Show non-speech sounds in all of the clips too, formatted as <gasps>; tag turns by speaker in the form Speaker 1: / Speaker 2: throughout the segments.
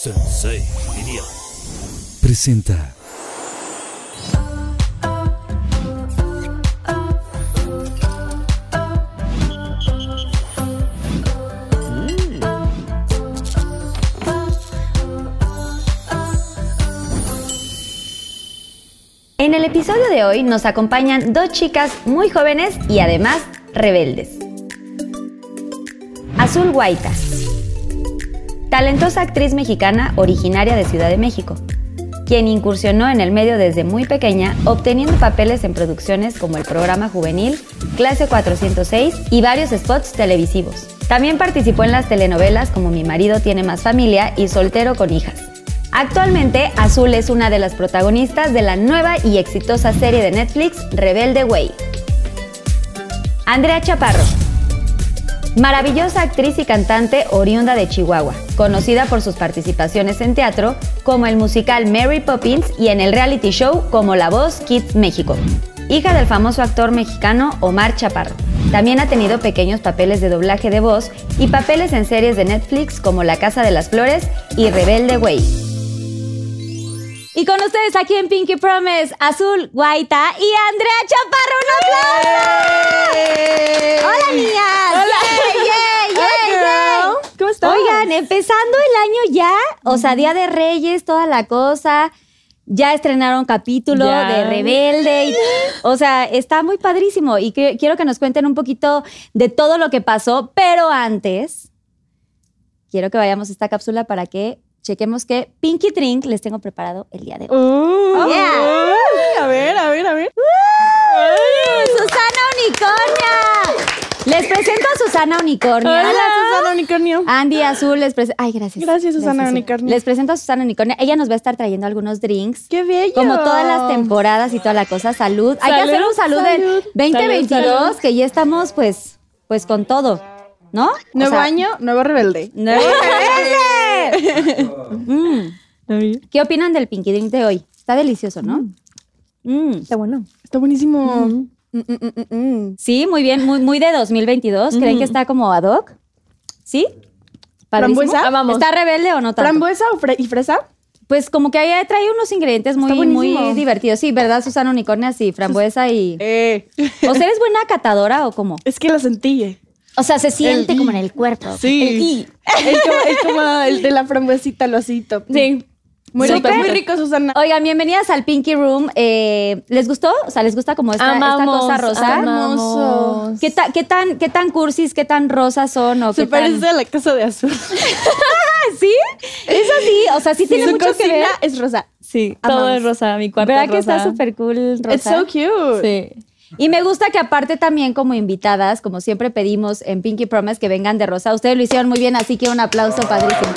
Speaker 1: Sensei Diría presenta
Speaker 2: En el episodio de hoy nos acompañan dos chicas muy jóvenes y además rebeldes. Azul Guaita, talentosa actriz mexicana originaria de Ciudad de México, quien incursionó en el medio desde muy pequeña, obteniendo papeles en producciones como el programa juvenil Clase 406 y varios spots televisivos. También participó en las telenovelas como Mi marido tiene más familia y Soltero con hijas. Actualmente, Azul es una de las protagonistas de la nueva y exitosa serie de Netflix Rebelde Way. Andrea Chaparro. Maravillosa actriz y cantante oriunda de Chihuahua, conocida por sus participaciones en teatro como el musical Mary Poppins y en el reality show como La Voz Kids México. Hija del famoso actor mexicano Omar Chaparro. También ha tenido pequeños papeles de doblaje de voz y papeles en series de Netflix como La Casa de las Flores y Rebelde Way.
Speaker 3: Y con ustedes aquí en Pinky Promise, Azul Guaita y Andrea Chaparro. ¡Un aplauso! ¡Hola, niñas! ¡Hola! ¡Yeah, yeah, yeah!
Speaker 4: ¿Cómo estás?
Speaker 3: Oigan, empezando el año ya, o sea, Día de Reyes, toda la cosa. Ya estrenaron capítulo
Speaker 4: Ya.
Speaker 3: de Rebelde. y- o sea, está muy padrísimo. Y que- quiero que nos cuenten un poquito de todo lo que pasó. Pero antes, quiero que vayamos a esta cápsula para que chequemos que Pinky Drink les tengo preparado el día de hoy.
Speaker 4: Uh,
Speaker 3: Yeah.
Speaker 4: ay, A ver, a ver, a ver.
Speaker 3: ¡Susana Unicornia! Les presento a Susana Unicornia.
Speaker 4: Hola, Ah, Susana Unicornio.
Speaker 3: Andy Azul les presento. Ay, gracias.
Speaker 4: Gracias, Susana
Speaker 3: Azul.
Speaker 4: Unicornia.
Speaker 3: Les presento a Susana Unicornia. Ella nos va a estar trayendo algunos drinks.
Speaker 4: ¡Qué bello!
Speaker 3: Como todas las temporadas y toda la cosa. Salud. Hay que
Speaker 4: Salud,
Speaker 3: hacer un salud,
Speaker 4: salud.
Speaker 3: del 2022,
Speaker 4: Salud, salud.
Speaker 3: que ya estamos, pues, pues con todo. ¿No? O
Speaker 4: Nuevo
Speaker 3: sea,
Speaker 4: año, nuevo rebelde. <laughs>
Speaker 3: ¡Nuevo rebelde! Mm. ¿Qué opinan del Pinky Drink de hoy? Está delicioso, ¿no? Mm.
Speaker 5: Está bueno.
Speaker 4: Está buenísimo.
Speaker 5: Mm, mm, mm, mm.
Speaker 3: Sí, muy bien, muy, muy de 2022. ¿Creen que está como ad hoc? ¿Sí? Padrísimo.
Speaker 4: ¿Frambuesa? Ah, vamos.
Speaker 3: ¿Está rebelde o no tanto?
Speaker 4: ¿Frambuesa o fre- y fresa?
Speaker 3: Pues como que ahí trae unos ingredientes muy, muy
Speaker 4: buenísimo.
Speaker 3: divertidos. Sí, ¿verdad, Susana Unicornia? Sí, frambuesa y...
Speaker 4: Eh.
Speaker 3: ¿O sea, eres buena catadora o cómo?
Speaker 4: Es que la
Speaker 3: <laughs>
Speaker 4: sentí. eh.
Speaker 3: O sea, se siente
Speaker 4: El-
Speaker 3: como en el cuerpo.
Speaker 4: Sí.
Speaker 3: El i.
Speaker 4: Es como, es como el de la frambuesita, lo así. top.
Speaker 3: Sí.
Speaker 4: Muy rico,
Speaker 3: Súper.
Speaker 4: muy rico, Susana.
Speaker 3: Oigan, bienvenidas al Pinky Room. Eh, ¿Les gustó? O sea, ¿les gusta como esta, esta
Speaker 5: Amamos,
Speaker 3: cosa rosa?
Speaker 5: amamos.
Speaker 3: ¿Qué, ta- qué tan, ¿Qué tan cursis, qué tan rosas son? O
Speaker 4: Se
Speaker 3: qué tan...
Speaker 4: parece a la casa de azul.
Speaker 3: ¿Sí? Es así, o sea, sí tiene
Speaker 4: Su
Speaker 3: mucho que
Speaker 4: cocina
Speaker 3: ver.
Speaker 4: es rosa.
Speaker 5: Sí,
Speaker 3: Amamos.
Speaker 5: todo es rosa, mi cuarto
Speaker 3: ¿Verdad
Speaker 5: es
Speaker 3: que está
Speaker 5: rosa.
Speaker 3: súper cool, Rosa?
Speaker 4: It's so cute.
Speaker 5: Sí.
Speaker 3: Y me gusta que aparte también como invitadas, como siempre pedimos en Pinky Promise que vengan de rosa. Ustedes lo hicieron muy bien, así que un aplauso padrísimo.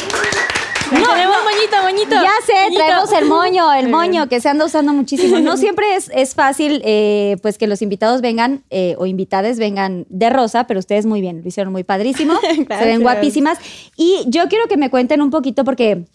Speaker 5: tenemos moñito, moñito.
Speaker 3: Ya sé,
Speaker 5: moñito.
Speaker 3: traemos el moño, el moño que se anda usando muchísimo. No siempre es, es fácil eh, pues que los invitados vengan eh, o invitades vengan de rosa, pero ustedes muy bien, lo hicieron muy padrísimo, se ven
Speaker 4: Gracias.
Speaker 3: guapísimas. Y yo quiero que me cuenten un poquito porque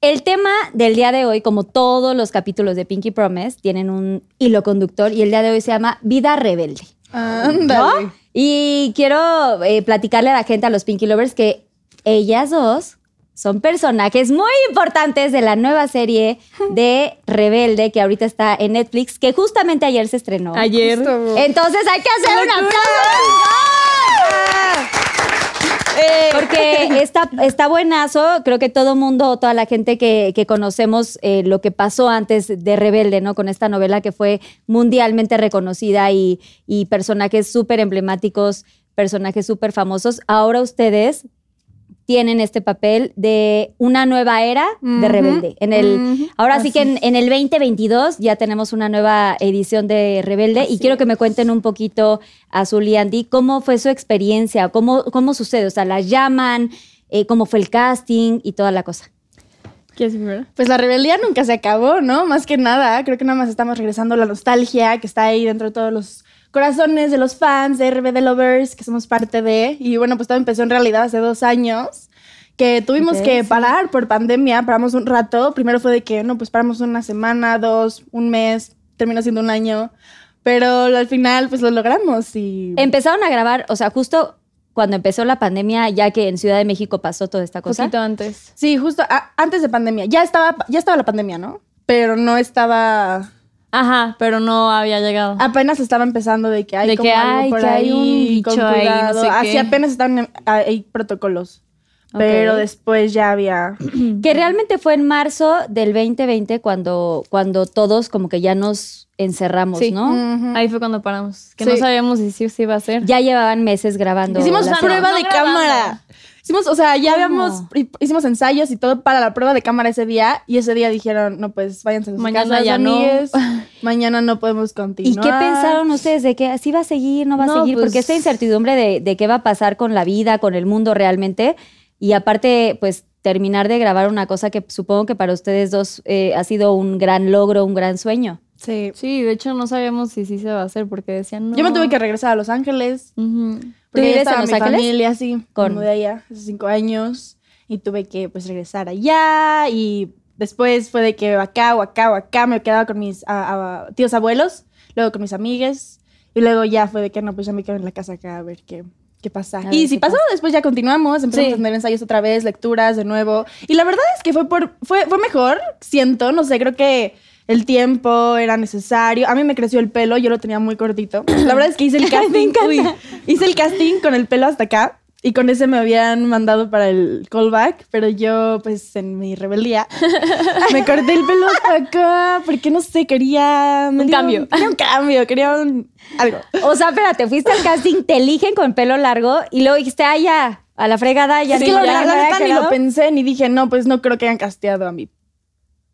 Speaker 3: el tema del día de hoy, como todos los capítulos de Pinky Promise, tienen un hilo conductor y el día de hoy se llama Vida Rebelde.
Speaker 4: Ándale.
Speaker 3: Y quiero eh, platicarle a la gente, a los Pinky Lovers, que ellas dos son personajes muy importantes de la nueva serie de Rebelde que ahorita está en Netflix, que justamente ayer se estrenó.
Speaker 5: Ayer.
Speaker 4: Justo.
Speaker 3: Entonces hay que hacer un aplauso. Eh, Porque está, está buenazo, creo que todo mundo, toda la gente que, que conocemos eh, lo que pasó antes de Rebelde, ¿no? Con esta novela que fue mundialmente reconocida y, y personajes súper emblemáticos, personajes súper famosos. Ahora ustedes tienen este papel de una nueva era de
Speaker 4: Ujú,
Speaker 3: Rebelde. En el,
Speaker 4: ujú.
Speaker 3: Ahora sí que en, en el 2022 ya tenemos una nueva edición de Rebelde y quiero que me cuenten un poquito, Azul y Andy, cómo fue su experiencia, cómo, cómo sucede, o sea, las llaman, eh, cómo fue el casting y toda la cosa.
Speaker 5: ¿Quieres primero?
Speaker 4: Pues la rebeldía nunca se acabó, ¿no? Más que nada, creo que nada más estamos regresando la nostalgia que está ahí dentro de todos los corazones de los fans de RBD Lovers, que somos parte de. Y bueno, pues todo empezó en realidad hace dos años, que tuvimos
Speaker 3: Ok,
Speaker 4: que
Speaker 3: sí.
Speaker 4: parar por pandemia, paramos un rato. Primero fue de que, no, pues paramos una semana, dos, un mes, terminó siendo un año. Pero al final, pues lo logramos y...
Speaker 3: Empezaron a grabar, o sea, justo cuando empezó la pandemia, ya que en Ciudad de México pasó toda esta cosa.
Speaker 5: Poquito antes.
Speaker 4: Sí, justo a- antes de pandemia. Ya estaba, ya estaba la pandemia, ¿no? Pero no estaba.
Speaker 5: Ajá, pero no había llegado.
Speaker 4: Apenas estaba empezando de que hay
Speaker 5: De
Speaker 4: como
Speaker 5: que,
Speaker 4: algo
Speaker 5: ay,
Speaker 4: por
Speaker 5: que
Speaker 4: ahí,
Speaker 5: hay un
Speaker 4: con
Speaker 5: bicho ahí, no
Speaker 4: cuidado.
Speaker 5: sé
Speaker 4: Así
Speaker 5: qué.
Speaker 4: apenas estaban en- hay protocolos.
Speaker 3: Ok.
Speaker 4: Pero después ya había.
Speaker 3: Que realmente fue en marzo del 2020 cuando, cuando todos como que ya nos encerramos,
Speaker 5: Sí.
Speaker 3: ¿no?
Speaker 4: Ujú.
Speaker 5: Ahí fue cuando paramos. Que
Speaker 4: Sí.
Speaker 5: no sabíamos si sí o sí iba a ser.
Speaker 3: Ya llevaban meses grabando.
Speaker 4: Hicimos
Speaker 3: las-
Speaker 4: prueba
Speaker 5: no
Speaker 4: de
Speaker 5: grabando.
Speaker 4: cámara. Hicimos, o sea, ya
Speaker 3: ¿Cómo?
Speaker 4: habíamos, hicimos ensayos y todo para la prueba de cámara ese día. Y ese día dijeron, no, pues váyanse a sus
Speaker 5: Mañana
Speaker 4: casas,
Speaker 5: ya no.
Speaker 4: amigues.
Speaker 5: <laughs>
Speaker 4: Mañana no podemos
Speaker 3: ¿Y
Speaker 4: continuar.
Speaker 3: qué pensaron ustedes de que así va a seguir, no va a
Speaker 5: No,
Speaker 3: seguir?
Speaker 5: pues-
Speaker 3: Porque esta incertidumbre de, de qué va a pasar con la vida, con el mundo realmente, y aparte, pues terminar de grabar una cosa que supongo que para ustedes dos eh, ha sido un gran logro, un gran sueño.
Speaker 4: Sí.
Speaker 5: Sí, de hecho no sabíamos si sí se va a hacer porque decían no.
Speaker 4: Yo me tuve que regresar a Los Ángeles.
Speaker 5: Ujú.
Speaker 4: Porque ya
Speaker 3: vives
Speaker 4: estaba
Speaker 3: en Los
Speaker 4: mi
Speaker 3: Ángeles?
Speaker 4: familia, sí.
Speaker 3: Con-
Speaker 4: Con... de allá hace cinco años. Y tuve que, pues, regresar allá. Y después fue de que acá o acá o acá me quedaba con mis a- a- tíos abuelos. Luego con mis amigues. Y luego ya fue de que, no, pues ya me quedo en la casa acá a ver qué, qué pasa.
Speaker 3: A
Speaker 4: y
Speaker 3: ver
Speaker 4: si
Speaker 3: qué
Speaker 4: pasó, después ya continuamos. Empezamos
Speaker 5: Sí.
Speaker 4: a tener ensayos otra vez, lecturas de nuevo. Y la verdad es que fue, por, fue, fue mejor, siento. No sé, creo que... El tiempo era necesario. A mí me creció el pelo, yo lo tenía muy cortito. La verdad es que hice el casting. uy, hice el casting con el pelo hasta acá y con ese me habían mandado para el callback, pero yo pues en mi rebeldía me corté el pelo hasta acá porque no sé, quería me
Speaker 5: Un
Speaker 4: dio-
Speaker 5: cambio.
Speaker 4: Quería un cambio, quería un- algo.
Speaker 3: O sea, espérate, fuiste al casting, te eligen con pelo largo y luego dijiste, ah, ya, a la fregada, ya
Speaker 4: es
Speaker 3: ni-
Speaker 4: que la,
Speaker 3: ya
Speaker 4: verdad-
Speaker 3: me
Speaker 4: la
Speaker 3: había
Speaker 4: neta ni
Speaker 3: quedado".
Speaker 4: lo pensé ni dije, no, pues no creo que hayan casteado a mi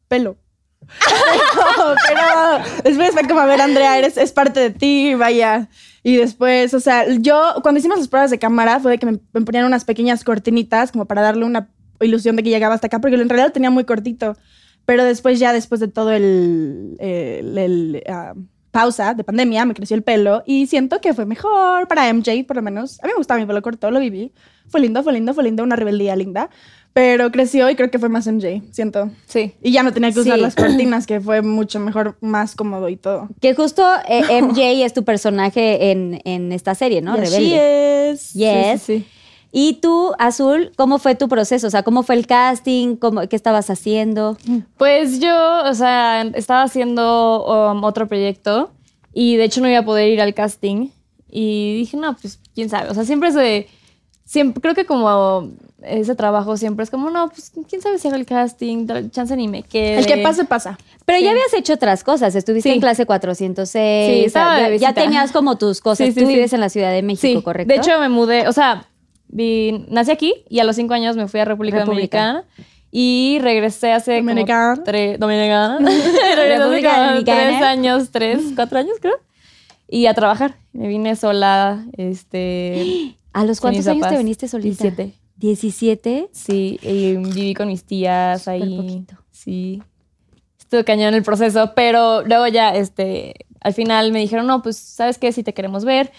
Speaker 4: pelo. <laughs> pero, pero después fue como, a ver, Andrea, eres, es parte de ti, vaya. Y después, o sea, yo cuando hicimos las pruebas de cámara fue de que me, me ponían unas pequeñas cortinitas como para darle una ilusión de que llegaba hasta acá, porque en realidad lo tenía muy cortito. Pero después ya, después de todo el, el- el, ah, pausa de pandemia, me creció el pelo y siento que fue mejor para MJ, por lo menos. A mí me gustaba mi pelo corto, lo viví. Fue lindo, fue lindo, fue lindo, una rebeldía linda. Pero creció y creo que fue más MJ, siento.
Speaker 5: Sí.
Speaker 4: Y ya no tenía que usar
Speaker 3: Sí.
Speaker 4: las cortinas, que fue mucho mejor, más cómodo y todo.
Speaker 3: Que justo eh, MJ es tu personaje en, en esta serie, ¿no?
Speaker 4: Y así
Speaker 3: Rebelde.
Speaker 4: es.
Speaker 3: Yes.
Speaker 5: Sí, sí, sí.
Speaker 3: Y tú, Azul, ¿cómo fue tu proceso? O sea, ¿cómo fue el casting? ¿Cómo, ¿Qué estabas haciendo?
Speaker 5: Pues yo, o sea, estaba haciendo um, otro proyecto y de hecho no iba a poder ir al casting. Y dije, no, pues quién sabe. O sea, siempre se. Siempre, creo que como ese trabajo siempre es como, no, pues quién sabe si hago el casting, tal- chance ni me quede.
Speaker 4: El que pase, pasa.
Speaker 3: Pero ya habías hecho otras cosas, estuviste
Speaker 5: Sí.
Speaker 3: en clase 406,
Speaker 5: Sí,
Speaker 3: o sea,
Speaker 5: estaba de
Speaker 3: ya- ya
Speaker 5: visita.
Speaker 3: tenías como tus cosas,
Speaker 5: Sí, sí,
Speaker 3: tú
Speaker 5: sí.
Speaker 3: vives en la Ciudad de México,
Speaker 5: Sí,
Speaker 3: ¿correcto?
Speaker 5: de hecho me mudé, o sea, vi- nací aquí y a los cinco años me fui a República,
Speaker 3: República.
Speaker 5: Dominicana y regresé hace como
Speaker 4: Dominicana.
Speaker 5: tre-
Speaker 3: <laughs>
Speaker 5: Dominicana. regresé hace
Speaker 3: República
Speaker 5: como
Speaker 3: Dominicana.
Speaker 5: tres años, tres, cuatro años creo. Y a trabajar. Me vine sola,
Speaker 3: <gasps>
Speaker 5: este...
Speaker 3: ¿A los
Speaker 5: sin
Speaker 3: cuántos
Speaker 5: mis
Speaker 3: años
Speaker 5: papás.
Speaker 3: te viniste solita?
Speaker 5: 17.
Speaker 3: 17.
Speaker 5: Sí, y viví con mis tías
Speaker 3: Súper
Speaker 5: ahí.
Speaker 3: poquito.
Speaker 5: Sí. Estuvo cañón el proceso, pero luego ya, este, al final me dijeron, no, pues, ¿sabes qué? Si te queremos ver,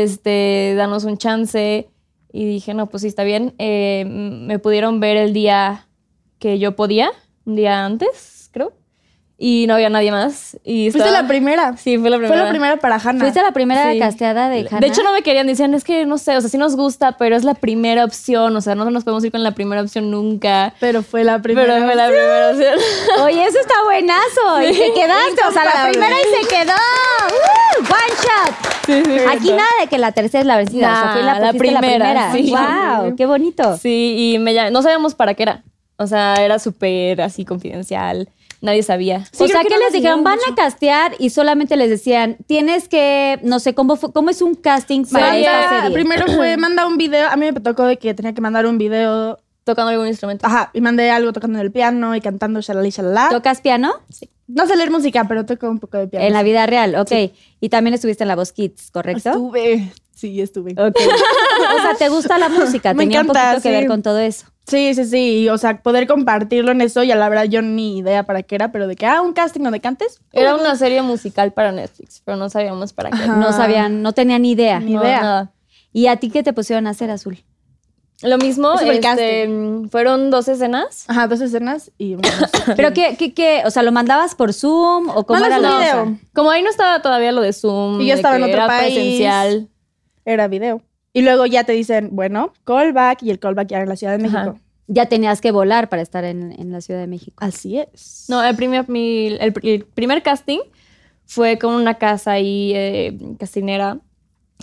Speaker 5: este, danos un chance. Y dije, no, pues sí, está bien. Eh, m- me pudieron ver el día que yo podía, un día antes, creo. Y no había nadie más. Y
Speaker 4: Fuiste
Speaker 5: estaba-
Speaker 4: la primera.
Speaker 5: Sí, fue la primera.
Speaker 4: Fue la primera para Hannah.
Speaker 3: Fuiste la primera
Speaker 5: Sí.
Speaker 3: casteada de Hannah.
Speaker 5: De hecho, no me querían, decían, es que no sé, o sea, sí nos gusta, pero es la primera opción, o sea, no nos podemos ir con la primera opción nunca.
Speaker 4: Pero fue la primera.
Speaker 5: Pero fue la primera opción.
Speaker 3: Oye, eso está buenazo. Y te quedaste, o sea, la
Speaker 4: Incomparable.
Speaker 3: primera y se quedó. ¡Uh! One shot. Aquí nada de que la tercera es la vencida, o sea, fue la,
Speaker 5: Nah, la
Speaker 3: pusiste la primera.
Speaker 5: primera, sí.
Speaker 3: Wow, qué bonito.
Speaker 5: Sí, y me llam- no sabíamos para qué era. O sea, era súper así confidencial, nadie sabía. Pues,
Speaker 3: o sea,
Speaker 4: creo que
Speaker 3: que,
Speaker 4: no
Speaker 3: les
Speaker 4: les
Speaker 3: dijeron,
Speaker 4: ayudaron
Speaker 3: van a castear y solamente les decían, tienes que, no sé, ¿cómo, fue- cómo es un casting para
Speaker 4: Manda-
Speaker 3: esta serie?
Speaker 4: Primero
Speaker 3: <clears throat>
Speaker 4: fue, manda un video. A mí me tocó de que tenía que mandar un video.
Speaker 5: Tocando algún instrumento.
Speaker 4: Ajá, y mandé algo tocando en el piano y cantando shalala y shalala.
Speaker 3: ¿Tocas piano?
Speaker 4: No sé leer música, pero toco un poco de piano.
Speaker 3: En la vida real, ok. Y también estuviste en La Voz Kids, ¿correcto?
Speaker 4: Estuve. Sí, estuve.
Speaker 3: Ok. o sea, ¿te gusta la música?
Speaker 4: <laughs> Me
Speaker 3: Tenía un
Speaker 4: encanta,
Speaker 3: poquito que
Speaker 4: sí.
Speaker 3: ver con todo eso.
Speaker 4: Sí, sí, sí. y, O sea, poder compartirlo en eso. Ya la verdad, yo ni idea para qué era, pero de que, ah, un casting donde cantes.
Speaker 5: Era una serie musical para Netflix, pero no sabíamos para qué.
Speaker 4: Ajá.
Speaker 5: era.
Speaker 3: No
Speaker 4: Ah.
Speaker 3: sabían, no tenían ni idea.
Speaker 4: Ni
Speaker 5: No,
Speaker 4: idea.
Speaker 5: nada.
Speaker 3: ¿Y a ti qué te pusieron a hacer, Azul?
Speaker 5: Lo mismo,
Speaker 4: Eso fue el
Speaker 5: este, fueron dos escenas.
Speaker 4: Ajá, dos escenas
Speaker 3: <coughs>
Speaker 4: y. un-
Speaker 3: ¿Pero qué, qué, qué? O sea, ¿lo mandabas por Zoom o cómo era
Speaker 4: Mandas
Speaker 3: la
Speaker 4: un
Speaker 3: cosa?
Speaker 4: video.
Speaker 5: Como ahí no estaba todavía lo de Zoom,
Speaker 4: Y yo
Speaker 5: de
Speaker 4: estaba en
Speaker 5: que
Speaker 4: otro
Speaker 5: era
Speaker 4: país.
Speaker 5: presencial.
Speaker 4: Era video. Y luego ya te dicen, bueno, callback y el callback ya en la Ciudad de México.
Speaker 5: Ajá.
Speaker 3: Ya tenías que volar para estar en, en la Ciudad de México.
Speaker 4: Así es.
Speaker 5: No, el primer, mi- el, el primer casting fue con una casa ahí, eh, castinera.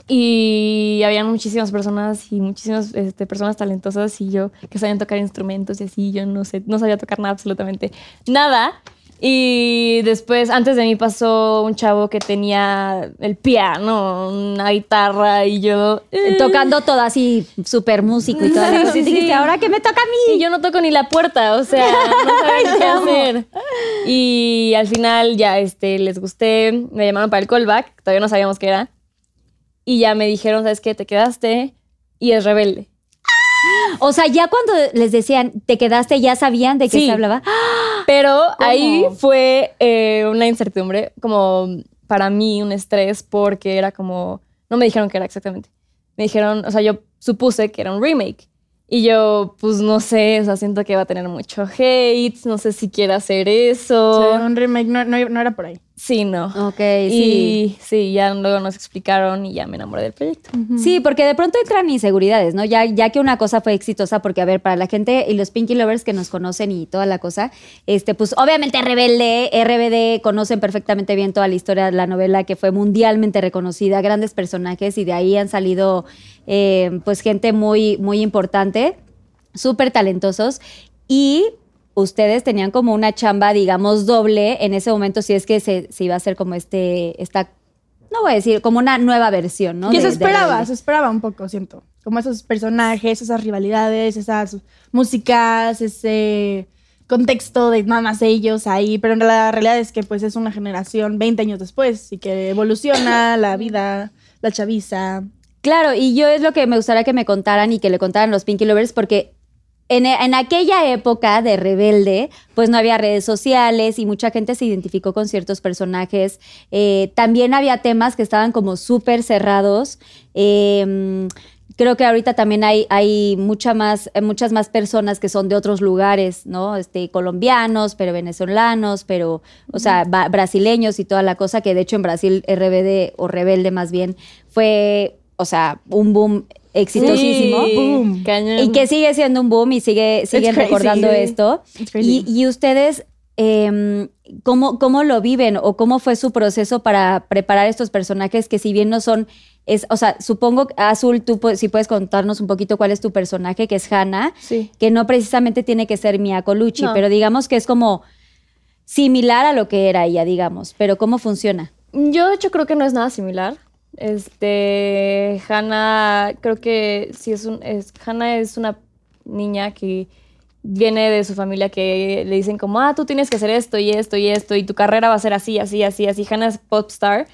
Speaker 5: Y habían muchísimas personas y muchísimas este, personas talentosas y yo que sabían tocar instrumentos y así. Yo no sé, no sabía tocar nada, absolutamente nada. Y después, antes de mí pasó un chavo que tenía el piano, una guitarra y yo...
Speaker 3: Eh,
Speaker 5: eh,
Speaker 3: Tocando todo así, súper músico y todo.
Speaker 5: Sí,
Speaker 3: Entonces
Speaker 5: sí.
Speaker 3: dijiste, ahora que me toca a mí.
Speaker 5: Y yo no toco ni la puerta, o sea, no sabía qué hacer. Y al final ya este, les gusté, me llamaron para el callback, que todavía no sabíamos qué era. Y ya me dijeron, ¿sabes qué? Te quedaste y es rebelde.
Speaker 3: O sea, ya cuando les decían, te quedaste, ya sabían de qué
Speaker 5: Sí.
Speaker 3: se hablaba. ¡Ah!
Speaker 5: Pero ahí fue eh, una incertidumbre, como para mí un estrés, porque era como, no me dijeron qué era exactamente. Me dijeron, o sea, yo supuse que era un remake. Y yo, pues no sé, o sea, siento que va a tener mucho hate, no sé si quiere hacer
Speaker 4: O sea,
Speaker 5: eso.
Speaker 4: un remake no, no- no era por ahí.
Speaker 5: Sí, no.
Speaker 3: Ok, sí.
Speaker 5: Y sí, ya luego nos explicaron y ya me enamoré del proyecto.
Speaker 3: Sí, porque de pronto entran inseguridades, ¿no? Ya, ya que una cosa fue exitosa, porque a ver, para la gente y los Pinky Lovers que nos conocen y toda la cosa, este, pues obviamente Rebelde, RBD, conocen perfectamente bien toda la historia de la novela que fue mundialmente reconocida, grandes personajes y de ahí han salido eh, pues gente muy, muy importante, súper talentosos y ustedes tenían como una chamba, digamos, doble en ese momento, si es que se, se iba a hacer como este, esta... No voy a decir, como una nueva versión, ¿no?
Speaker 4: y eso
Speaker 3: De- de
Speaker 4: esperaba,
Speaker 3: Rebelde.
Speaker 4: se esperaba un poco, siento. Como esos personajes, esas rivalidades, esas músicas, ese contexto de nada más ellos ahí. Pero en la realidad es que pues es una generación 20 años después y
Speaker 3: <coughs>
Speaker 4: que evoluciona la vida, la chaviza.
Speaker 3: Claro, y yo es lo que me gustaría que me contaran y que le contaran los Pinky Lovers, porque en, en aquella época de rebelde, pues no había redes sociales y mucha gente se identificó con ciertos personajes. Eh, también había temas que estaban como súper cerrados. Eh, creo que ahorita también hay, hay mucha más, eh, muchas más personas que son de otros lugares, ¿no? Este, colombianos, pero venezolanos, pero, o sea, ba- brasileños y toda la cosa, que de hecho en Brasil RBD o Rebelde más bien fue, o sea, un boom exitosísimo.
Speaker 5: Sí,
Speaker 4: Boom.
Speaker 5: Cañón.
Speaker 3: Y que sigue siendo un boom y sigue, siguen
Speaker 4: crazy.
Speaker 3: recordando
Speaker 4: Sí.
Speaker 3: esto.
Speaker 4: It's
Speaker 3: Y,
Speaker 4: crazy.
Speaker 3: y ustedes, em, ¿cómo, ¿cómo lo viven o cómo fue su proceso para preparar estos personajes que si bien no son, es, o sea, supongo, Azul, tú pu- si puedes contarnos un poquito cuál es tu personaje, que es Hannah,
Speaker 5: Sí.
Speaker 3: que no precisamente tiene que ser Mia Colucci,
Speaker 5: No.
Speaker 3: pero digamos que es como similar a lo que era ella, digamos, pero ¿cómo funciona?
Speaker 5: Yo, de hecho, creo que no es nada similar. Este, Hannah, creo que sí es un. Es, Hannah es una niña que viene de su familia que le dicen como, ah, tú tienes que hacer esto y esto y esto, y tu carrera va a ser así, así, así, así. Hannah es popstar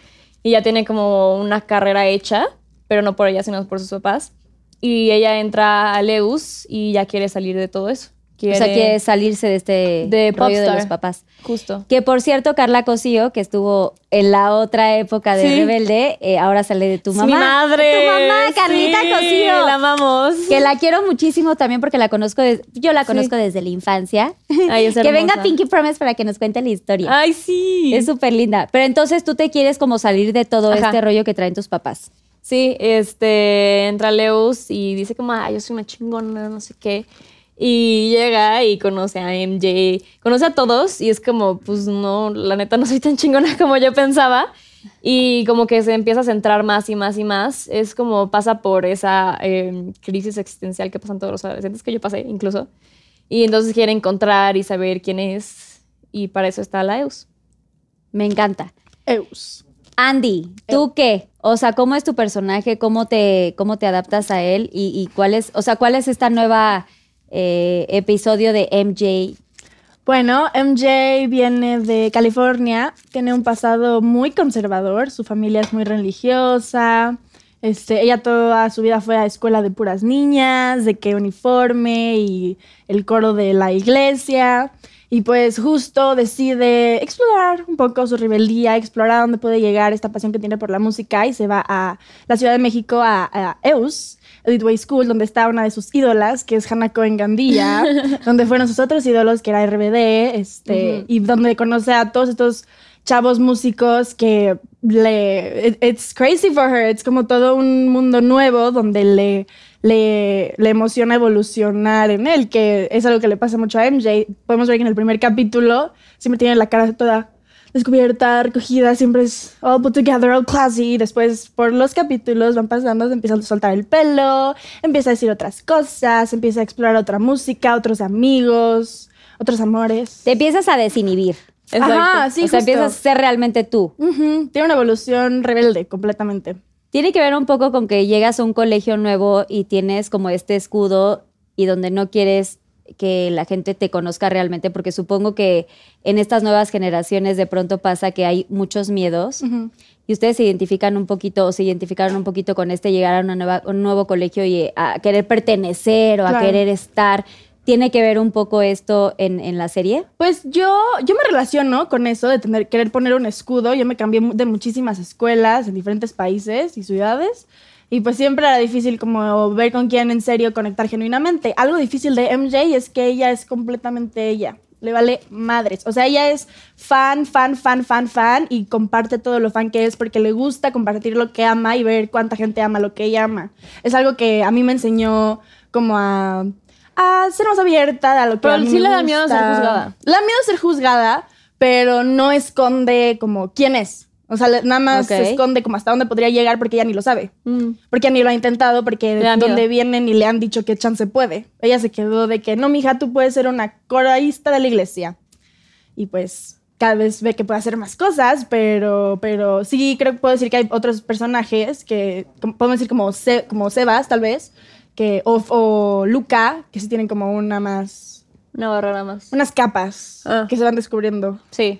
Speaker 5: y ya tiene como una carrera hecha, pero no por ella, sino por sus papás. Y ella entra a Leus y ya quiere salir de todo eso.
Speaker 3: O sea,
Speaker 5: Quiere-
Speaker 3: quiere salirse de este
Speaker 5: de
Speaker 3: rollo de
Speaker 5: popstar.
Speaker 3: los papás.
Speaker 5: Justo.
Speaker 3: Que por cierto, Carla Cosío, que estuvo en la otra época de
Speaker 5: Sí.
Speaker 3: Rebelde, eh, ahora sale de tu
Speaker 5: Es
Speaker 3: mamá.
Speaker 5: Mi madre.
Speaker 3: Tu mamá, Carlita
Speaker 5: Sí,
Speaker 3: Cosío.
Speaker 5: La amamos.
Speaker 3: Que la quiero muchísimo también porque la conozco, des- yo la conozco desde la infancia.
Speaker 5: Ay, <laughs> es
Speaker 3: que venga
Speaker 5: hermosa.
Speaker 3: Pinky Promise para que nos cuente la historia.
Speaker 5: Ay, sí.
Speaker 3: Es súper linda. Pero entonces tú te quieres como salir de todo
Speaker 5: Ajá.
Speaker 3: este rollo que traen tus papás.
Speaker 5: Sí, este, entra Leus y dice como, ah, yo soy una chingona, no sé qué. Y llega y conoce a MJ, conoce a todos y es como, pues no, la neta no soy tan chingona <laughs> como yo pensaba. Y como que se empieza a centrar más y más y más. Es como pasa por esa eh, crisis existencial que pasan todos los adolescentes, que yo pasé incluso. Y entonces quiere encontrar y saber quién es. Y para eso está Leus.
Speaker 3: Me encanta.
Speaker 4: Eus.
Speaker 3: Andy, ¿tú qué? O sea, ¿cómo es tu personaje? ¿Cómo te, cómo te adaptas a él? ¿Y, y cuál es, o sea, cuál es esta nueva eh, episodio de MJ?
Speaker 4: Bueno, MJ viene de California, tiene un pasado muy conservador, su familia es muy religiosa, este, ella toda su vida fue a escuela de puras niñas, de que uniforme y el coro de la iglesia, y pues justo decide explorar un poco su rebeldía, explorar dónde puede llegar esta pasión que tiene por la música y se va a la Ciudad de México, a, a EUS, Elite Way School, donde está una de sus ídolas, que es Hannah Cohen Gandía, donde fueron sus otros ídolos, que era RBD, este, y donde conoce a todos estos chavos músicos que le. it- it's crazy for her. Es como todo un mundo nuevo donde le, le, le emociona evolucionar en él, que es algo que le pasa mucho a MJ. Podemos ver que en el primer capítulo siempre tiene la cara toda descubierta, recogida, siempre es all put together, all classy. Después, por los capítulos van pasando, se empieza a soltar el pelo, empieza a decir otras cosas, empieza a explorar otra música, otros amigos, otros amores.
Speaker 3: Te empiezas a desinhibir.
Speaker 5: Exacto.
Speaker 4: Ajá, sí,
Speaker 3: o sea,
Speaker 4: justo.
Speaker 3: empiezas a ser realmente tú.
Speaker 4: Ujú, Tiene una evolución rebelde completamente.
Speaker 3: Tiene que ver un poco con que llegas a un colegio nuevo y tienes como este escudo y donde no quieres que la gente te conozca realmente, porque supongo que en estas nuevas generaciones de pronto pasa que hay muchos miedos y ustedes se identifican un poquito o se identificaron un poquito con este llegar a una nueva- un nuevo colegio y eh, a querer pertenecer o a
Speaker 4: Claro.
Speaker 3: querer estar. ¿Tiene que ver un poco esto en, en la serie?
Speaker 4: Pues yo, yo me relaciono con eso de tener, querer poner un escudo. Yo me cambié mu- de muchísimas escuelas en diferentes países y ciudades. Y pues siempre era difícil como ver con quién en serio conectar genuinamente. Algo difícil de MJ es que ella es completamente ella. Le vale madres. O sea, ella es fan, fan, fan, fan, fan y comparte todo lo fan que es porque le gusta compartir lo que ama y ver cuánta gente ama lo que ella ama. Es algo que a mí me enseñó como a, a ser más abierta a lo que
Speaker 5: Pero
Speaker 4: a mí
Speaker 5: sí
Speaker 4: me
Speaker 5: le da miedo
Speaker 4: gusta.
Speaker 5: ser juzgada.
Speaker 4: Le da miedo ser juzgada, pero no esconde como quién es. O sea, le- nada más
Speaker 3: Ok.
Speaker 4: se esconde como hasta dónde podría llegar porque ella ni lo sabe.
Speaker 5: Mm.
Speaker 4: Porque ni lo ha intentado, porque
Speaker 5: Le
Speaker 4: de
Speaker 5: da miedo.
Speaker 4: dónde vienen y le han dicho qué chance puede. Ella se quedó de que no, mija, tú puedes ser una coraísta de la iglesia. Y pues cada vez ve que puede hacer más cosas, pero, pero sí creo que puedo decir que hay otros personajes que, como- podemos decir como, Se- como Sebas, tal vez, que, o, o Luca, que sí tienen como una más
Speaker 5: Una barrera más.
Speaker 4: unas capas
Speaker 5: Ah.
Speaker 4: que se van descubriendo.
Speaker 5: Sí.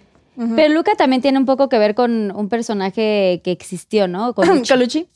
Speaker 3: Pero Luca también tiene un poco que ver con un personaje que existió, ¿no?
Speaker 4: <laughs>
Speaker 3: Con
Speaker 4: <clears throat>
Speaker 3: un
Speaker 4: Colucci.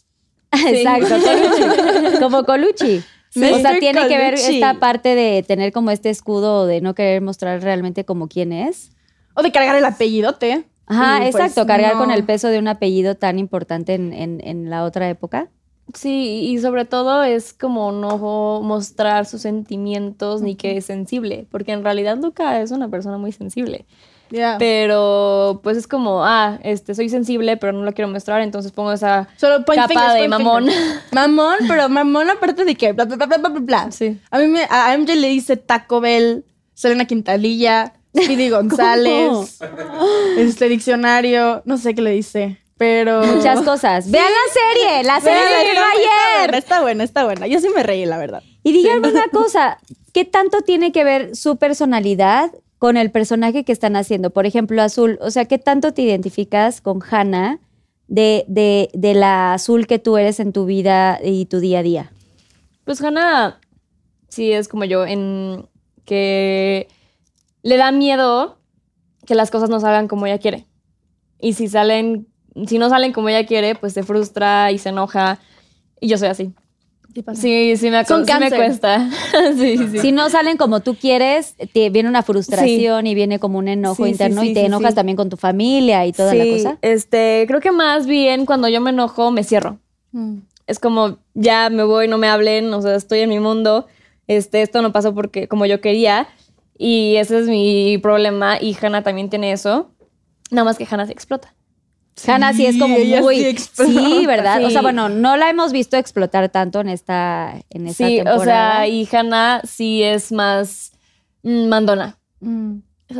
Speaker 3: Exacto, Colucci. como Colucci.
Speaker 4: Sí.
Speaker 3: O sea,
Speaker 4: Mr.
Speaker 3: tiene que ver
Speaker 4: Colucci.
Speaker 3: esta parte de tener como este escudo de no querer mostrar realmente como quién es.
Speaker 4: O de cargar el apellidote.
Speaker 3: Ajá,
Speaker 4: Y, pues,
Speaker 3: exacto, cargar
Speaker 4: no.
Speaker 3: con el peso de un apellido tan importante en, en- en la otra época.
Speaker 5: Sí, y sobre todo es como no mostrar sus sentimientos ni que es sensible, porque en realidad Luca es una persona muy sensible,
Speaker 4: Ya.
Speaker 5: pero pues es como, ah, este, soy sensible, pero no lo quiero mostrar, entonces pongo esa...
Speaker 4: Solo point
Speaker 5: Capa
Speaker 4: fingers,
Speaker 5: de
Speaker 4: point
Speaker 5: mamón.
Speaker 4: fingers. Mamón, pero mamón aparte de que bla, bla, bla, bla, bla, bla, bla.
Speaker 5: Sí.
Speaker 4: A mí me, a MJ le dice Taco Bell, Selena Quintanilla,
Speaker 3: <laughs>
Speaker 4: Speedy González, este diccionario, no sé qué le dice,
Speaker 3: <laughs>
Speaker 4: pero...
Speaker 3: Muchas cosas. Vean la serie, la
Speaker 4: Pero
Speaker 3: serie de
Speaker 4: está
Speaker 3: ayer.
Speaker 4: buena, Está buena, está buena. Yo sí me reí, la verdad.
Speaker 3: Y díganme una cosa, ¿qué tanto tiene que ver su personalidad con el personaje que están haciendo? Por ejemplo, Azul, o sea, ¿qué tanto te identificas con Hannah de, de, de la Azul que tú eres en tu vida y tu día a día?
Speaker 5: Pues Hannah sí es como yo, en que le da miedo que las cosas no salgan como ella quiere. Y si salen, si no salen como ella quiere, pues se frustra y se enoja. Y yo soy así. Sí, sí me, acu-
Speaker 4: Son
Speaker 5: sí me
Speaker 4: cáncer.
Speaker 5: cuesta. <laughs> sí, sí, sí.
Speaker 3: Si no salen como tú quieres, te viene una frustración y viene como un enojo
Speaker 5: Sí, sí,
Speaker 3: interno
Speaker 5: sí,
Speaker 3: y te
Speaker 5: sí,
Speaker 3: enojas
Speaker 5: sí.
Speaker 3: también con tu familia y toda la
Speaker 5: Sí,
Speaker 3: cosa.
Speaker 5: Este, creo que más bien cuando yo me enojo, me cierro.
Speaker 3: Mm.
Speaker 5: Es como, ya me voy, no me hablen, o sea, estoy en mi mundo. Este, esto no pasó porque, como yo quería. Y ese es mi problema. Y Hannah también tiene eso. Nada más que Hannah se explota.
Speaker 3: Hannah sí es como
Speaker 4: ella
Speaker 3: muy...
Speaker 4: sí explota.
Speaker 3: sí, ¿verdad? O
Speaker 5: Sí.
Speaker 3: sea, bueno, no la hemos visto explotar tanto en esta, en esta
Speaker 5: sí,
Speaker 3: temporada.
Speaker 5: o sea, y Hannah sí es más mm, mandona.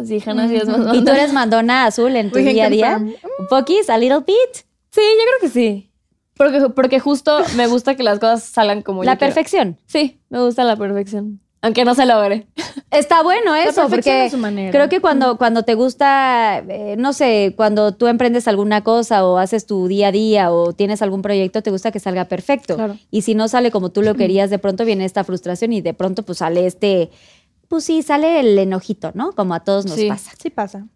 Speaker 5: Sí, Hannah sí es más mandona.
Speaker 3: Mm. ¿Y tú eres mandona azul en tu
Speaker 4: We can
Speaker 3: día a día?
Speaker 4: confirm.
Speaker 3: Un poquis, a little bit.
Speaker 5: Sí, yo creo que sí. Porque, porque justo me gusta que las cosas salgan como
Speaker 3: la
Speaker 5: yo quiero.
Speaker 3: perfección.
Speaker 5: Sí, me gusta la perfección. Aunque no se logre.
Speaker 3: Está bueno eso,
Speaker 4: perfección
Speaker 3: porque
Speaker 4: a su manera.
Speaker 3: creo que cuando, cuando te gusta, eh, no sé, cuando tú emprendes alguna cosa o haces tu día a día o tienes algún proyecto, te gusta que salga perfecto.
Speaker 5: Claro.
Speaker 3: Y si no sale como tú lo querías, de pronto viene esta frustración y de pronto pues sale este, pues sí, sale el enojito, ¿no? Como a todos nos
Speaker 5: Sí.
Speaker 3: pasa.
Speaker 4: Sí pasa.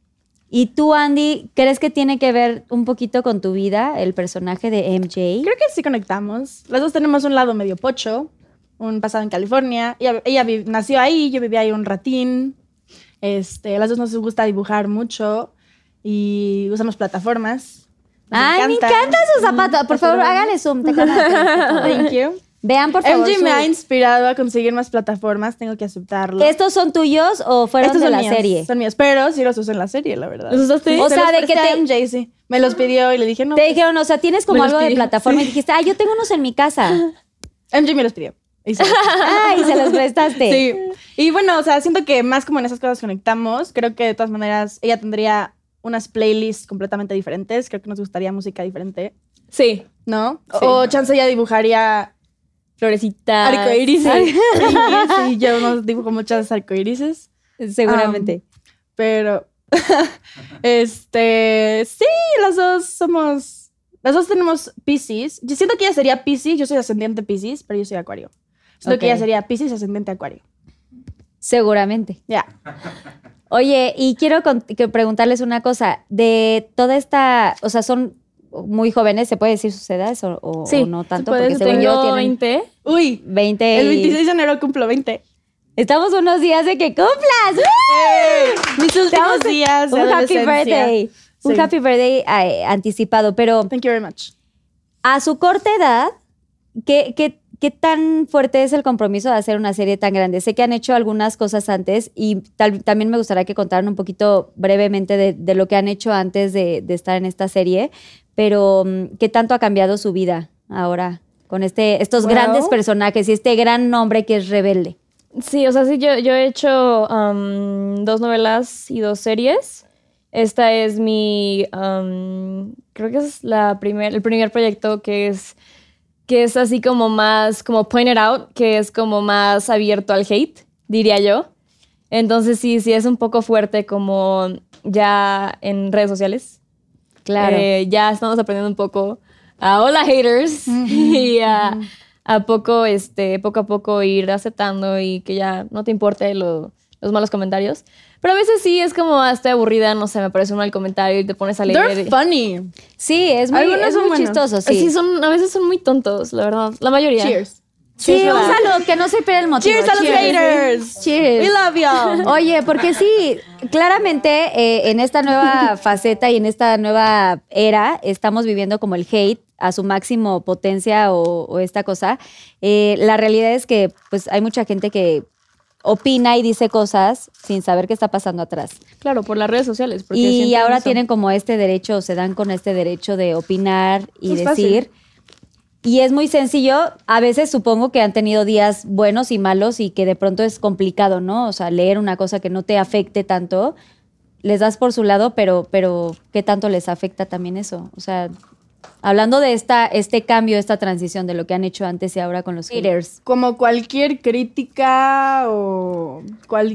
Speaker 3: ¿Y tú, Andy, crees que tiene que ver un poquito con tu vida el personaje de MJ?
Speaker 4: Creo que sí conectamos. Las dos tenemos un lado medio pocho, un pasado en California. Ella, ella vi- nació ahí, yo vivía ahí un ratín. Este, las dos nos gusta dibujar mucho y usamos plataformas. Nos <laughs>
Speaker 3: Ay, me encantan sus zapatos. Por favor, hágale zoom. te conozco.
Speaker 4: Thank you.
Speaker 3: Vean, por favor.
Speaker 4: MG
Speaker 3: su-
Speaker 4: me ha inspirado a conseguir más plataformas, tengo que aceptarlo.
Speaker 3: ¿Estos son tuyos o fueron
Speaker 4: Estos
Speaker 3: de
Speaker 4: son
Speaker 3: la
Speaker 4: míos,
Speaker 3: serie?
Speaker 4: Son míos, pero sí los uso en la serie, la verdad.
Speaker 5: ¿Los usaste?
Speaker 3: O
Speaker 4: Se
Speaker 3: sea,
Speaker 4: los
Speaker 3: de que
Speaker 4: presté a
Speaker 3: te-
Speaker 4: MJ, sí. Me los pidió y le dije, no. pues,
Speaker 3: Te dijeron, o sea, tienes como
Speaker 5: Me los
Speaker 3: algo de
Speaker 5: pidió,
Speaker 3: plataforma y dijiste, ah, yo tengo unos en mi
Speaker 4: <laughs>
Speaker 3: casa.
Speaker 4: MJ me los pidió.
Speaker 3: <laughs>
Speaker 4: Y se los-
Speaker 3: Ah, y se los prestaste.
Speaker 4: Sí. Y bueno, o sea, siento que más como en esas cosas conectamos, creo que de todas maneras ella tendría unas playlists completamente diferentes, creo que nos gustaría música diferente,
Speaker 5: Sí.
Speaker 4: ¿no?
Speaker 5: Sí. Ah,
Speaker 4: O chance ella dibujaría
Speaker 5: Florecita.
Speaker 4: arcoíris. <laughs> y yo no dibujo muchas arcoírises,
Speaker 3: Seguramente.
Speaker 4: pero <laughs> este, sí, las dos somos las dos tenemos Pisces. Yo siento que ella sería Pisces, yo soy ascendiente Pisces, pero yo soy Acuario. Siento que
Speaker 3: Ok.
Speaker 4: ella sería Pisces ascendente Acuario.
Speaker 3: Seguramente.
Speaker 4: Ya.
Speaker 3: Oye, y quiero con- que preguntarles una cosa. De toda esta, o sea, son muy jóvenes, ¿se puede decir sus edades o, o-
Speaker 5: Sí,
Speaker 3: o no tanto?
Speaker 5: Puedes-
Speaker 3: Porque según
Speaker 5: tengo
Speaker 3: yo tienen
Speaker 5: 20.
Speaker 4: Uy,
Speaker 3: 20.
Speaker 4: el
Speaker 3: y-
Speaker 4: 26 de enero cumplo 20.
Speaker 3: Estamos unos días de que cumplas. ¡Uh!
Speaker 4: Mis <laughs> últimos días de
Speaker 3: Un happy
Speaker 4: adolescencia.
Speaker 3: birthday. Un
Speaker 4: Sí.
Speaker 3: happy birthday eh, anticipado. Pero
Speaker 4: Thank you very much.
Speaker 3: a su corta edad, ¿qué, qué, qué tan fuerte es el compromiso de hacer una serie tan grande? Sé que han hecho algunas cosas antes y tal- también me gustaría que contaran un poquito brevemente de, de lo que han hecho antes de, de estar en esta serie, pero mm, ¿qué tanto ha cambiado su vida ahora con este, estos
Speaker 5: Wow.
Speaker 3: grandes personajes y este gran nombre que es Rebelde?
Speaker 5: Sí, o sea, sí, yo, yo he hecho am, dos novelas y dos series. Esta es mi, am, creo que es la primer, el primer proyecto que es, que es así como más, como pointed out, que es como más abierto al hate, diría yo. Entonces sí, sí es un poco fuerte como ya en redes sociales. Eh, ya estamos aprendiendo un poco a hola haters <laughs> y ah, a, a poco, este, poco a poco ir aceptando y que ya no te importe lo- los malos comentarios. Pero a veces sí es como ah, estoy aburrida, no sé, me aparece un mal comentario y te pones a leer.
Speaker 4: They're funny.
Speaker 3: sí, es muy,
Speaker 4: Algunos
Speaker 3: es
Speaker 4: son
Speaker 3: muy
Speaker 4: buenos.
Speaker 3: chistoso, sí.
Speaker 5: Sí, son, a veces son muy tontos, la verdad. La mayoría.
Speaker 4: Cheers.
Speaker 3: Sí,
Speaker 4: Cheers,
Speaker 3: un
Speaker 4: ¿verdad?
Speaker 3: saludo, que no se pierda el motivo.
Speaker 4: Cheers a los haters.
Speaker 3: Cheers.
Speaker 4: We love you.
Speaker 3: Oye, porque sí, claramente eh, en esta nueva faceta y en esta nueva era estamos viviendo como el hate a su máximo potencia o, o esta cosa. Eh, la realidad es que pues hay mucha gente que opina y dice cosas sin saber qué está pasando atrás.
Speaker 5: Claro, por las redes sociales. porque
Speaker 3: Y
Speaker 5: sienten
Speaker 3: ahora
Speaker 5: eso.
Speaker 3: tienen como este derecho, o se dan con este derecho de opinar y
Speaker 4: Es fácil.
Speaker 3: decir. Y es muy sencillo. A veces supongo que han tenido días buenos y malos y que de pronto es complicado, ¿no? O sea, leer una cosa que no te afecte tanto. Les das por su lado, pero, pero ¿qué tanto les afecta también eso? O sea, hablando de esta, este cambio, esta transición de lo que han hecho antes y ahora con los haters.
Speaker 4: <laughs> Como cualquier crítica o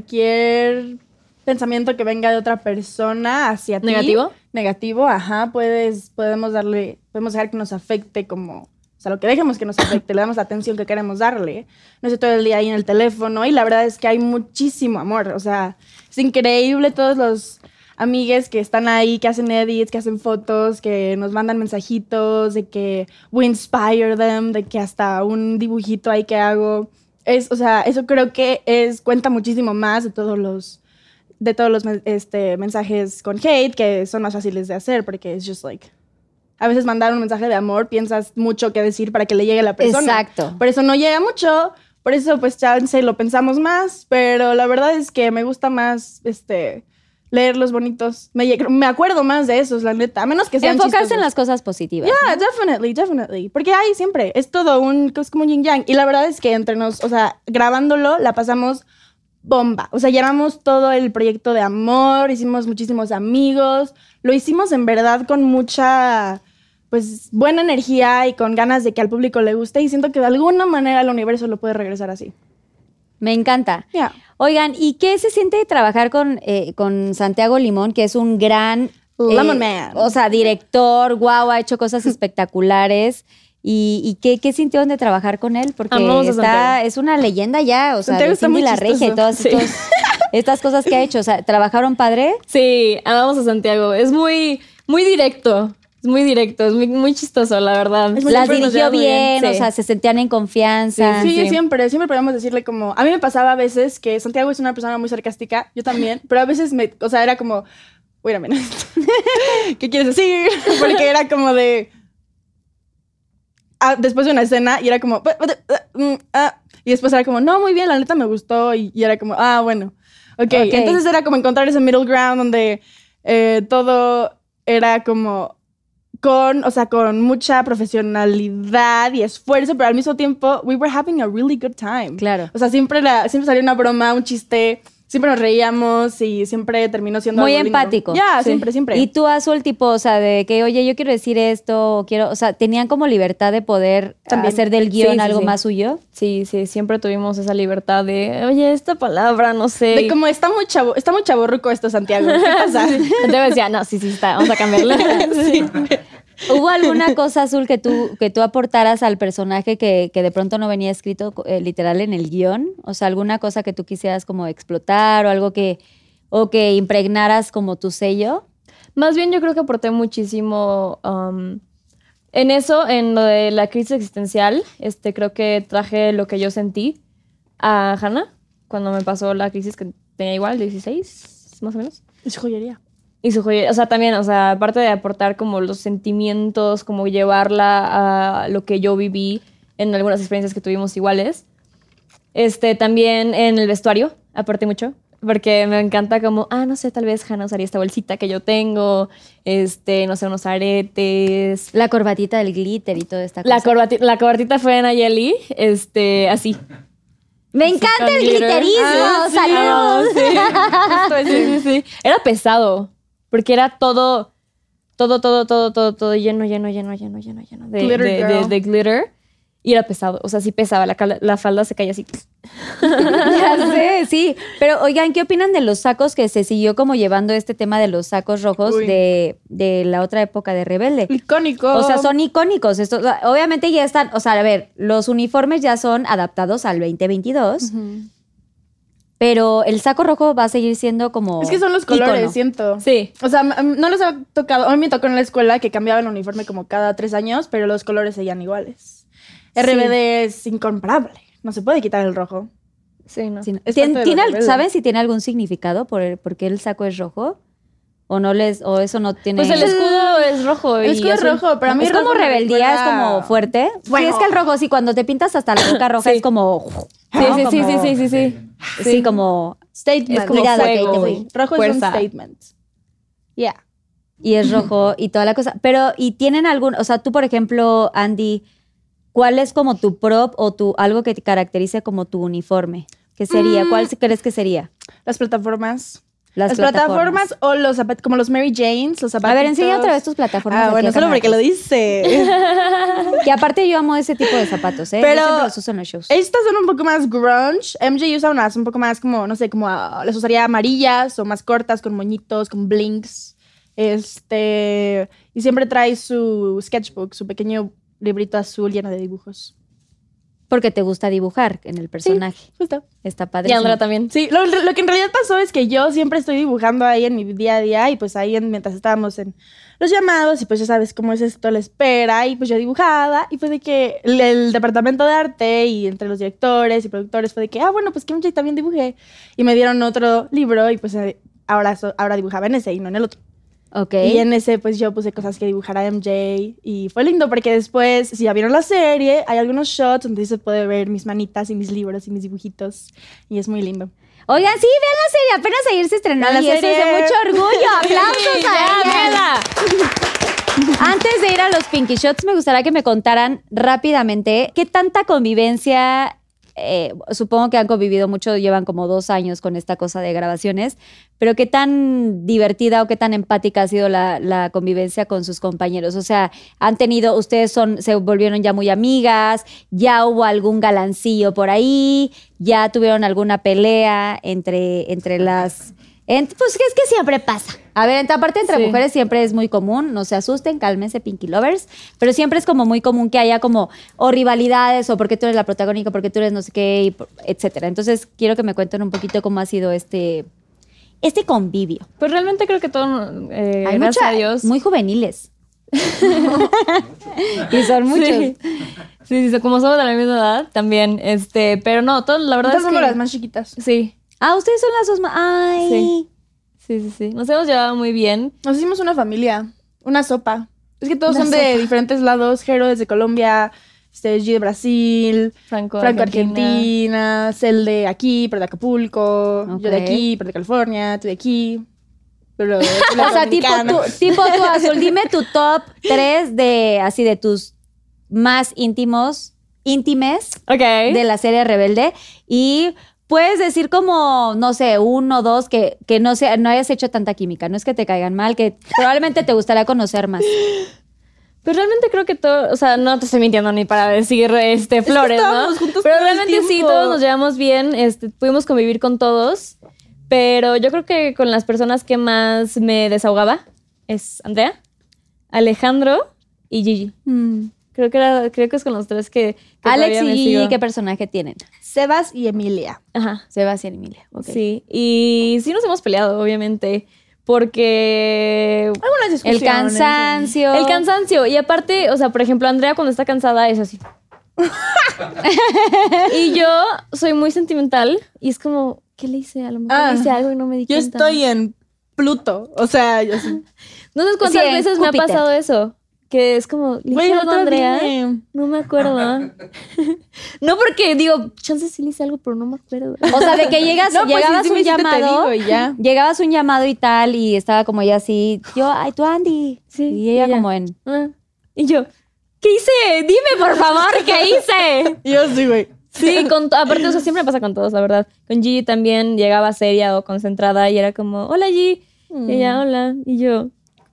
Speaker 4: cualquier pensamiento que venga de otra persona hacia ti.
Speaker 5: ¿Negativo?
Speaker 4: Negativo, ajá. Puedes, podemos darle, podemos dejar que nos afecte como. O sea, lo que dejemos que nos afecte, le damos la atención que queremos darle. No estoy todo el día ahí en el teléfono y la verdad es que hay muchísimo amor. O sea, es increíble todos los amigues que están ahí, que hacen edits, que hacen fotos, que nos mandan mensajitos de que we inspire them, de que hasta un dibujito ahí que hago. Es, o sea, eso creo que es, cuenta muchísimo más de todos los de todos los men- este, mensajes con hate que son más fáciles de hacer porque es just like a veces mandar un mensaje de amor piensas mucho qué decir para que le llegue a la persona.
Speaker 3: Exacto.
Speaker 4: Por eso no llega mucho, por eso pues chance lo pensamos más, pero la verdad es que me gusta más este leer los bonitos. Me, lleg- me acuerdo más de esos, la neta, a menos que sean
Speaker 3: Enfocarse en
Speaker 4: chistosos.
Speaker 3: las cosas positivas.
Speaker 4: Yeah, Ah, definitely, definitely. Porque hay siempre, es todo un, es como un yin yang. Y la verdad es que entre nos, o sea, grabándolo, la pasamos bomba. O sea, llevamos todo el proyecto de amor, hicimos muchísimos amigos, lo hicimos en verdad con mucha, pues, buena energía y con ganas de que al público le guste. Y siento que de alguna manera el universo lo puede regresar así.
Speaker 3: Me encanta.
Speaker 4: Yeah.
Speaker 3: Oigan, ¿y qué se siente trabajar con, eh, con Santiago Limón, que es un gran... eh,
Speaker 4: Lemon Man.
Speaker 3: O sea, director, guau, ha hecho
Speaker 4: <laughs>
Speaker 3: cosas espectaculares. ¿Y, y qué, qué sintieron de trabajar con él? Porque
Speaker 5: Amamos a
Speaker 3: está,
Speaker 5: Santiago.
Speaker 3: es una leyenda ya, o sea,
Speaker 4: Santiago
Speaker 3: de
Speaker 4: está
Speaker 3: Cindy
Speaker 4: muy
Speaker 3: la Regia y
Speaker 4: chistoso.
Speaker 3: todas
Speaker 4: <laughs>
Speaker 5: Sí.
Speaker 3: estos- estas cosas que ha hecho. O sea, ¿trabajaron padre?
Speaker 5: Sí, amamos a Santiago. Es muy, muy directo. Es muy directo, es muy, muy chistoso, la verdad.
Speaker 4: Es muy
Speaker 3: Las
Speaker 4: siempre nos
Speaker 3: dirigió
Speaker 4: lleva muy
Speaker 3: bien,
Speaker 5: bien,
Speaker 3: o
Speaker 5: sí.
Speaker 3: sea, se sentían en confianza.
Speaker 4: Sí,
Speaker 5: sí.
Speaker 4: siempre, siempre podíamos decirle como, a mí me pasaba a veces que Santiago es una persona muy sarcástica, yo también, pero a veces me, o sea, era como, wait a <laughs> minute, ¿qué quieres decir? Porque era como de, ah, después de una escena y era como. "Pa- pa- ah, mm, ah", y después era como, no, muy bien, la neta me gustó. Y, y era como, ah, bueno. ok.
Speaker 3: Ok.
Speaker 4: Entonces era como encontrar ese middle ground donde eh, todo era como con, o sea, con mucha profesionalidad y esfuerzo, pero al mismo tiempo, we were having a really good time.
Speaker 3: Claro.
Speaker 4: O sea, siempre, era- siempre salía una broma, un chiste, siempre nos reíamos y siempre terminó siendo
Speaker 3: Muy
Speaker 4: algo lindo.
Speaker 3: empático.
Speaker 4: Ya,
Speaker 3: Sí.
Speaker 4: siempre, siempre.
Speaker 3: Y tú, Azul, tipo, o sea, de que, oye, yo quiero decir esto, o quiero, o sea, tenían como libertad de poder
Speaker 4: También.
Speaker 3: hacer del guión
Speaker 5: Sí, sí,
Speaker 3: algo
Speaker 5: sí.
Speaker 3: más suyo.
Speaker 5: Sí, sí, siempre tuvimos esa libertad de, oye, esta palabra, no sé.
Speaker 4: de como está muy chavo, está muy chaborruco esto,
Speaker 3: <laughs>
Speaker 4: Santiago. ¿Qué pasa?
Speaker 5: Entonces decía, no, sí, sí, está, vamos a cambiarla. Sí.
Speaker 3: ¿Hubo
Speaker 4: <laughs>
Speaker 3: alguna cosa, Azul, que tú, que tú aportaras al personaje que, que de pronto no venía escrito eh, literal en el guión? O sea, alguna cosa que tú quisieras como explotar o algo que, o que impregnaras como tu sello.
Speaker 5: Más bien yo creo que aporté muchísimo um, en eso, en lo de la crisis existencial. Este, creo que traje lo que yo sentí a Hannah cuando me pasó la crisis que tenía igual, 16 más o menos.
Speaker 4: Es joyería.
Speaker 5: Y su joyería, o sea, también, o sea, aparte de aportar como los sentimientos, como llevarla a lo que yo viví en algunas experiencias que tuvimos iguales. Este, también en el vestuario, aporté mucho, porque me encanta como, ah, no sé, tal vez Hannah usaría esta bolsita que yo tengo, este, no sé, unos aretes.
Speaker 3: La corbatita del glitter y toda esta
Speaker 5: La,
Speaker 3: cosa.
Speaker 5: corbati- la corbatita fue de Nayeli, este, así.
Speaker 3: ¡Me encanta
Speaker 5: con
Speaker 3: el
Speaker 5: glitter.
Speaker 3: glitterismo!
Speaker 5: Ah, sí,
Speaker 3: ¡Saludos!
Speaker 5: ah, sí. Sí, sí, sí. Era pesado, porque era todo, todo, todo, todo, todo, todo lleno, lleno, lleno, lleno, lleno, lleno de,
Speaker 4: Glitter
Speaker 5: de-
Speaker 4: girl.
Speaker 5: de- de glitter. Y era pesado, o sea, sí pesaba, la, cala- la falda se caía así.
Speaker 3: <laughs>
Speaker 4: <laughs>
Speaker 3: Ya sé, sí. Pero oigan, ¿qué opinan de los sacos que se siguió como llevando este tema de los sacos rojos
Speaker 4: Uy.
Speaker 3: de, de la otra época de Rebelde?
Speaker 4: Icónico.
Speaker 3: O sea, son icónicos. Estos, obviamente ya están, o sea, a ver, los uniformes ya son adaptados al 2022, pero el saco rojo va a seguir siendo como...
Speaker 4: Es que son los
Speaker 3: ícono.
Speaker 4: colores, siento.
Speaker 5: Sí.
Speaker 4: O sea, m- no les ha tocado. A mí me tocó en la escuela que cambiaban el uniforme como cada tres años, pero los colores seguían iguales. RBD es incomparable. No se puede quitar el rojo.
Speaker 5: Sí, no.
Speaker 3: Sí, no.
Speaker 4: Es
Speaker 3: ¿Tien-
Speaker 4: parte de
Speaker 3: tiene
Speaker 4: la
Speaker 3: al-
Speaker 4: rebelde.
Speaker 3: ¿Saben si tiene algún significado por, el- por qué el saco es rojo? ¿O no les o eso no tiene
Speaker 5: Pues el escudo es rojo.
Speaker 4: El
Speaker 5: y
Speaker 4: escudo es
Speaker 5: azul.
Speaker 4: rojo, pero a mí
Speaker 3: es como
Speaker 4: rojo me
Speaker 3: rebeldía, es
Speaker 4: recuerda-
Speaker 3: como fuerte.
Speaker 4: Bueno.
Speaker 3: Sí, es que el rojo, sí, cuando te pintas hasta la
Speaker 4: <coughs>
Speaker 3: boca roja
Speaker 5: Sí.
Speaker 3: es como.
Speaker 5: Sí,
Speaker 3: ¿no?
Speaker 5: sí, sí, sí,
Speaker 3: Como-
Speaker 5: sí, sí, sí.
Speaker 3: Sí, como.
Speaker 4: Statement.
Speaker 5: Es como
Speaker 3: Cuidado,
Speaker 5: fuego,
Speaker 3: Kate,
Speaker 4: Sí, Rojo es
Speaker 5: fuerza.
Speaker 4: un statement. Yeah.
Speaker 3: Y es rojo y toda la cosa. Pero, ¿y tienen algún. O sea, tú, por ejemplo, Andy, ¿cuál es como tu prop o tu algo que te caracterice como tu uniforme? ¿Qué sería?
Speaker 4: Mm.
Speaker 3: ¿Cuál crees que sería?
Speaker 4: Las plataformas. Las, plataformas. o los zapatos, como los Mary Janes, los zapatos.
Speaker 3: A ver, enseña otra vez tus plataformas.
Speaker 4: Ah,
Speaker 3: aquí
Speaker 4: bueno,
Speaker 3: a
Speaker 4: solo porque
Speaker 3: cámara. <laughs>
Speaker 4: lo dice.
Speaker 3: Que aparte yo amo ese tipo de zapatos, ¿eh?
Speaker 4: Pero-
Speaker 3: Yo siempre los uso en los shows.
Speaker 4: Estas son un poco más grunge. MJ usa unas un poco más como, no sé, como ah, las usaría amarillas o más cortas, con moñitos, con blinks. Este. Y siempre trae su sketchbook, su pequeño librito azul lleno de dibujos.
Speaker 3: Porque te gusta dibujar en el personaje.
Speaker 4: Justo.
Speaker 3: Está
Speaker 5: Y
Speaker 3: padre.
Speaker 5: Andrea también.
Speaker 4: Sí, lo, lo que en realidad pasó es que yo siempre estoy dibujando ahí en mi día a día y pues ahí en- mientras estábamos en los llamados y pues ya sabes cómo es esto, la espera y pues yo dibujaba y fue de que el, el departamento de arte y entre los directores y productores fue de que, ah, bueno, pues Kimchi también dibujé y me dieron otro libro y pues eh, ahora, so- ahora dibujaba en ese y no en el otro.
Speaker 3: Ok.
Speaker 4: Y en ese pues yo puse cosas que dibujara MJ y fue lindo porque después, si ya vieron la serie, hay algunos shots donde se puede ver mis manitas y mis libros y mis dibujitos y es muy lindo.
Speaker 3: Oigan, sí, vean la serie, apenas ayer se estrenó
Speaker 4: Vean la
Speaker 3: y eso es de
Speaker 4: serie.
Speaker 3: mucho orgullo.
Speaker 5: Sí,
Speaker 3: ¡Aplausos a
Speaker 5: ya,
Speaker 3: ella!
Speaker 5: vela.
Speaker 3: Antes de ir a los Pinky Shots, me gustaría que me contaran rápidamente qué tanta convivencia, eh, supongo que han convivido mucho, llevan como dos años con esta cosa de grabaciones, pero qué tan divertida o qué tan empática ha sido la, la convivencia con sus compañeros. O sea, han tenido, ustedes son, se volvieron ya muy amigas, ya hubo algún galancillo por ahí, ya tuvieron alguna pelea entre, entre las... ent- pues es que siempre pasa. A ver, ent- aparte entre
Speaker 5: Sí.
Speaker 3: mujeres siempre es muy común, no se asusten, cálmense, Pinky Lovers, pero siempre es como muy común que haya como o rivalidades o porque tú eres la protagónica, porque tú eres no sé qué, y por- etcétera. Entonces quiero que me cuenten un poquito cómo ha sido este, este convivio.
Speaker 5: Pues realmente creo que todo, eh,
Speaker 3: Hay
Speaker 5: gracias
Speaker 3: mucha-
Speaker 5: a Dios.
Speaker 3: Muy juveniles. <laughs> y son muchos.
Speaker 5: Sí. Sí, sí, como somos de la misma edad también, este, pero no, todo, la verdad
Speaker 4: Estas
Speaker 5: es
Speaker 4: son
Speaker 5: que...
Speaker 4: las más chiquitas.
Speaker 5: Sí,
Speaker 3: Ah, ustedes son las dos más. Ay.
Speaker 5: Sí. sí, sí, sí. Nos hemos llevado muy bien.
Speaker 4: Nos hicimos una familia, una sopa. Es que todos
Speaker 5: Una
Speaker 4: son de diferentes lados. Jero es de Colombia, este, G de Brasil,
Speaker 5: Franco,
Speaker 4: Franco
Speaker 5: Argentina.
Speaker 4: Argentina, Cel de aquí, pero de Acapulco, yo de
Speaker 3: Ok.
Speaker 4: aquí, pero de California, tú de aquí. Pero de
Speaker 3: O sea, tipo tú, tipo tú, Azul, dime tu top 3 de así de tus más íntimos, íntimes
Speaker 5: Ok.
Speaker 4: ¿Eh?
Speaker 3: de la serie Rebelde y puedes decir como, no sé, uno o dos que, que no, sea, no hayas hecho tanta química. No es que te caigan mal, que probablemente te gustaría conocer
Speaker 4: <laughs>
Speaker 3: más.
Speaker 5: Pues realmente creo que todo, o sea, no te estoy mintiendo ni para decir este flores, ¿no?
Speaker 4: estábamos juntos
Speaker 5: pero
Speaker 4: todo el
Speaker 5: realmente sí,
Speaker 4: tiempo.
Speaker 5: todos nos llevamos bien, este, pudimos convivir con todos, pero yo creo que con las personas que más me desahogaba es Andrea, Alejandro y Gigi.
Speaker 4: Mm.
Speaker 5: Creo que era, creo que es con los tres que, que
Speaker 3: Alex
Speaker 5: todavía me
Speaker 3: y
Speaker 5: sigo.
Speaker 3: Gigi, ¿qué personaje tienen?
Speaker 4: Sebas y Emilia.
Speaker 5: Ajá.
Speaker 3: Sebastián y Emilia. ok.
Speaker 5: Sí, y sí nos hemos peleado, obviamente, porque
Speaker 4: Algunas
Speaker 3: El
Speaker 4: discusiones.
Speaker 3: cansancio.
Speaker 5: el cansancio. Y aparte, o sea, por ejemplo, Andrea cuando está cansada es <laughs> así. y yo soy muy sentimental y es como, ¿qué le hice? A lo mejor
Speaker 4: Ah,
Speaker 5: le hice algo y no me di
Speaker 4: Yo
Speaker 5: cuenta.
Speaker 4: estoy en Pluto. O sea, yo sí.
Speaker 5: No sabes cuántas
Speaker 3: Sí, en
Speaker 5: veces me ha
Speaker 3: Júpiter.
Speaker 5: pasado eso. Que es como, ¿le
Speaker 4: Güey,
Speaker 5: hice
Speaker 4: el
Speaker 5: algo a
Speaker 4: otro
Speaker 5: Andrea?
Speaker 4: día-
Speaker 5: No me acuerdo. <laughs> no porque digo, chance sí le hice algo, pero no me acuerdo.
Speaker 3: O sea, de que llegas,
Speaker 4: <laughs> No, pues,
Speaker 3: llegabas
Speaker 4: sí, sí
Speaker 3: un
Speaker 4: me hiciste, te
Speaker 3: llamado.
Speaker 4: digo,
Speaker 3: <laughs>
Speaker 4: y ya.
Speaker 3: Llegabas un llamado y tal, y estaba como ya así, yo, ay, tú Andy.
Speaker 5: Sí,
Speaker 3: y ella
Speaker 5: y ya.
Speaker 3: como en.
Speaker 5: Ah. Y yo, ¿qué hice? Dime, por favor, ¿qué hice?
Speaker 4: Yo sí, güey.
Speaker 5: <laughs> Sí,
Speaker 4: <laughs>
Speaker 5: con to- aparte, eso siempre me pasa con todos, la verdad. Con Gigi también llegaba seria o concentrada y era como, hola Gigi. Y ella, hola. Y yo,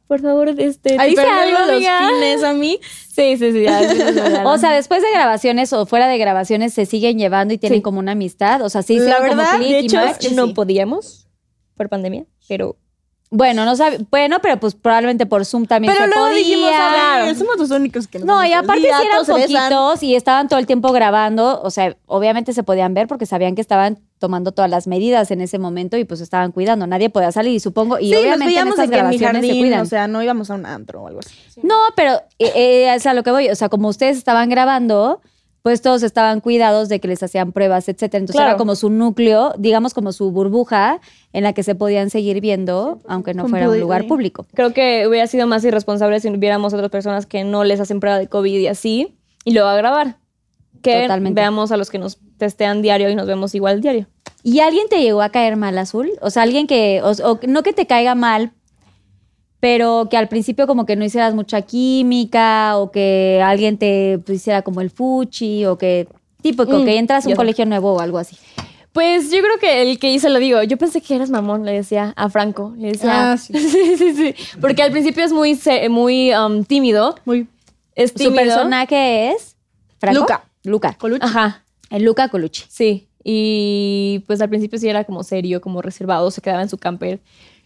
Speaker 5: por favor, este, ¿te
Speaker 4: Ay,
Speaker 5: hice
Speaker 4: pero
Speaker 5: algo,
Speaker 4: luego los
Speaker 5: amiga?"
Speaker 4: fines a mí.
Speaker 5: Sí, sí, sí. ya, sí, sí, ya,
Speaker 3: O sea, después de grabaciones o fuera de grabaciones se siguen llevando y tienen
Speaker 5: Sí.
Speaker 3: como una amistad. O sea, sí,
Speaker 4: La
Speaker 3: hicieron
Speaker 4: verdad,
Speaker 3: como click
Speaker 5: de
Speaker 3: y
Speaker 5: hecho,
Speaker 3: match.
Speaker 5: no podíamos por pandemia, pero
Speaker 3: Bueno, no sabe, bueno, pero pues probablemente por Zoom también
Speaker 4: Pero
Speaker 3: se
Speaker 4: luego
Speaker 3: podía.
Speaker 4: dijimos, a ver, somos los únicos que nos
Speaker 3: No,
Speaker 4: vemos
Speaker 3: y
Speaker 4: todo el
Speaker 3: aparte
Speaker 4: día,
Speaker 3: si eran
Speaker 4: todos se besan.
Speaker 3: poquitos y estaban todo el tiempo grabando, o sea, obviamente se podían ver porque sabían que estaban tomando todas las medidas en ese momento y pues estaban cuidando, nadie podía salir y supongo, y
Speaker 4: Sí, nos
Speaker 3: obviamente en
Speaker 4: veíamos
Speaker 3: estas
Speaker 4: de que en mi
Speaker 3: grabaciones se
Speaker 4: jardín,
Speaker 3: cuidan.
Speaker 4: o sea, no íbamos a un antro o algo así.
Speaker 3: No, pero eh, eh, es a lo que voy. O sea, como ustedes estaban grabando, pues todos estaban cuidados de que les hacían pruebas, etcétera. Entonces
Speaker 5: Claro.
Speaker 3: era como su núcleo, digamos como su burbuja en la que se podían seguir viendo,
Speaker 4: pues,
Speaker 3: aunque no fuera un lugar
Speaker 4: Completely.
Speaker 3: público.
Speaker 5: creo que hubiera sido más irresponsable si hubiéramos otras personas que no les hacen prueba de COVID y así, y luego a grabar. Que
Speaker 3: Totalmente.
Speaker 5: veamos a los que nos testean diario y nos vemos igual diario.
Speaker 3: ¿Y alguien te llegó a caer mal, Azul? O sea, alguien que, o, o no que te caiga mal, pero que al principio como que no hicieras mucha química o que alguien te pues, hiciera como el fuchi o que típico,
Speaker 5: Mm,
Speaker 3: que entras a un
Speaker 5: yo.
Speaker 3: colegio nuevo o algo así.
Speaker 5: Pues yo creo que el que hice lo digo. Yo pensé que eras mamón, le decía a Franco. Le decía, <laughs>
Speaker 4: Ah, sí.
Speaker 5: sí, sí, sí. Porque al principio es muy, se- muy um, tímido.
Speaker 4: Muy
Speaker 5: Es tímido.
Speaker 3: Su personaje es... ¿Franco?
Speaker 4: Luca.
Speaker 3: Luca.
Speaker 4: colucho.
Speaker 5: Ajá,
Speaker 3: El Luca Colucci.
Speaker 5: sí. Y pues al principio sí era como serio, como reservado, se quedaba en su camper.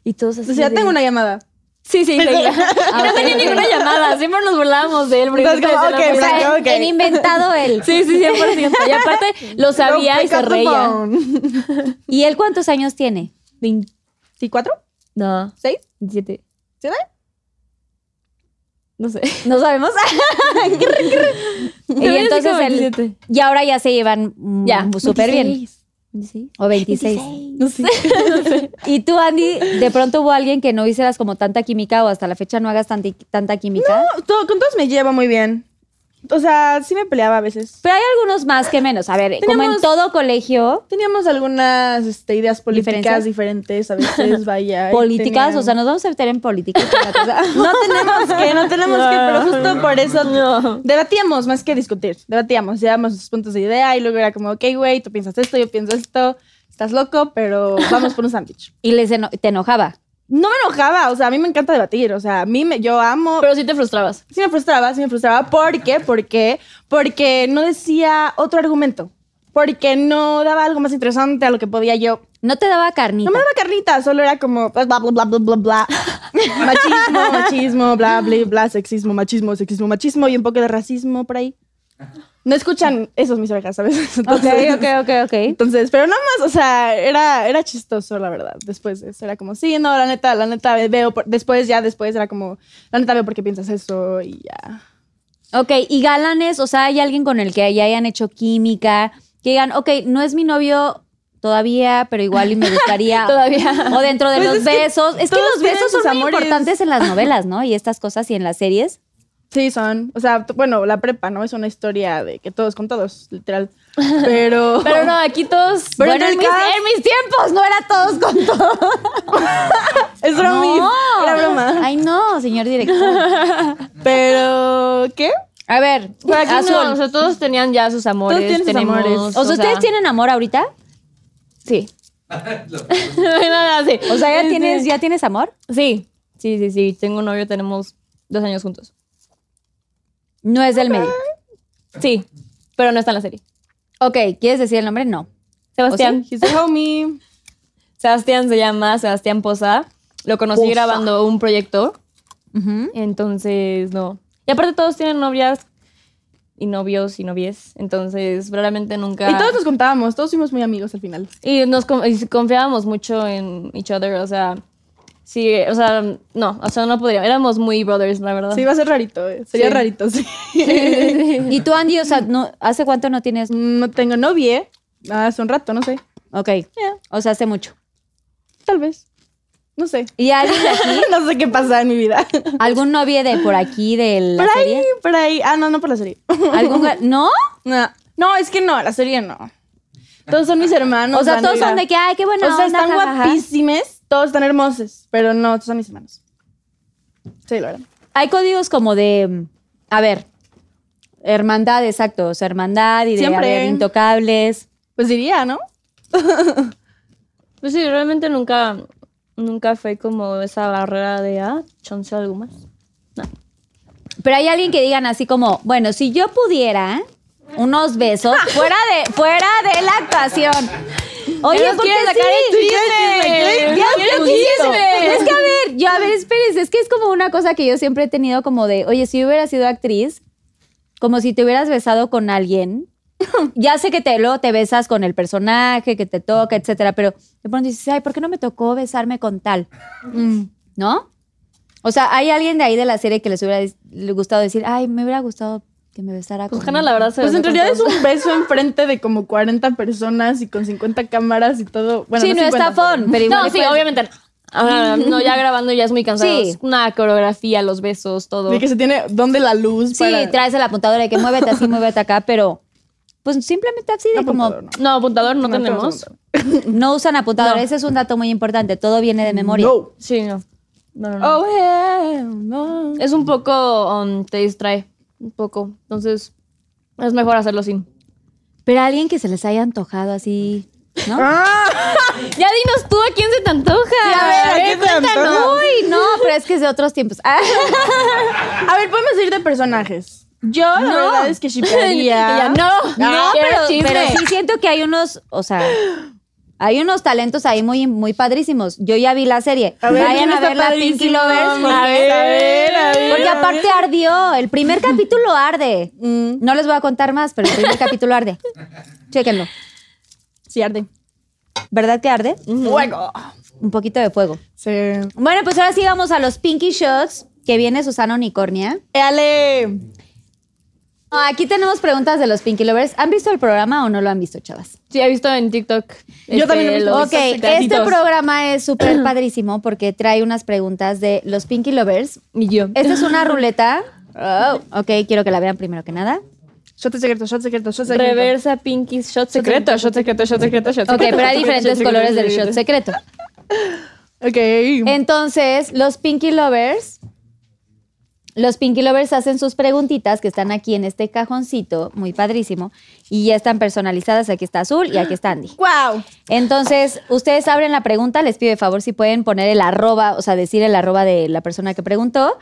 Speaker 5: Y todos así.
Speaker 4: O sea,
Speaker 5: de-
Speaker 4: tengo una llamada.
Speaker 5: Sí, sí, seguía.
Speaker 3: Ah,
Speaker 5: <laughs> no
Speaker 3: ok,
Speaker 5: tenía
Speaker 3: ok.
Speaker 5: ninguna llamada, siempre nos burlábamos de él. porque
Speaker 4: Entonces,
Speaker 5: siempre
Speaker 4: como,
Speaker 5: decía
Speaker 4: ok,
Speaker 5: la misma-
Speaker 4: Franco.
Speaker 3: O sea,
Speaker 4: ok.
Speaker 3: en inventado él.
Speaker 5: <laughs> Sí, sí, 100%. Y aparte lo sabía
Speaker 4: No,
Speaker 5: y
Speaker 4: pick
Speaker 5: se
Speaker 4: up the
Speaker 5: reía.
Speaker 4: phone.
Speaker 3: ¿Y él cuántos años tiene?
Speaker 5: Vein-
Speaker 4: ¿Sí, cuatro?
Speaker 5: No,
Speaker 4: ¿Seis?
Speaker 5: 17.
Speaker 4: ¿Siete?
Speaker 5: No sé.
Speaker 3: No
Speaker 5: <laughs>
Speaker 3: sabemos. y entonces
Speaker 5: como
Speaker 3: él-
Speaker 5: 27.
Speaker 3: y ahora ya se llevan mm,
Speaker 5: Ya,
Speaker 3: súper bien.
Speaker 4: 26.
Speaker 3: O 26.
Speaker 4: <laughs> No sé.
Speaker 3: Y tú, Andy, de pronto hubo alguien que no hicieras como tanta química o hasta la fecha no hagas tanti- tanta química.
Speaker 4: No, todo- con todos me llevo muy bien. O sea, sí me peleaba a veces.
Speaker 3: Pero hay algunos más que menos. A ver, como en
Speaker 4: Teníamos-
Speaker 3: todo colegio,
Speaker 4: Teníamos algunas este, ideas políticas
Speaker 3: ¿Diferencias?
Speaker 4: diferentes,
Speaker 3: <laughs>
Speaker 4: a veces, vaya. y
Speaker 3: políticas,
Speaker 4: tenían-
Speaker 3: o sea, nos vamos a meter en política. <laughs>
Speaker 4: No tenemos que, no tenemos que, pero justo por eso debatíamos más que discutir. Debatíamos, llevábamos sus puntos de idea y luego era como, ok, güey, tú piensas esto, yo pienso esto, estás loco, pero vamos por un sándwich.
Speaker 3: y les eno- te enojaba.
Speaker 4: No me enojaba, o sea, a mí me encanta debatir, o sea, a mí me, yo amo.
Speaker 5: Pero sí te frustrabas.
Speaker 4: sí me frustraba, sí me frustraba. ¿Por qué? ¿Por qué? Porque no decía otro argumento. Porque no daba algo más interesante a lo que podía yo.
Speaker 3: No te daba carnita.
Speaker 4: No me daba carnita, solo era como pues, bla, bla, bla,
Speaker 3: <laughs>
Speaker 4: bla, bla, bla. machismo, machismo, bla, bla, bla, sexismo, machismo, sexismo, machismo y un poco de racismo por ahí. No escuchan esos mis orejas, ¿sabes? Entonces,
Speaker 3: Ok, ok, ok, ok.
Speaker 4: entonces, pero nada más, o sea, era, era chistoso, la verdad. Después de eso era como, sí, no, la neta, la neta, veo, por- después ya, después era como, la neta, veo por qué piensas eso y ya.
Speaker 3: Ok, y galanes, o sea, hay alguien con el que ya hayan hecho química, que digan, ok, no es mi novio todavía, pero igual y me
Speaker 4: <laughs>
Speaker 3: gustaría.
Speaker 5: Todavía.
Speaker 3: O dentro de
Speaker 4: Pues
Speaker 3: los
Speaker 4: es que
Speaker 3: besos. es que
Speaker 4: todos
Speaker 3: los
Speaker 4: tienen
Speaker 3: besos son
Speaker 4: sus
Speaker 3: muy
Speaker 4: amores.
Speaker 3: importantes en las novelas, ¿no? Y estas cosas y en las series.
Speaker 4: Sí, son. O sea, t- bueno, la prepa, ¿no? Es una historia de que todos con
Speaker 3: <laughs>
Speaker 4: todos, literal. Pero.
Speaker 5: Pero no, aquí todos.
Speaker 4: Pero
Speaker 5: bueno,
Speaker 4: en el
Speaker 5: en, mis, em,
Speaker 4: cast-
Speaker 5: en mis tiempos no era todos con
Speaker 4: <laughs> <laughs> es bromis. Era broma.
Speaker 3: Ay, no, señor director.
Speaker 4: Pero. ¿Qué?
Speaker 5: A ver,
Speaker 4: azul.
Speaker 5: o sea, todos tenían ya sus amores.
Speaker 4: Todos tienen sus
Speaker 5: tenemos-
Speaker 4: amores. O
Speaker 3: O sea, ¿ustedes tienen amor ahorita?
Speaker 5: Sí. <laughs> Nada, así.
Speaker 3: O sea, ¿ya tienes, ya tienes amor?
Speaker 5: Sí, sí, sí, sí. Tengo un novio, tenemos dos años juntos.
Speaker 3: No es del medio.
Speaker 5: Sí, pero no está en la serie.
Speaker 3: Ok, ¿quieres decir el nombre? No.
Speaker 5: Sebastián.
Speaker 4: He's a homie.
Speaker 5: Sebastián se llama Sebastián Poza. Lo conocí
Speaker 3: Poza.
Speaker 5: grabando un proyecto.
Speaker 3: Ujú.
Speaker 5: Entonces, no. Y aparte todos tienen novias y novios y novies. Entonces, realmente nunca...
Speaker 4: Y todos nos contábamos, todos fuimos muy amigos al final.
Speaker 5: Y nos con- y confiábamos mucho en each other, o sea... Sí, o sea, no, o sea, no podría. Éramos muy brothers, la verdad.
Speaker 4: Sí, iba a ser rarito, eh. sería
Speaker 5: Sí.
Speaker 4: rarito, sí.
Speaker 3: Y tú, Andy, o sea, no, ¿hace cuánto no tienes?
Speaker 4: no tengo novia. Ah, hace un rato, no sé.
Speaker 3: Ok. O sea, hace mucho.
Speaker 4: Tal vez. No sé. <laughs>
Speaker 3: ¿Y alguien
Speaker 4: Pues
Speaker 3: de aquí?
Speaker 4: no sé qué pasa en mi vida.
Speaker 3: ¿Algún novio de por aquí, de la
Speaker 4: Por ahí,
Speaker 3: serie?
Speaker 4: por ahí. Ah, no, no por la serie. <laughs>
Speaker 3: ¿Algún ga- ¿No?
Speaker 4: No, no, es que no, la serie no. Todos son mis hermanos.
Speaker 3: o sea, todos
Speaker 4: amiga.
Speaker 3: son de que, "Ah, ay, qué buena
Speaker 4: O
Speaker 3: onda,
Speaker 4: sea, están
Speaker 3: jajaja".
Speaker 4: guapísimes, todos están hermosos, pero no, todos son mis hermanos. Sí, la verdad.
Speaker 3: Hay códigos como de, mm, a ver, hermandad, exacto, o sea, hermandad y de, a
Speaker 4: Siempre.
Speaker 3: ver, intocables.
Speaker 4: Pues diría, ¿no?
Speaker 5: Pues sí, realmente nunca, nunca fue como esa barrera de, ah, chance algo más.
Speaker 3: Pero hay alguien que digan así como, bueno, si yo pudiera unos besos fuera de fuera de la actuación. Oye,
Speaker 5: Ya nos
Speaker 3: porque
Speaker 5: quieren sacar el
Speaker 3: sí.
Speaker 5: chisme.
Speaker 3: Ya
Speaker 5: Quieren
Speaker 3: quiero chisme.
Speaker 5: chisme.
Speaker 3: Es que a ver, yo a ver, espérense, es que es como una cosa que yo siempre he tenido como de, oye, si yo hubiera sido actriz, como si te hubieras besado con alguien. <laughs> Ya sé que te, luego te besas con el personaje, que te toca, etcétera, pero de pronto dices, ay, ¿por qué no me tocó besarme con tal?
Speaker 5: Mm.
Speaker 3: ¿No? O sea, ¿hay alguien de ahí de la serie que les hubiera des- le gustado decir, ay, me hubiera gustado que me besara
Speaker 5: Pues
Speaker 3: con
Speaker 5: Hanna, la verdad, se
Speaker 4: Pues en
Speaker 5: besó con
Speaker 4: realidad es
Speaker 5: todos.
Speaker 4: un beso enfrente de como 40 personas y con 50 cámaras y todo. Bueno,
Speaker 3: sí, no, está
Speaker 4: 50, pero-
Speaker 3: fun, pero igual.
Speaker 5: No,
Speaker 3: y
Speaker 5: sí,
Speaker 3: puedes-
Speaker 5: obviamente no. Ah, no, ya grabando ya es muy cansado.
Speaker 3: Sí.
Speaker 5: Es Una coreografía, los besos, todo.
Speaker 4: De que se tiene donde la luz
Speaker 3: Sí,
Speaker 4: para-
Speaker 3: traes el apuntador de que muévete
Speaker 4: <laughs>
Speaker 3: así, muévete acá, pero pues simplemente así de
Speaker 4: No,
Speaker 3: como
Speaker 4: apuntador, Ah, no.
Speaker 5: No, apuntador no,
Speaker 4: No,
Speaker 5: tenemos.
Speaker 4: apuntador.
Speaker 3: no usan apuntador.
Speaker 5: No.
Speaker 3: Ese es un dato muy importante. Todo viene de memoria.
Speaker 4: No.
Speaker 5: Sí, no. No, no, no.
Speaker 4: Oh, hell no.
Speaker 5: Es un poco, um, te distrae, un poco. Entonces, es mejor hacerlo sin.
Speaker 3: Pero alguien que se les haya antojado así, ¿no?
Speaker 4: Ah.
Speaker 5: Ya dinos tú a quién se te antoja.
Speaker 4: a ver, ¿a quién te
Speaker 5: cuéntanos.
Speaker 4: Ah, antoja?
Speaker 3: Uy, no, pero es que es de otros
Speaker 4: <laughs>
Speaker 3: tiempos. Ah,
Speaker 4: A ver, podemos ir de personajes. Yo, la verdad es que <laughs>
Speaker 5: Ella,
Speaker 4: shipearía.
Speaker 5: <laughs> no,
Speaker 3: no,
Speaker 5: quiero
Speaker 3: pero,
Speaker 5: chisme.
Speaker 3: pero sí siento que hay unos, o sea, hay unos talentos ahí muy, muy padrísimos. Yo ya vi la serie.
Speaker 4: A ver,
Speaker 3: Vayan a
Speaker 4: está
Speaker 3: ver la Pinky
Speaker 4: padrísimo,
Speaker 3: Lovers.
Speaker 4: a
Speaker 3: porque-
Speaker 4: ver, a ver, a ver. Mm.
Speaker 3: Porque aparte ardió. El
Speaker 4: <laughs>
Speaker 3: primer capítulo arde. No les voy a contar más, pero el primer capítulo arde. Chéquenlo.
Speaker 4: Sí, arde.
Speaker 3: ¿Verdad que arde?
Speaker 4: Fuego.
Speaker 3: Un poquito de fuego.
Speaker 4: Sí. Eh,
Speaker 3: Bueno, pues ahora sí vamos a los Pinky Shots, que viene Susana Unicornia.
Speaker 4: Ale.
Speaker 3: No, Aquí tenemos preguntas de los Pinky Lovers. ¿Han visto el programa o no lo han visto, chavas?
Speaker 5: Sí, he visto en TikTok.
Speaker 4: Yo también lo he visto.
Speaker 5: los
Speaker 3: Ok, este
Speaker 5: gatitos.
Speaker 3: programa
Speaker 4: <clears throat>
Speaker 3: es súper padrísimo porque trae unas preguntas de los Pinky Lovers.
Speaker 5: Y yo.
Speaker 3: Esta es
Speaker 4: <laughs>
Speaker 3: una ruleta. Oh, ok, quiero que la vean primero que nada.
Speaker 4: Shot secreto, shot secreto, shot secreto.
Speaker 5: Reversa, Pinky, Shot Secreto.
Speaker 4: shot secreto, shot secreto, shot
Speaker 3: Ok, pero hay
Speaker 4: <laughs>
Speaker 3: diferentes colores del shot secreto.
Speaker 4: Ok.
Speaker 3: Entonces, los Pinky Lovers. Los Pinky Lovers hacen sus preguntitas que están aquí en este cajoncito, muy padrísimo, y ya están personalizadas. Aquí está Azul y aquí está Andy.
Speaker 4: Wow.
Speaker 3: Entonces, ustedes abren la pregunta, les pido de favor si pueden poner el arroba, o sea, decir el arroba de la persona que preguntó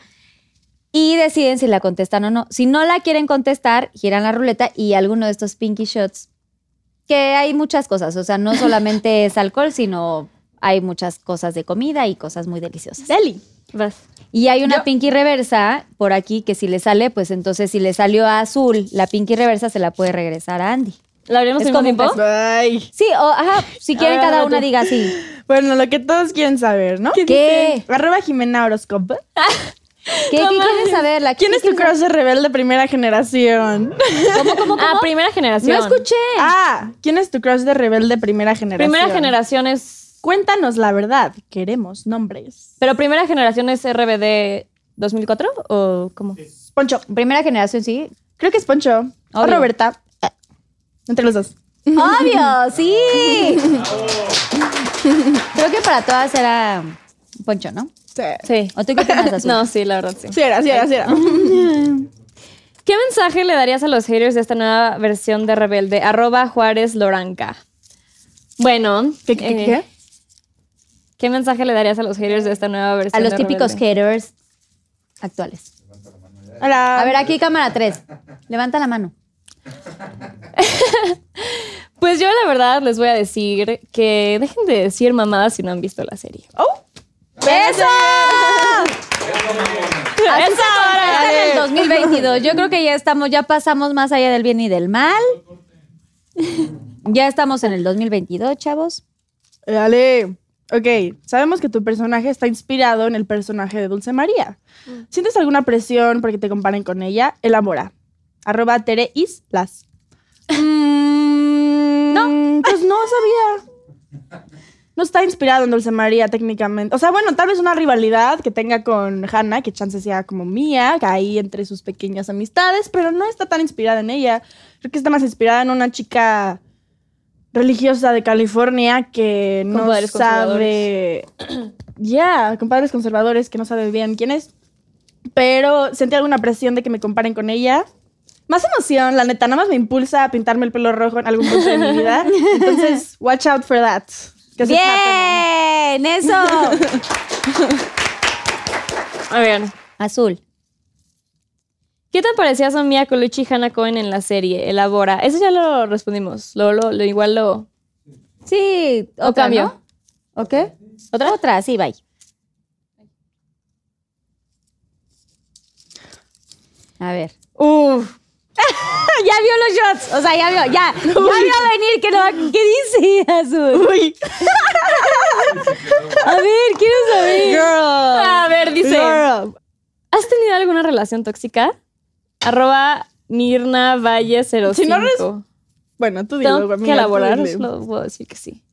Speaker 3: y deciden si la contestan o no. Si no la quieren contestar, giran la ruleta y alguno de estos pinky shots, que hay muchas cosas, o sea, no solamente es alcohol, sino hay muchas cosas de comida y cosas muy deliciosas.
Speaker 4: Deli.
Speaker 5: Vas.
Speaker 3: Y hay una pinky reversa por aquí que si le sale, pues entonces si le salió a azul, la pinky reversa se la puede regresar a Andy.
Speaker 5: ¿La abrimos
Speaker 3: Es
Speaker 5: al mismo
Speaker 3: como un
Speaker 5: tiempo?
Speaker 4: Bye.
Speaker 3: Sí, o ajá, si quieren
Speaker 5: Ah,
Speaker 3: cada
Speaker 5: tú.
Speaker 3: una diga así.
Speaker 4: Bueno, lo que todos quieren saber, ¿no?
Speaker 3: ¿Qué? Ah,
Speaker 4: dice? Arroba Jimena Horoscope.
Speaker 3: ¿Qué,
Speaker 5: No
Speaker 3: qué
Speaker 5: mames.
Speaker 3: quieres saber? La-
Speaker 4: ¿Quién
Speaker 3: ¿qué
Speaker 4: es tu
Speaker 3: quieres
Speaker 4: crosser rebelde primera generación? <laughs>
Speaker 5: <laughs> Ah, primera generación.
Speaker 3: saber? No escuché.
Speaker 4: ah, ¿quién es tu crush de rebelde primera generación?
Speaker 5: Primera generación es.
Speaker 4: Cuéntanos la verdad. Queremos nombres.
Speaker 5: ¿Pero primera generación es RBD 2004 o cómo?
Speaker 4: Poncho.
Speaker 3: Primera generación, sí.
Speaker 4: Creo que es Poncho. O
Speaker 3: Obvio.
Speaker 4: Roberta. Eh, Entre los dos.
Speaker 3: Obvio, sí. <laughs> Creo que para todas era Poncho, ¿no?
Speaker 4: Sí.
Speaker 5: Sí.
Speaker 3: ¿O tú qué opinas, <laughs> Azul?
Speaker 5: No, sí, la verdad, sí.
Speaker 4: Sí era, sí era,
Speaker 3: <laughs>
Speaker 4: sí era.
Speaker 5: ¿Qué mensaje le darías a los haters de esta nueva versión de Rebelde? Arroba Juárez Loranca. Bueno.
Speaker 4: ¿Qué, qué,
Speaker 5: eh,
Speaker 4: qué, qué?
Speaker 5: ¿Qué mensaje le darías a los haters de esta nueva versión?
Speaker 3: A los
Speaker 5: de
Speaker 3: típicos
Speaker 5: Rebelde?
Speaker 3: haters actuales.
Speaker 4: Hola.
Speaker 3: A ver, aquí cámara 3. Levanta la mano.
Speaker 5: Pues yo la verdad les voy a decir que dejen de decir mamadas si no han visto la serie.
Speaker 4: ¡Oh!
Speaker 3: ¡Eso! Así se contesta en el 2022. Yo creo que ya estamos, ya pasamos más allá del bien y del mal. <laughs> Ya estamos en el 2022, chavos.
Speaker 4: Dale. Eh, Ok, sabemos que tu personaje está inspirado en el personaje de Dulce María. ¿Sientes alguna presión porque te comparen con ella? Elabora. Arroba Tere Islas. no. Pues no sabía. No está inspirado en Dulce María técnicamente. O sea, bueno, tal vez una rivalidad que tenga con Hannah, que chance sea como mía, que ahí entre sus pequeñas amistades, pero no está tan inspirada en ella. Creo que está más inspirada en una chica religiosa de California que
Speaker 5: Con
Speaker 4: no
Speaker 5: padres
Speaker 4: sabe. <clears throat> Ya, con padres conservadores que no sabe bien quién es. Pero sentí alguna presión de que me comparen con ella. Más emoción, la neta, nada más me impulsa a pintarme el pelo rojo en algún punto de mi vida. Entonces, watch out for that. 'cause it's happening.
Speaker 3: ¡Bien! <laughs> ¡Eso!
Speaker 5: A ver.
Speaker 3: Azul.
Speaker 5: ¿Qué tan parecidas son Mia Colucci y Hannah Cohen en la serie? Elabora. Eso ya lo respondimos. Lo, lo- lo- igual lo.
Speaker 3: Sí,
Speaker 5: O
Speaker 3: otra,
Speaker 5: cambio.
Speaker 3: ¿no? ¿O qué? ¿Otra? Otra, sí, bye. A ver.
Speaker 4: Uf.
Speaker 3: Ya vio los shots. O sea, ya vio, ya. Ya vio venir que no va- ¿Qué dice, Azul?
Speaker 4: Uy.
Speaker 3: A ver, quiero saber.
Speaker 4: Girl.
Speaker 5: A ver, dice.
Speaker 4: Girl.
Speaker 5: ¿Has tenido alguna relación tóxica? Arroba Mirna Valle 05.
Speaker 4: Si no res- Bueno, tú dilo,
Speaker 5: Tengo
Speaker 4: amiga,
Speaker 5: que
Speaker 4: tú
Speaker 5: elaborar,
Speaker 4: dile.
Speaker 5: lo puedo decir que sí.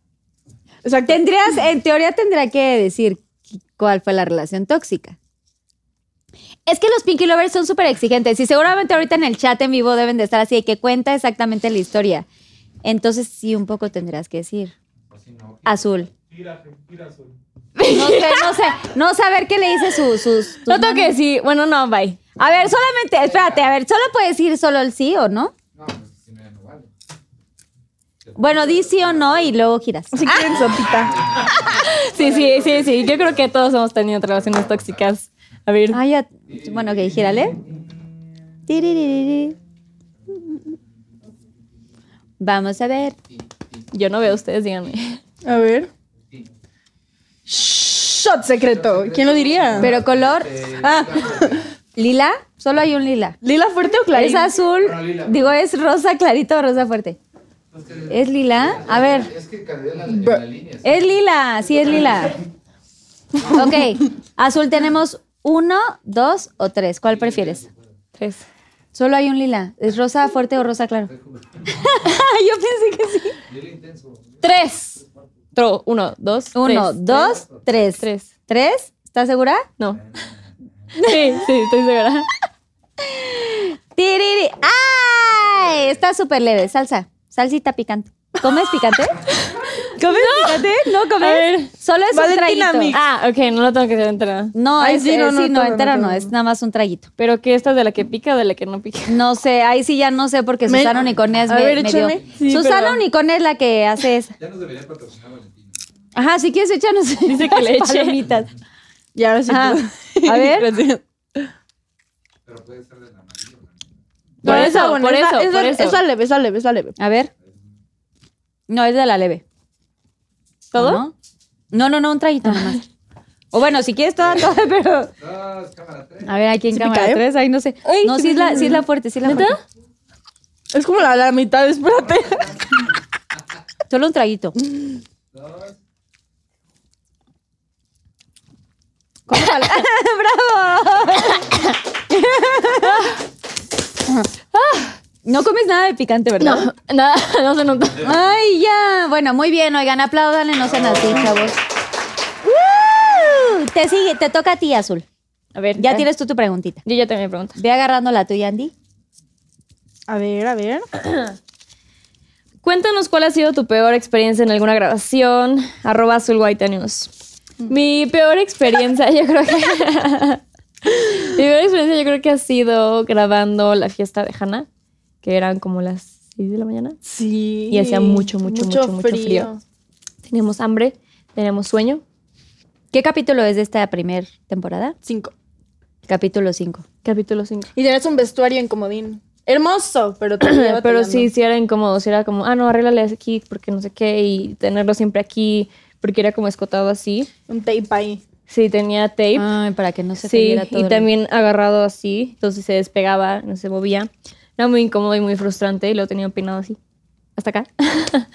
Speaker 4: Exacto.
Speaker 3: Tendrías, en teoría tendrá que decir qui- cuál fue la relación tóxica. Es que los Pinky Lovers son súper exigentes y seguramente ahorita en el chat en vivo deben de estar así de que cuenta exactamente la historia. Entonces sí, un poco tendrás que decir. Azul. No sé, no sé. No saber qué le dice su- sus... tus
Speaker 5: No
Speaker 3: manos.
Speaker 5: tengo que decir. Bueno, no, bye.
Speaker 3: A ver, solamente, espérate, a ver, solo puedes decir solo el sí o no. Bueno, di sí o no y luego giras.
Speaker 4: Si quieren sopita.
Speaker 5: Sí, sí, sí, sí. Yo creo que todos hemos tenido relaciones tóxicas. A ver.
Speaker 3: Ah, ya. Bueno, ok, gírale. Tiririri. Vamos a ver.
Speaker 5: Yo no veo a ustedes, díganme.
Speaker 4: A ver. Shot secreto. ¿Quién lo diría?
Speaker 3: Pero color. Ah. <laughs> ¿Lila? Solo hay un lila.
Speaker 4: ¿Lila fuerte o
Speaker 3: Es
Speaker 4: clarita?
Speaker 3: azul. Digo, es rosa clarito o rosa fuerte. ¿Es lila? A ver. Es lila, sí es lila. Ok, azul tenemos uno, dos o tres. ¿Cuál prefieres?
Speaker 5: <laughs> Tres.
Speaker 3: Solo hay un lila. ¿Es rosa fuerte o rosa claro?
Speaker 5: Ah,
Speaker 3: Yo pensé que sí.
Speaker 5: ¡Tres! Tro, uno, dos,
Speaker 3: Uno,
Speaker 5: tres.
Speaker 3: dos, tres.
Speaker 5: Tres.
Speaker 3: ¿Tres? ¿Estás segura?
Speaker 5: No. <laughs> Sí, sí, estoy segura.
Speaker 3: ¡Tiriri! ¡Ay! Está súper leve. Salsa. Salsita picante. ¿Comes
Speaker 4: <laughs>
Speaker 3: picante?
Speaker 5: ¿Comes?
Speaker 3: ¿No
Speaker 5: A ver.
Speaker 3: comes? Solo es un
Speaker 4: Valentina
Speaker 3: traguito.
Speaker 4: Mix.
Speaker 5: Ah, ok, no lo tengo que hacer entera.
Speaker 3: No,
Speaker 4: Ay,
Speaker 3: es,
Speaker 4: sí,
Speaker 3: eh,
Speaker 4: no,
Speaker 3: sí,
Speaker 4: no,
Speaker 3: no,
Speaker 4: todo,
Speaker 3: entero
Speaker 4: no,
Speaker 3: no.
Speaker 4: todo.
Speaker 3: Es nada más un traguito.
Speaker 5: ¿Pero qué? ¿Esta es de la que pica o de la que no pica?
Speaker 3: No sé, ahí sí ya no sé porque
Speaker 4: Me-
Speaker 3: Susana Unicornia es
Speaker 4: A
Speaker 3: me,
Speaker 4: ver,
Speaker 3: me dio.
Speaker 4: échame. Sí,
Speaker 3: Susana
Speaker 4: pero-
Speaker 3: Unicornia es la que
Speaker 4: <laughs>
Speaker 3: hace esa. Ya nos debería patrocinar Valentina. Ajá, si quieres échanos
Speaker 5: Dice que le eche.
Speaker 3: palomitas.
Speaker 4: Y ahora sí.
Speaker 3: Ajá.
Speaker 4: tú.
Speaker 3: A ver.
Speaker 5: <laughs>
Speaker 4: Gracias.
Speaker 5: Por
Speaker 4: No,
Speaker 5: eso,
Speaker 4: está
Speaker 5: por
Speaker 4: buena, está-
Speaker 5: eso, por
Speaker 4: está-
Speaker 5: eso.
Speaker 4: está leve, está leve, está leve.
Speaker 3: A ver. No, es de la leve.
Speaker 5: ¿Todo?
Speaker 3: ¿No? No, no, no, un traguito
Speaker 5: Ah.
Speaker 3: nomás. O bueno, si quieres
Speaker 5: <laughs>
Speaker 3: toda, toda, pero. A ver, aquí en
Speaker 4: Sí
Speaker 3: cámara
Speaker 4: pica, ¿eh?
Speaker 3: 3, ahí no sé.
Speaker 5: Ay,
Speaker 3: no,
Speaker 5: sí
Speaker 3: sí es, la,
Speaker 5: pica.
Speaker 3: sí es la fuerte, sí es la fuerte.
Speaker 4: Es como la, la mitad, espérate.
Speaker 3: Solo un traguito. ¿Cómo
Speaker 5: <laughs>
Speaker 3: <laughs> pal- <laughs> No comes nada de picante, ¿verdad?
Speaker 5: <laughs> No, nada, no se nota.
Speaker 3: Ay, ya. Bueno, muy bien, oigan, apláudanle, no sean así, chavos. ¡Woo! Te sigue, te toca a ti, Azul.
Speaker 5: A ver.
Speaker 3: Ya
Speaker 5: eh,
Speaker 3: tienes tú tu preguntita.
Speaker 5: Yo ya tengo mi pregunta.
Speaker 3: Ve agarrando la tuya, Andy.
Speaker 4: A ver, a ver.
Speaker 5: Cuéntanos cuál ha sido tu peor experiencia en alguna grabación. Arroba Azul White News. Mi peor experiencia, <laughs> yo creo que. mi peor experiencia, yo creo que ha sido grabando la fiesta de Hannah, que eran como las 6 de la mañana.
Speaker 4: Sí.
Speaker 5: Y hacía mucho, mucho, mucho, mucho frío. Teníamos hambre, teníamos sueño.
Speaker 3: ¿Qué capítulo es de esta primera temporada?
Speaker 4: Cinco.
Speaker 3: Capítulo 5.
Speaker 5: Capítulo <clears throat> 5.
Speaker 4: Y tenías un vestuario en comodín. Hermoso, pero te
Speaker 5: <clears throat> Pero
Speaker 4: lleva
Speaker 5: sí, sí era incómodo, sí era como, ah, no, arréglale aquí porque no sé qué, y tenerlo siempre aquí, porque era como escotado así.
Speaker 4: tirando. Un tape ahí.
Speaker 5: Sí, tenía tape.
Speaker 3: Ay, para que no se
Speaker 5: sí,
Speaker 3: cayera todo.
Speaker 5: y
Speaker 3: el-
Speaker 5: también agarrado así, entonces se despegaba, no se movía. Era muy incómodo y muy frustrante, y lo tenía peinado así. Hasta acá. <laughs>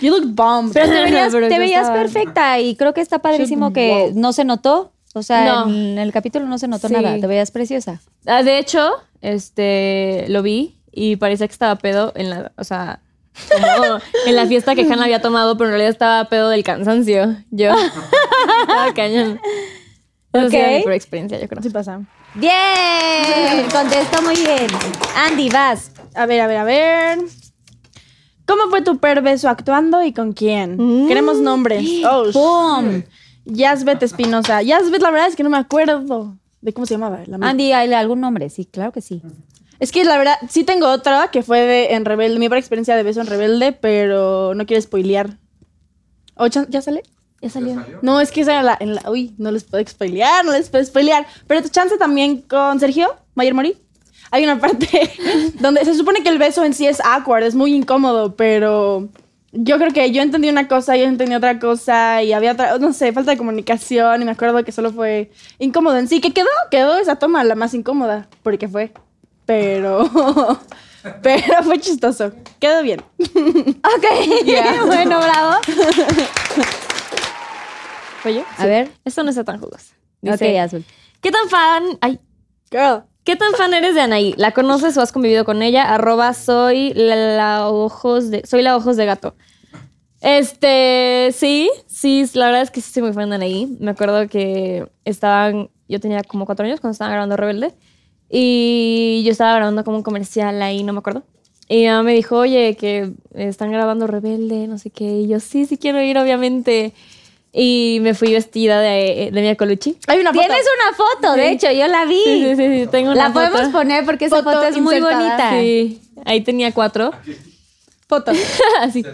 Speaker 4: You look bombed.
Speaker 3: Pero te
Speaker 4: <laughs>
Speaker 3: veías,
Speaker 5: Pero
Speaker 3: te
Speaker 5: yo
Speaker 3: veías
Speaker 5: estaba-
Speaker 3: perfecta y creo que está padrísimo que no se notó. O sea,
Speaker 5: No.
Speaker 3: en el capítulo no se notó
Speaker 5: Sí.
Speaker 3: nada. Te veías preciosa.
Speaker 5: Ah, de hecho, este, lo vi y parecía que estaba pedo en la, o sea, como en la fiesta que Hannah había tomado, pero en realidad estaba pedo del cansancio. Yo. <laughs> estaba cañón. Esa ha sido
Speaker 3: Ok.
Speaker 5: mi peor experiencia, yo creo.
Speaker 4: Sí pasa.
Speaker 5: <laughs>
Speaker 3: Bien, contestó muy bien. Andy, vas.
Speaker 4: A ver, a ver, a ver. ¿Cómo fue tu peor beso actuando y con quién?
Speaker 5: Mm.
Speaker 3: <gasps>
Speaker 4: Queremos
Speaker 5: <gasps>
Speaker 4: nombres. Oh,
Speaker 3: ¡Pum!
Speaker 4: Yasbet Espinosa. Yasbet, la verdad es que no me acuerdo de cómo se llamaba. la
Speaker 3: Andy, ¿hay algún nombre? Sí, claro que sí.
Speaker 4: Es que la verdad, sí tengo otra que fue de en Rebelde, mi primera experiencia de beso en Rebelde, pero no quiero spoilear. ¿O chan- ¿Ya sale?
Speaker 5: Ya salió.
Speaker 4: No, es que esa era la, en la- Uy, no les puedo spoilear, no les puedo spoilear. Pero tu chance también con Sergio, Mayer Mori. Hay una parte <laughs> donde se supone que el beso en sí es awkward, es muy incómodo, pero yo creo que yo entendí una cosa, yo entendí otra cosa y había otra, no sé, falta de comunicación y me acuerdo que solo fue incómodo en sí. que quedó? Quedó esa toma la más incómoda, porque fue. Pero... <laughs> Pero fue chistoso. Quedó bien.
Speaker 3: Ok, <laughs> bueno, bravo.
Speaker 5: Oye.
Speaker 3: A ver.
Speaker 5: Esto no está tan jugoso.
Speaker 3: ok,
Speaker 5: Dice,
Speaker 3: Azul.
Speaker 5: ¿Qué tan fan? Ay,
Speaker 4: Girl.
Speaker 5: ¿Qué tan fan eres de Anaí? ¿La conoces o has convivido con ella? Arroba soy la, la ojos de. Soy la ojos de gato. Este, sí, sí, la verdad es que sí soy muy fan de Anaí. Me acuerdo que estaban. Yo tenía como cuatro años cuando estaban grabando Rebelde. Y yo estaba grabando como un comercial ahí, no me acuerdo. Y mi mamá me dijo, oye, que están grabando Rebelde, no sé qué. Y yo, sí, sí quiero ir, obviamente. Y me fui vestida de, de Mia Colucci.
Speaker 4: Hay una foto.
Speaker 3: Tienes una foto, de
Speaker 5: Sí.
Speaker 3: hecho, yo la vi.
Speaker 5: Sí, sí, sí, sí, tengo una
Speaker 3: La podemos
Speaker 5: foto.
Speaker 3: poner porque esa foto,
Speaker 4: Foto
Speaker 3: es muy
Speaker 4: insertada.
Speaker 3: bonita.
Speaker 5: Sí, ahí tenía
Speaker 3: <laughs>
Speaker 5: cuatro.
Speaker 4: Foto.
Speaker 5: <laughs> Así.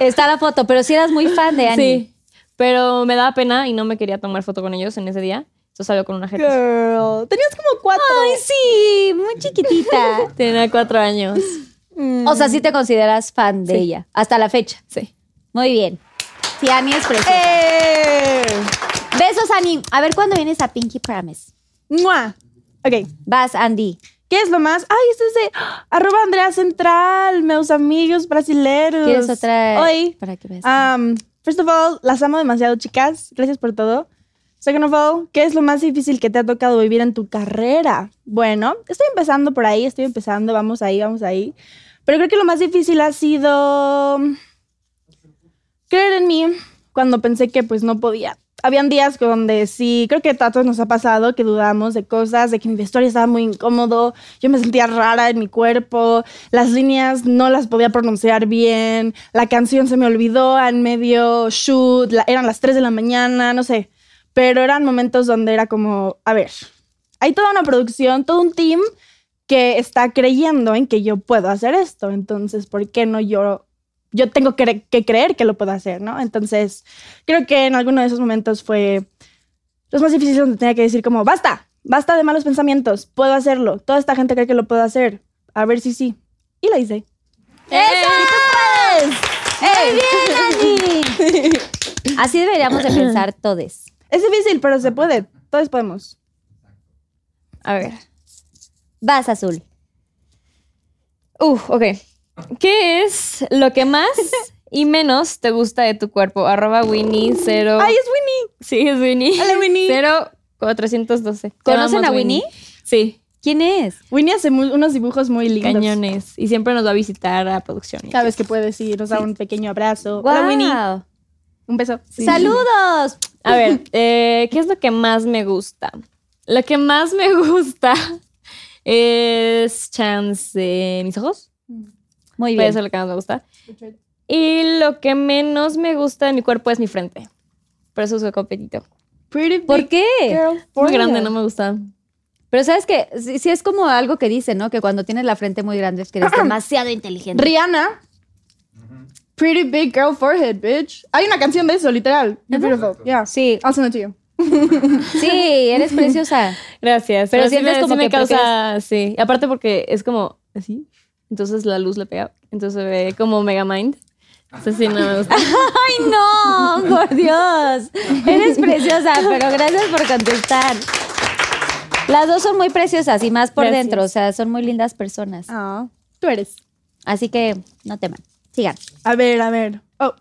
Speaker 3: Está la foto, pero si eras muy fan de Andy.
Speaker 5: Sí. Pero me daba pena y no me quería tomar foto con ellos en ese día. Entonces salió con una gente.
Speaker 4: Girl. Tenías como cuatro.
Speaker 3: Ay, sí, muy <laughs> chiquitita.
Speaker 5: Tenía
Speaker 3: <laughs>
Speaker 5: cuatro años.
Speaker 4: Mm.
Speaker 3: o sea, sí te consideras fan de ella, hasta la fecha.
Speaker 5: Sí.
Speaker 3: Muy bien. Sí, Ani es preciosa. Eh,
Speaker 4: ¡Eh!
Speaker 3: Besos, Ani. A ver, ¿cuándo vienes a Pinky Promise?
Speaker 4: ¡Mua! Ok.
Speaker 3: Vas, Andy.
Speaker 4: ¿Qué es lo más? Ay, este es de ¡ah! arroba Andrea Central, meus amigos brasileros.
Speaker 3: ¿Quieres otra?
Speaker 4: Hoy.
Speaker 3: Para que veas.
Speaker 4: Um, first of all, las amo demasiado, chicas. Gracias por todo. Second of all, ¿qué es lo más difícil que te ha tocado vivir en tu carrera? Bueno, estoy empezando por ahí, estoy empezando, vamos ahí, vamos ahí. Pero creo que lo más difícil ha sido creer en mí cuando pensé que pues no podía. Habían días donde sí, creo que a todos nos ha pasado que dudamos de cosas, de que mi vestuario estaba muy incómodo, yo me sentía rara en mi cuerpo, las líneas no las podía pronunciar bien, la canción se me olvidó en medio shoot, la- eran las 3 de la mañana, no sé. Pero eran momentos donde era como, a ver, hay toda una producción, todo un team que está creyendo en que yo puedo hacer esto, entonces, ¿por qué no yo yo tengo que, cre- que creer que lo puedo hacer, ¿no? Entonces, creo que en alguno de esos momentos fue los más difíciles donde tenía que decir como, basta, basta de malos pensamientos, puedo hacerlo, toda esta gente cree que lo puedo hacer, a ver si sí. Y lo hice.
Speaker 3: ¡Eso! ¡Muy bien, <laughs> Andy! Así deberíamos de pensar todos.
Speaker 4: Es difícil, pero se puede, todos podemos.
Speaker 5: A ver.
Speaker 3: Vas, Azul.
Speaker 5: Uf, ok. ¿Qué es lo que más y menos te gusta de tu cuerpo? Arroba Winnie cero.
Speaker 4: ¡Ay, es Winnie!
Speaker 5: Sí, es Winnie.
Speaker 4: Hola, Winnie.
Speaker 5: Cero 412. Te
Speaker 3: ¿Conocen
Speaker 5: amamos,
Speaker 3: a Winnie?
Speaker 5: Sí.
Speaker 3: ¿Quién es?
Speaker 4: Winnie hace mu- unos dibujos muy lindos.
Speaker 5: Cañones. Y siempre nos va a visitar a producción.
Speaker 4: Cada vez que puede, sí, nos da un pequeño abrazo.
Speaker 3: ¡Guau!
Speaker 4: Hola, Winnie. Un beso.
Speaker 3: ¡Saludos!
Speaker 5: A ver, eh, ¿qué es lo que más me gusta? Lo que más me <laughs> gusta es chance mis ojos.
Speaker 3: Muy
Speaker 5: Puede
Speaker 3: bien.
Speaker 5: ser lo que más me gusta. Y lo que menos me gusta de mi cuerpo es mi frente. Por eso uso copetito.
Speaker 4: Pretty
Speaker 3: ¿Por
Speaker 4: big
Speaker 3: qué?
Speaker 4: girl
Speaker 5: Muy
Speaker 4: porno.
Speaker 5: grande, no me gusta.
Speaker 3: Pero sabes que sí, sí es como algo que dicen, ¿no? Que cuando tienes la frente muy grande es <clears throat> que eres demasiado inteligente.
Speaker 4: Rihanna. Pretty big girl forehead, bitch. Hay una canción de eso, literal. You're beautiful. Yeah.
Speaker 3: Sí.
Speaker 4: I'll send it to you.
Speaker 3: Sí, <clears throat> eres preciosa.
Speaker 5: Gracias.
Speaker 3: Pero
Speaker 5: sí
Speaker 3: sientes
Speaker 5: me- sí
Speaker 3: como
Speaker 5: me
Speaker 3: que
Speaker 5: causa, sí. Aparte porque es como así, entonces la luz le pega, entonces se ve como Megamind. Entonces sí, no
Speaker 3: <laughs>
Speaker 5: me gusta.
Speaker 3: ¡Ay, no! ¡Por Dios! Eres preciosa, pero gracias por contestar. Las dos son muy preciosas y más por
Speaker 5: Gracias.
Speaker 3: dentro, o sea, son muy lindas personas.
Speaker 4: Ah, tú eres.
Speaker 3: Así que no teman. Sigan.
Speaker 4: A ver, a ver. Oh.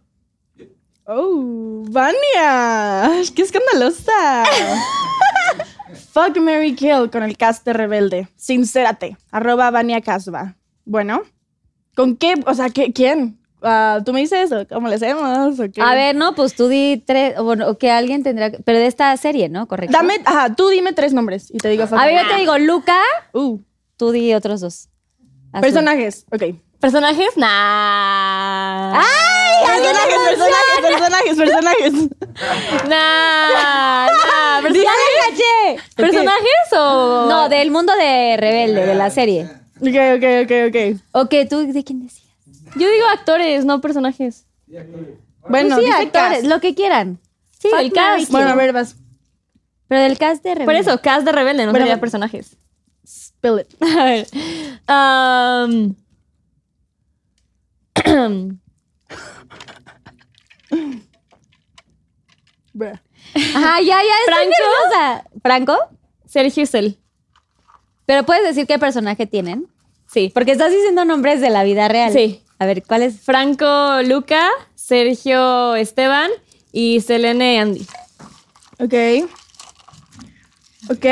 Speaker 4: Oh, Vania. <laughs> Qué escandalosa. <laughs> Fuck Mary Kill con el cast de Rebelde. Sincérate. Arroba Vania Casba. Bueno, ¿con qué? O sea, ¿qué- ¿quién? Ah, ¿Tú me dices? o ¿Cómo le hacemos? ¿O qué?
Speaker 3: A ver, no, pues tú di tres, o bueno, o que alguien tendrá, que- pero de esta serie, ¿no? Correcto.
Speaker 4: Dame, ajá, tú dime tres nombres y te digo fuck
Speaker 3: A
Speaker 4: Mary
Speaker 3: ver, yo
Speaker 5: Ah.
Speaker 3: te digo, Luca,
Speaker 4: Kill. Uh,
Speaker 3: tú di otros dos. Azul.
Speaker 4: personajes. Ok.
Speaker 5: ¿Personajes? Nah.
Speaker 3: Ah. ¡Ay! alguien
Speaker 4: Personajes,
Speaker 3: alcanzó!
Speaker 4: personajes, personajes, personajes.
Speaker 3: <laughs>
Speaker 5: Nah, nah.
Speaker 3: ¡Ya
Speaker 5: ¿Personajes?
Speaker 3: le caché!
Speaker 5: ¿Personajes o...?
Speaker 3: No, del mundo de Rebelde, de la serie.
Speaker 4: Ok, ok, ok, ok.
Speaker 3: Ok, ¿tú de quién decías?
Speaker 5: Yo digo actores, no personajes.
Speaker 4: Bueno,
Speaker 3: Pues sí,
Speaker 4: dice
Speaker 3: actores,
Speaker 4: cast.
Speaker 3: lo que quieran. Sí,
Speaker 5: Fuck,
Speaker 3: el
Speaker 5: Mary,
Speaker 3: cast.
Speaker 4: Bueno, a ver, vas.
Speaker 3: Pero del cast de Rebelde.
Speaker 5: Por eso, cast de Rebelde, no
Speaker 4: Bueno,
Speaker 5: sería
Speaker 4: bueno.
Speaker 5: personajes.
Speaker 4: Spill it.
Speaker 5: <laughs> A ver. am, <clears throat>
Speaker 4: Bruh.
Speaker 3: Ajá, ya, ya, estoy
Speaker 5: ¿Franco?
Speaker 3: nerviosa. ¿Franco?
Speaker 5: Sergio Sel.
Speaker 3: Pero puedes decir qué personaje tienen.
Speaker 5: Sí.
Speaker 3: Porque estás diciendo nombres de la vida real.
Speaker 5: Sí.
Speaker 3: A ver, ¿cuál es?
Speaker 5: Franco Luca, Sergio Esteban y Selene Andy.
Speaker 4: Ok. Ok.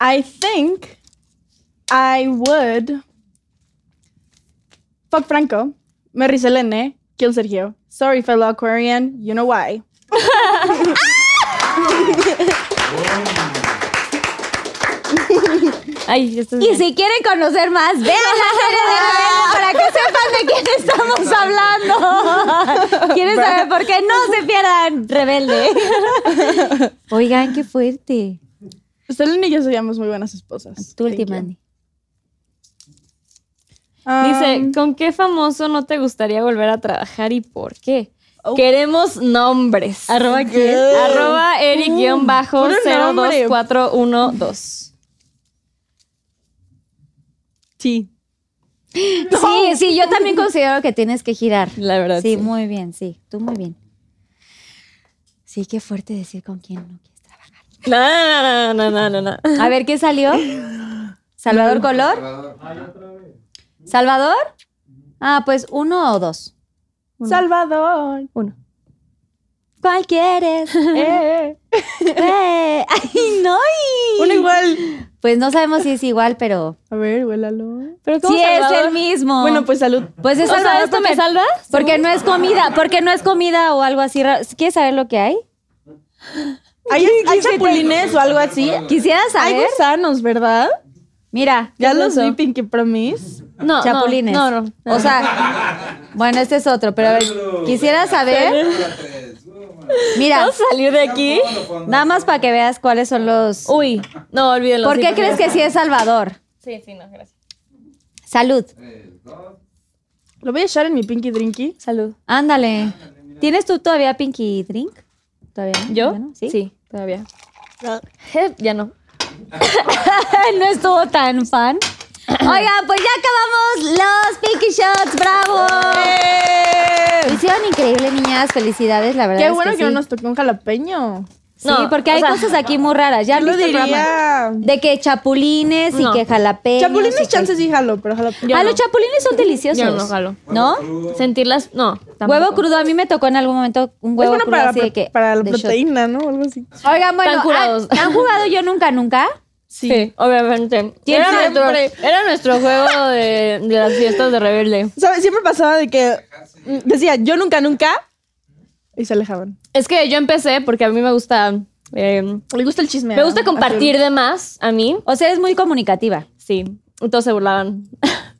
Speaker 4: I think I would fuck Franco, Mary Selene, kill Sergio. Sorry, fellow Aquarian, you know why.
Speaker 5: Ay, esto es
Speaker 3: Y si quieren conocer más, vean la serie de Rebelde para que sepan de quién estamos hablando. ¿Quieren saber por qué? No se pierdan Rebelde. Oigan, qué fuerte.
Speaker 4: Selene y yo seríamos muy buenas esposas.
Speaker 3: Tú
Speaker 4: Thank you.
Speaker 3: última, Andy.
Speaker 5: Dice,
Speaker 4: Um,
Speaker 5: ¿con qué famoso no te gustaría volver a trabajar y por qué? Queremos nombres.
Speaker 3: ¿Arroba quién?
Speaker 5: Arroba
Speaker 4: puro nombre.
Speaker 5: Eric-024112.
Speaker 4: sí.
Speaker 3: Sí, sí, yo también considero que tienes que girar.
Speaker 5: La verdad.
Speaker 3: Sí,
Speaker 5: Sí,
Speaker 3: muy bien, sí, tú muy bien. Sí, qué fuerte decir con quién no quieres trabajar.
Speaker 5: No, no, no, no, no, no, no.
Speaker 3: A ver, ¿qué salió? ¿Salvador Color? ¿Salvador? Ah, pues uno o dos.
Speaker 4: Salvador.
Speaker 5: Uno.
Speaker 3: ¿Cuál quieres?
Speaker 4: Eh.
Speaker 3: Eh, <laughs> ¡Ay, no! y-
Speaker 4: Uno igual.
Speaker 3: Pues no sabemos si es igual, pero
Speaker 4: A ver, huélalo.
Speaker 5: Pero ¿cómo
Speaker 3: sí es
Speaker 5: Salvador?
Speaker 3: el mismo.
Speaker 4: Bueno, pues salud.
Speaker 3: pues es
Speaker 5: O sea,
Speaker 3: Salvador
Speaker 5: ¿esto me
Speaker 3: porque-
Speaker 5: salva?
Speaker 3: Porque no es
Speaker 5: <laughs>
Speaker 3: comida, porque no es comida o algo así. raro. ¿Quieres saber lo que hay?
Speaker 4: ¿Hay, hay chapulines o algo así?
Speaker 3: Quisiera
Speaker 4: Hay
Speaker 3: saber.
Speaker 5: pues,
Speaker 4: gusanos, ¿verdad?
Speaker 3: Mira,
Speaker 4: Ya
Speaker 5: es
Speaker 4: los
Speaker 5: eso?
Speaker 4: vi, Pinky Promise.
Speaker 5: No, no,
Speaker 3: Chapulines.
Speaker 5: No, no.
Speaker 3: O sea, bueno, este es otro, pero a ver, quisiera saber. Mira,
Speaker 5: ¿Puedo salir de aquí?
Speaker 3: nada más para que veas cuáles son los.
Speaker 5: Uy, no, olvídalo.
Speaker 3: ¿Por qué crees que sí es Salvador?
Speaker 5: Sí, sí, no, gracias.
Speaker 3: Salud.
Speaker 4: Lo voy a echar en mi Pinky Drinky.
Speaker 5: Salud.
Speaker 3: Ándale. ¿Tienes tú todavía Pinky Drink? ¿Todavía no?
Speaker 5: ¿Yo?
Speaker 3: ¿Todavía no?
Speaker 5: ¿Sí?
Speaker 3: Sí. <laughs>
Speaker 5: todavía. Eh, Ya no.
Speaker 3: no estuvo tan
Speaker 4: <clears throat>
Speaker 3: fan. Oigan, pues ya acabamos los Pinky Shots. ¡Bravo! Lo hicieron increíble, niñas. Felicidades, la verdad.
Speaker 4: Qué
Speaker 3: Eh, es
Speaker 4: bueno que,
Speaker 3: sí.
Speaker 4: no nos tocó un jalapeño.
Speaker 3: Sí,
Speaker 5: No,
Speaker 3: porque
Speaker 5: o
Speaker 3: hay
Speaker 5: sea,
Speaker 3: cosas aquí muy raras. Ya
Speaker 4: Yo lo
Speaker 3: viste el programa.
Speaker 4: diría.
Speaker 3: De que chapulines y
Speaker 5: No.
Speaker 3: que jalapeños. y
Speaker 4: Chapulines
Speaker 3: que-
Speaker 4: chances y jalo, pero jalapeño.
Speaker 3: ah, los chapulines son deliciosos.
Speaker 5: Yo no jalo.
Speaker 3: ¿No?
Speaker 5: Sentirlas, no. tampoco.
Speaker 3: Huevo crudo, a mí me tocó en algún momento un
Speaker 4: es
Speaker 3: huevo
Speaker 4: bueno
Speaker 3: crudo
Speaker 4: para, la
Speaker 3: así
Speaker 4: pro-
Speaker 3: de que.
Speaker 4: para la
Speaker 3: de shot.
Speaker 4: proteína, ¿no? O algo así.
Speaker 3: Oigan, bueno,
Speaker 5: Están curados.
Speaker 3: ¿han, han jugado yo nunca, nunca?
Speaker 5: Sí, obviamente. Era nuestro,
Speaker 4: Siempre.
Speaker 5: era nuestro juego de, de las fiestas de rebelde.
Speaker 4: ¿Sabes? Siempre pasaba de que mm, decía yo nunca, nunca. Y se alejaban.
Speaker 5: Es que yo empecé porque a mí me gusta. eh,
Speaker 4: Le gusta el chisme.
Speaker 5: me gusta compartir de más a mí.
Speaker 3: O sea, es muy comunicativa.
Speaker 5: Sí. Entonces se burlaban.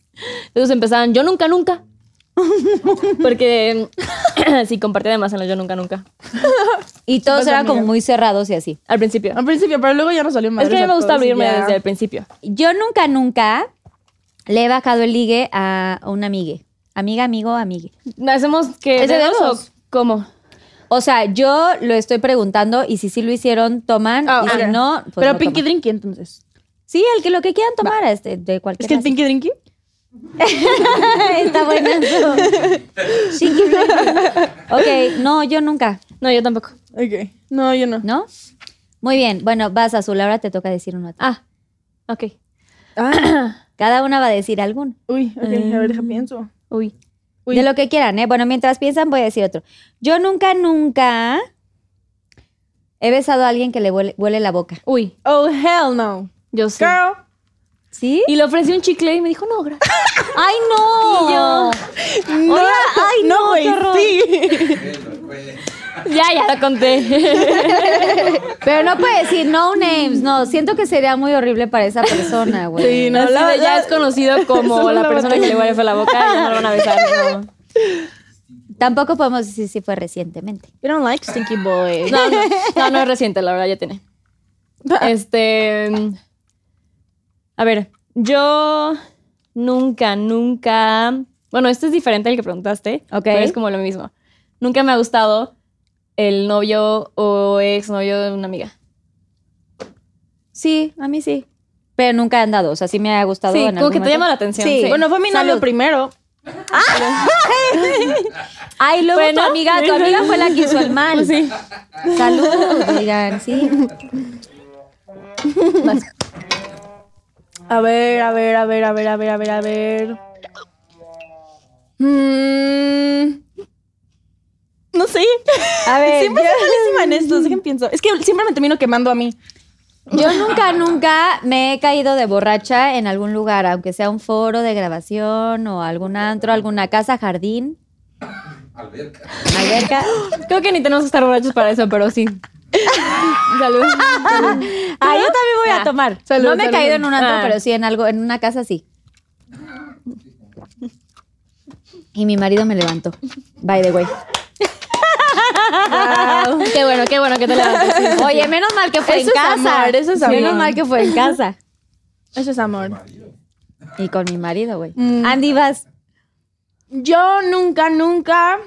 Speaker 5: <laughs> Entonces empezaban, yo nunca,
Speaker 4: <laughs>
Speaker 5: nunca. Porque <clears throat> sí, compartía de más en el yo nunca, nunca.
Speaker 3: Y todos
Speaker 4: pasa,
Speaker 3: eran como
Speaker 4: amiga.
Speaker 3: muy cerrados y así.
Speaker 5: Al principio.
Speaker 4: Al principio, pero luego ya nos salió más.
Speaker 5: Es que a mí me gusta abrirme desde el principio.
Speaker 3: Yo nunca, nunca le he bajado el ligue a un amigue. Amiga, amigo, amigue.
Speaker 5: ¿Hacemos que
Speaker 4: ¿Es de
Speaker 5: dedos o
Speaker 4: dedos?
Speaker 5: cómo?
Speaker 3: O sea, yo lo estoy preguntando y si sí lo hicieron, toman.
Speaker 4: Ah,
Speaker 3: y
Speaker 4: ok.
Speaker 3: si no, pues
Speaker 4: pero
Speaker 3: no
Speaker 4: Pinky
Speaker 3: toman.
Speaker 4: Drinky, entonces.
Speaker 3: Sí, el que lo que quieran tomar este, de cualquier
Speaker 4: Es que el
Speaker 3: raza.
Speaker 4: Pinky Drinky.
Speaker 3: <laughs> Está
Speaker 4: <laughs>
Speaker 3: buenazo. Chiqui Ricky. Ok, no, yo nunca,
Speaker 5: No, yo tampoco.
Speaker 4: Ok. No, yo no.
Speaker 3: ¿no? Muy bien, bueno, vas Azul, ahora te toca decir uno. Ah,
Speaker 5: Ok.
Speaker 4: Ah,
Speaker 3: cada una va a decir alguno.
Speaker 4: uy, ok, a ver, deja pienso.
Speaker 5: Uy.
Speaker 4: Uy.
Speaker 3: De lo que quieran, ¿eh? Bueno, mientras piensan voy a decir otro. Yo nunca, nunca he besado a alguien que le huele, huele la boca.
Speaker 5: Uy.
Speaker 4: Oh, hell no.
Speaker 5: Yo sí.
Speaker 4: Girl.
Speaker 3: ¿Sí?
Speaker 5: Y le ofrecí un chicle y me dijo,
Speaker 4: <laughs>
Speaker 5: no, gracias.
Speaker 3: ¡Ay, no!
Speaker 5: Y yo,
Speaker 4: No,
Speaker 3: ay, no,
Speaker 4: güey,
Speaker 3: qué horror.
Speaker 4: sí.
Speaker 5: ya, ya lo conté.
Speaker 3: Pero no puede decir no names, no. Siento que sería muy horrible para esa persona, güey.
Speaker 4: Sí, no, <laughs>
Speaker 5: Así
Speaker 4: la-
Speaker 5: de, ya
Speaker 4: la-
Speaker 5: es conocido como
Speaker 4: <laughs> Solo
Speaker 5: la
Speaker 4: la
Speaker 5: persona que le
Speaker 4: batalla.
Speaker 5: fue la boca y ya no lo van a
Speaker 4: <laughs>
Speaker 5: besar. No,
Speaker 3: Tampoco podemos decir si fue recientemente.
Speaker 4: You don't like stinky <laughs> boy.
Speaker 5: no, no, no, no es reciente, la verdad, ya tiene. Este. A ver, yo nunca, nunca. Bueno, este es diferente al que preguntaste.
Speaker 3: Ok.
Speaker 5: Pero es como lo mismo. Nunca me ha gustado el novio o exnovio de una amiga.
Speaker 3: Sí, a mí sí. Pero nunca he andado, o sea, sí me ha gustado.
Speaker 5: Sí,
Speaker 3: en
Speaker 5: como
Speaker 3: algún
Speaker 5: que te
Speaker 3: momento.
Speaker 5: llama la atención. Sí.
Speaker 4: Bueno, fue mi novio
Speaker 3: Salud.
Speaker 4: primero.
Speaker 3: Ay, luego
Speaker 5: Bueno.
Speaker 3: tu amiga, tu amiga fue la que hizo el mal. Sí. Salud, digan, sí.
Speaker 4: A ver, a ver, a ver, a ver, a ver, a ver, a ver. Mm, No sé.
Speaker 3: A ver,
Speaker 4: Siempre soy malísima en esto, dejen pienso. Es que siempre me termino quemando a mí.
Speaker 3: yo nunca, nunca me he caído de borracha en algún lugar, aunque sea un foro de grabación o algún antro, alguna casa, jardín. Alberca. Alberca.
Speaker 5: Creo que ni tenemos que estar borrachos para eso, pero sí. Salud.
Speaker 3: Ah, yo también voy a tomar.
Speaker 4: Salud,
Speaker 3: no me he
Speaker 4: salud.
Speaker 3: caído en un antro,
Speaker 5: Ah.
Speaker 3: pero sí en algo, en una casa sí. Y mi marido me levantó. By the way.
Speaker 5: Qué bueno, qué bueno que te levantas.
Speaker 3: <laughs>
Speaker 5: sí.
Speaker 3: Oye, menos mal que fue
Speaker 4: Eso
Speaker 3: en
Speaker 4: es
Speaker 3: casa.
Speaker 4: amor, eso es
Speaker 3: Menos
Speaker 4: amor.
Speaker 3: mal que fue en casa.
Speaker 4: Eso es amor.
Speaker 3: Y con mi marido, güey.
Speaker 4: Mm.
Speaker 3: Andy, vas.
Speaker 4: Yo nunca, nunca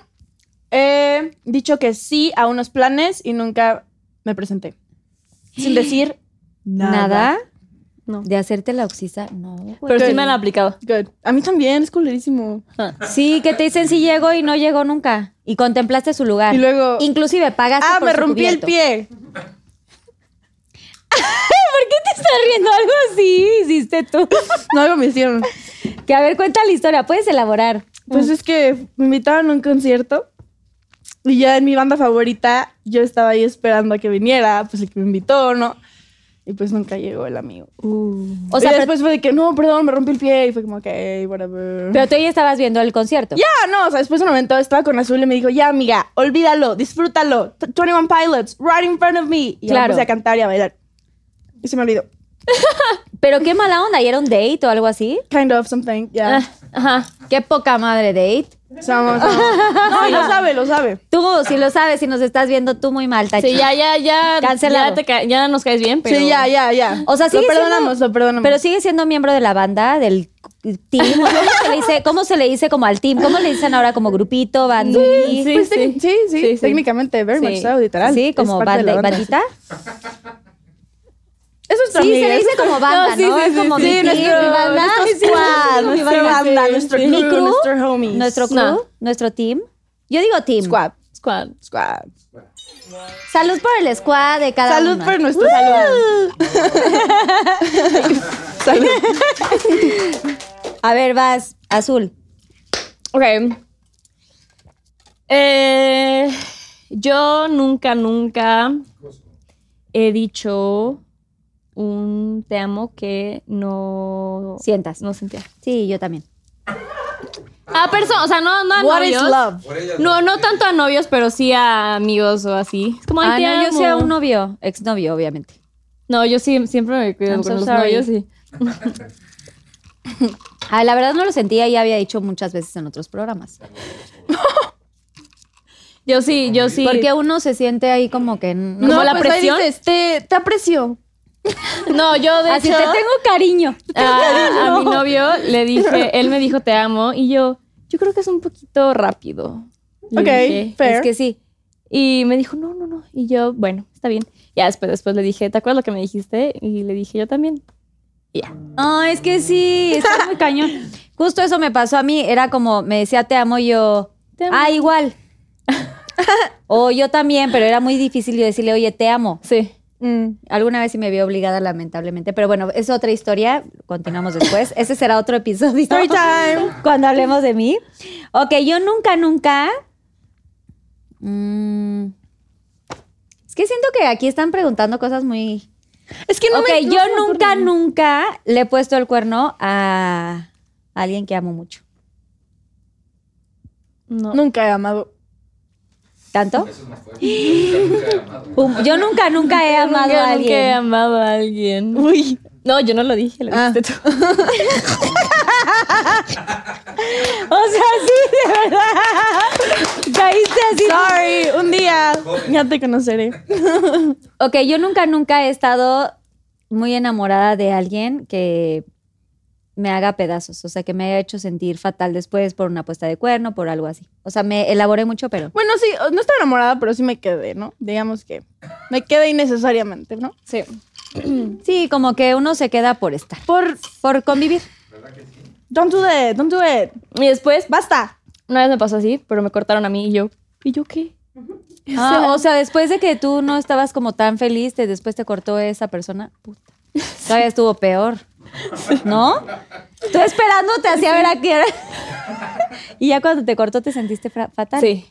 Speaker 4: he dicho que sí a unos planes y nunca me presenté. Sin decir
Speaker 3: Nada.
Speaker 4: nada.
Speaker 5: No.
Speaker 3: De hacerte la oxisa, no, güey.
Speaker 5: Pero sí me la han aplicado.
Speaker 4: Good. A mí también, es culerísimo.
Speaker 3: Sí, que te dicen si llego y no llegó nunca. Y contemplaste su lugar.
Speaker 4: Y luego-
Speaker 3: Inclusive pagaste
Speaker 4: Ah,
Speaker 3: por
Speaker 4: me
Speaker 3: su
Speaker 4: rompí el
Speaker 3: cubierto.
Speaker 4: pie.
Speaker 3: ¿Qué <laughs> te estás riendo? Algo así hiciste tú.
Speaker 4: No, algo me hicieron.
Speaker 3: Que a ver, cuenta la historia. Puedes elaborar.
Speaker 4: Pues es que me invitaron a un concierto y ya en mi banda favorita yo estaba ahí esperando a que viniera, pues el que me invitó, ¿no? Y pues nunca llegó el amigo.
Speaker 3: O sea,
Speaker 4: y
Speaker 3: pero,
Speaker 4: después fue de que, no, perdón, me rompí el pie. Y fue como, ok, whatever.
Speaker 3: pero tú ya estabas viendo el concierto.
Speaker 4: ya, no, o sea, después de un momento estaba con Azul y me dijo, ya, amiga, olvídalo, disfrútalo. T- 21 Pilots, right in front of me. Y ya me
Speaker 3: Claro.
Speaker 4: puse a cantar y a bailar. Y se me olvidó.
Speaker 3: Pero qué mala onda. ¿Y era un date o algo así?
Speaker 4: Kind of something, ya.
Speaker 3: Ah, Ajá. Qué poca madre date.
Speaker 4: Somos-
Speaker 3: <laughs>
Speaker 4: No, y lo sabe, lo sabe.
Speaker 3: Tú, si lo sabes, si nos estás viendo tú muy mal, Tachi.
Speaker 5: Sí, ya, ya, ya.
Speaker 3: Cancelado.
Speaker 5: Ya, te ca- ya nos caes bien, pero.
Speaker 4: Sí, ya, ya, ya.
Speaker 3: O sea,
Speaker 4: sí.
Speaker 3: sigue
Speaker 4: Lo
Speaker 3: siendo-
Speaker 4: perdonamos, lo perdonamos.
Speaker 3: Pero sigue siendo miembro de la banda, del team. ¿Cómo se le dice, cómo se le dice como al team? ¿Cómo le dicen ahora como grupito, banda?
Speaker 5: Sí, sí,
Speaker 4: Pues tec- sí,
Speaker 5: sí.
Speaker 4: sí,
Speaker 5: Sí, sí.
Speaker 4: técnicamente, very much
Speaker 5: Sí.
Speaker 4: so, literal.
Speaker 3: Sí,
Speaker 4: Es
Speaker 3: como
Speaker 4: parte de
Speaker 3: banda,
Speaker 4: la banda.
Speaker 3: bandita.
Speaker 4: <laughs> Eso es
Speaker 3: Sí, se le dice como banda, ¿no?
Speaker 4: sí, sí,
Speaker 3: es como
Speaker 4: sí,
Speaker 3: mi,
Speaker 4: sí,
Speaker 3: team,
Speaker 4: nuestro-
Speaker 3: mi banda,
Speaker 4: nuestro
Speaker 3: mi
Speaker 4: squad,
Speaker 3: team, mi
Speaker 4: nuestra banda, nuestro
Speaker 3: mi
Speaker 4: crew,
Speaker 3: crew,
Speaker 4: nuestro homies.
Speaker 3: nuestro crew,
Speaker 5: No.
Speaker 3: nuestro team. Yo digo team.
Speaker 4: Squad.
Speaker 5: Squad.
Speaker 4: Squad.
Speaker 3: Salud por el squad de cada
Speaker 4: Salud
Speaker 3: uno.
Speaker 4: por nuestro salud. salud.
Speaker 3: A ver, vas, azul.
Speaker 5: Ok. Eh, yo nunca, nunca he dicho un te amo que no,
Speaker 3: Sientas.
Speaker 5: no sentía.
Speaker 3: Sí, yo también.
Speaker 5: A personas, o sea, no, no a
Speaker 4: What is
Speaker 5: novios.
Speaker 4: love?
Speaker 5: No, no tanto a novios, pero sí a amigos o así. Es como, ay,
Speaker 3: Ah,
Speaker 5: te
Speaker 3: no, yo
Speaker 5: amo.
Speaker 3: sí a un novio, exnovio, obviamente.
Speaker 5: No, yo sí, siempre me cuido
Speaker 3: I'm
Speaker 5: con
Speaker 3: so
Speaker 5: los
Speaker 3: sorry.
Speaker 5: novios. Sí.
Speaker 3: Ah, la verdad no lo sentía y había dicho muchas veces en otros programas.
Speaker 5: Yo sí, yo sí.
Speaker 3: Porque uno se siente ahí como que... No,
Speaker 5: ¿Como la
Speaker 4: pues ahí
Speaker 5: presión?
Speaker 4: dices, te, te aprecio.
Speaker 5: No, yo de
Speaker 3: Así
Speaker 5: hecho...
Speaker 3: te tengo cariño.
Speaker 5: <laughs> Ah, a, a mi novio le dije, él me dijo te amo y yo, yo creo que es un poquito rápido. Le
Speaker 4: Ok,
Speaker 5: dije.
Speaker 4: fair.
Speaker 3: Es que sí.
Speaker 5: Y me dijo, no, no, no. Y yo, bueno, está bien. Ya después, después le dije, ¿te acuerdas lo que me dijiste? Y le dije, yo también. Y ya.
Speaker 3: No, Ah, es que sí, está muy cañón. Justo eso me pasó a mí, era como, me decía te amo y yo,
Speaker 5: Te amo.
Speaker 3: ah, igual. o yo también, pero era muy difícil yo decirle, oye, te amo.
Speaker 5: Sí.
Speaker 3: Alguna vez sí me vi obligada, lamentablemente, pero bueno, es otra historia, continuamos después. Ese será otro episodio.
Speaker 4: Story time.
Speaker 3: Cuando hablemos de mí. Ok, yo nunca, nunca... Mm. es que siento que aquí están preguntando cosas muy
Speaker 4: Es que no
Speaker 3: ok,
Speaker 4: me- no
Speaker 3: yo
Speaker 4: se me
Speaker 3: nunca,
Speaker 4: ocurre.
Speaker 3: nunca le he puesto el cuerno a alguien que amo mucho.
Speaker 5: No.
Speaker 4: Nunca he amado.
Speaker 3: ¿Tanto? Pum, yo nunca, nunca
Speaker 4: <laughs>
Speaker 3: he amado
Speaker 5: Nunca,
Speaker 3: a
Speaker 5: nunca
Speaker 3: alguien.
Speaker 5: he amado a alguien. Uy. No, yo no lo dije, lo
Speaker 3: Ah.
Speaker 5: dijiste tú. <laughs>
Speaker 3: O sea, sí, de verdad. Caíste así.
Speaker 4: Sorry, un día ya te conoceré.
Speaker 3: Ok, yo nunca, nunca he estado muy enamorada de alguien que me haga pedazos, o sea, que me haya hecho sentir fatal después por una puesta de cuerno, por algo así. O sea, me elaboré mucho, pero...
Speaker 4: Bueno, sí, no estaba enamorada, pero sí me quedé, ¿no? Digamos que me quedé innecesariamente, ¿no?
Speaker 5: Sí.
Speaker 3: <clears throat> Sí, como que uno se queda por estar,
Speaker 4: Por
Speaker 3: por convivir.
Speaker 4: don't do it, don't do it.
Speaker 5: Y después,
Speaker 4: Basta.
Speaker 5: una vez me pasó así, pero me cortaron a mí y yo, ¿y yo qué? <laughs>
Speaker 3: Ah, o sea, después de que tú no estabas como tan feliz, te, después te cortó esa persona, puta. Todavía estuvo peor. ¿No? Tú esperando te hacía ver a quién <laughs> era. Y ya cuando te cortó te sentiste fra- fatal.
Speaker 5: Sí.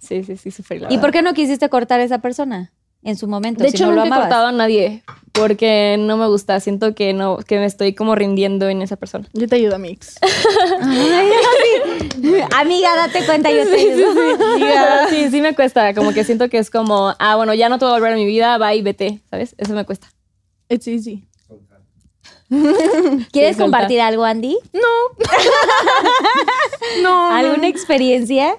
Speaker 5: Sí, sí, sí, sufrí la
Speaker 3: ¿Y
Speaker 5: verdad.
Speaker 3: por qué no quisiste cortar a esa persona en su momento?
Speaker 5: De
Speaker 3: si
Speaker 5: hecho,
Speaker 3: no lo
Speaker 5: nunca he
Speaker 3: amabas?
Speaker 5: cortado a nadie porque no me gusta. Siento que no, que me estoy como rindiendo en esa persona.
Speaker 4: Yo te
Speaker 3: <laughs>
Speaker 4: ayudo, Mix.
Speaker 3: Ay, así. Amiga, date cuenta, yo te ayudo.
Speaker 5: Sí, sí me cuesta. Como que siento que es como, ah, bueno, ya no te voy a volver a mi vida, va y vete, ¿sabes? Eso me cuesta.
Speaker 4: It's easy.
Speaker 3: ¿Quieres
Speaker 5: soltar.
Speaker 3: compartir algo, Andy?
Speaker 4: No.
Speaker 3: ¿Alguna experiencia?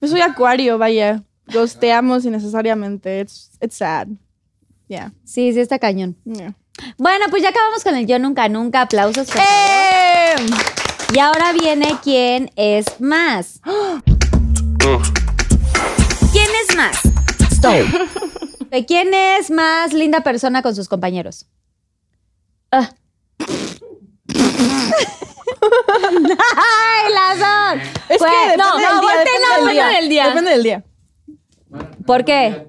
Speaker 4: Yo soy acuario, vaya. Gosteamos innecesariamente. It's, it's sad. Yeah.
Speaker 3: Sí, sí, está cañón.
Speaker 4: yeah.
Speaker 3: Bueno, pues ya acabamos con el yo nunca, nunca. Aplausos. por favor.
Speaker 4: Eh.
Speaker 3: Eh, Y ahora viene quién es más.
Speaker 4: ¡Oh!
Speaker 3: ¿Quién es más? Stop. ¿Quién es más linda persona con sus compañeros?
Speaker 5: Ah.
Speaker 3: ¡Ay, las dos!
Speaker 4: Es
Speaker 3: Pues,
Speaker 4: que
Speaker 3: no,
Speaker 4: depende
Speaker 3: no,
Speaker 4: del día,
Speaker 3: voltea la
Speaker 4: depende del
Speaker 3: buena
Speaker 4: día,
Speaker 3: del día.
Speaker 4: Depende del día.
Speaker 3: ¿Por qué?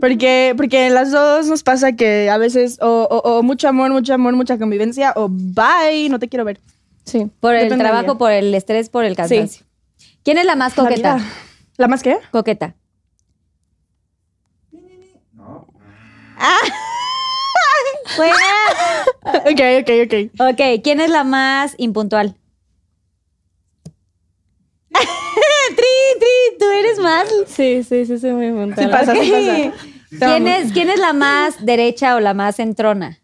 Speaker 4: Porque, porque en las dos nos pasa que a veces o, o- o mucho amor, mucho amor, mucha convivencia o bye, no te quiero ver.
Speaker 5: Sí.
Speaker 3: Por el
Speaker 4: Depende del
Speaker 3: trabajo,
Speaker 4: día.
Speaker 3: por el estrés, por el cansancio. ¿Quién es la más
Speaker 4: La
Speaker 3: coqueta?
Speaker 4: vida. Ah, ¿La más qué?
Speaker 3: Coqueta. Ah. Buena.
Speaker 4: Ok, ok, ok.
Speaker 3: Ok, ¿quién es la más impuntual? <laughs> tri, tri, tú eres más.
Speaker 5: Sí, sí, sí, sí, muy
Speaker 4: Sí
Speaker 5: mental.
Speaker 4: pasa, sí pasa.
Speaker 3: ¿Quién es, quién es la más derecha o la más centrona?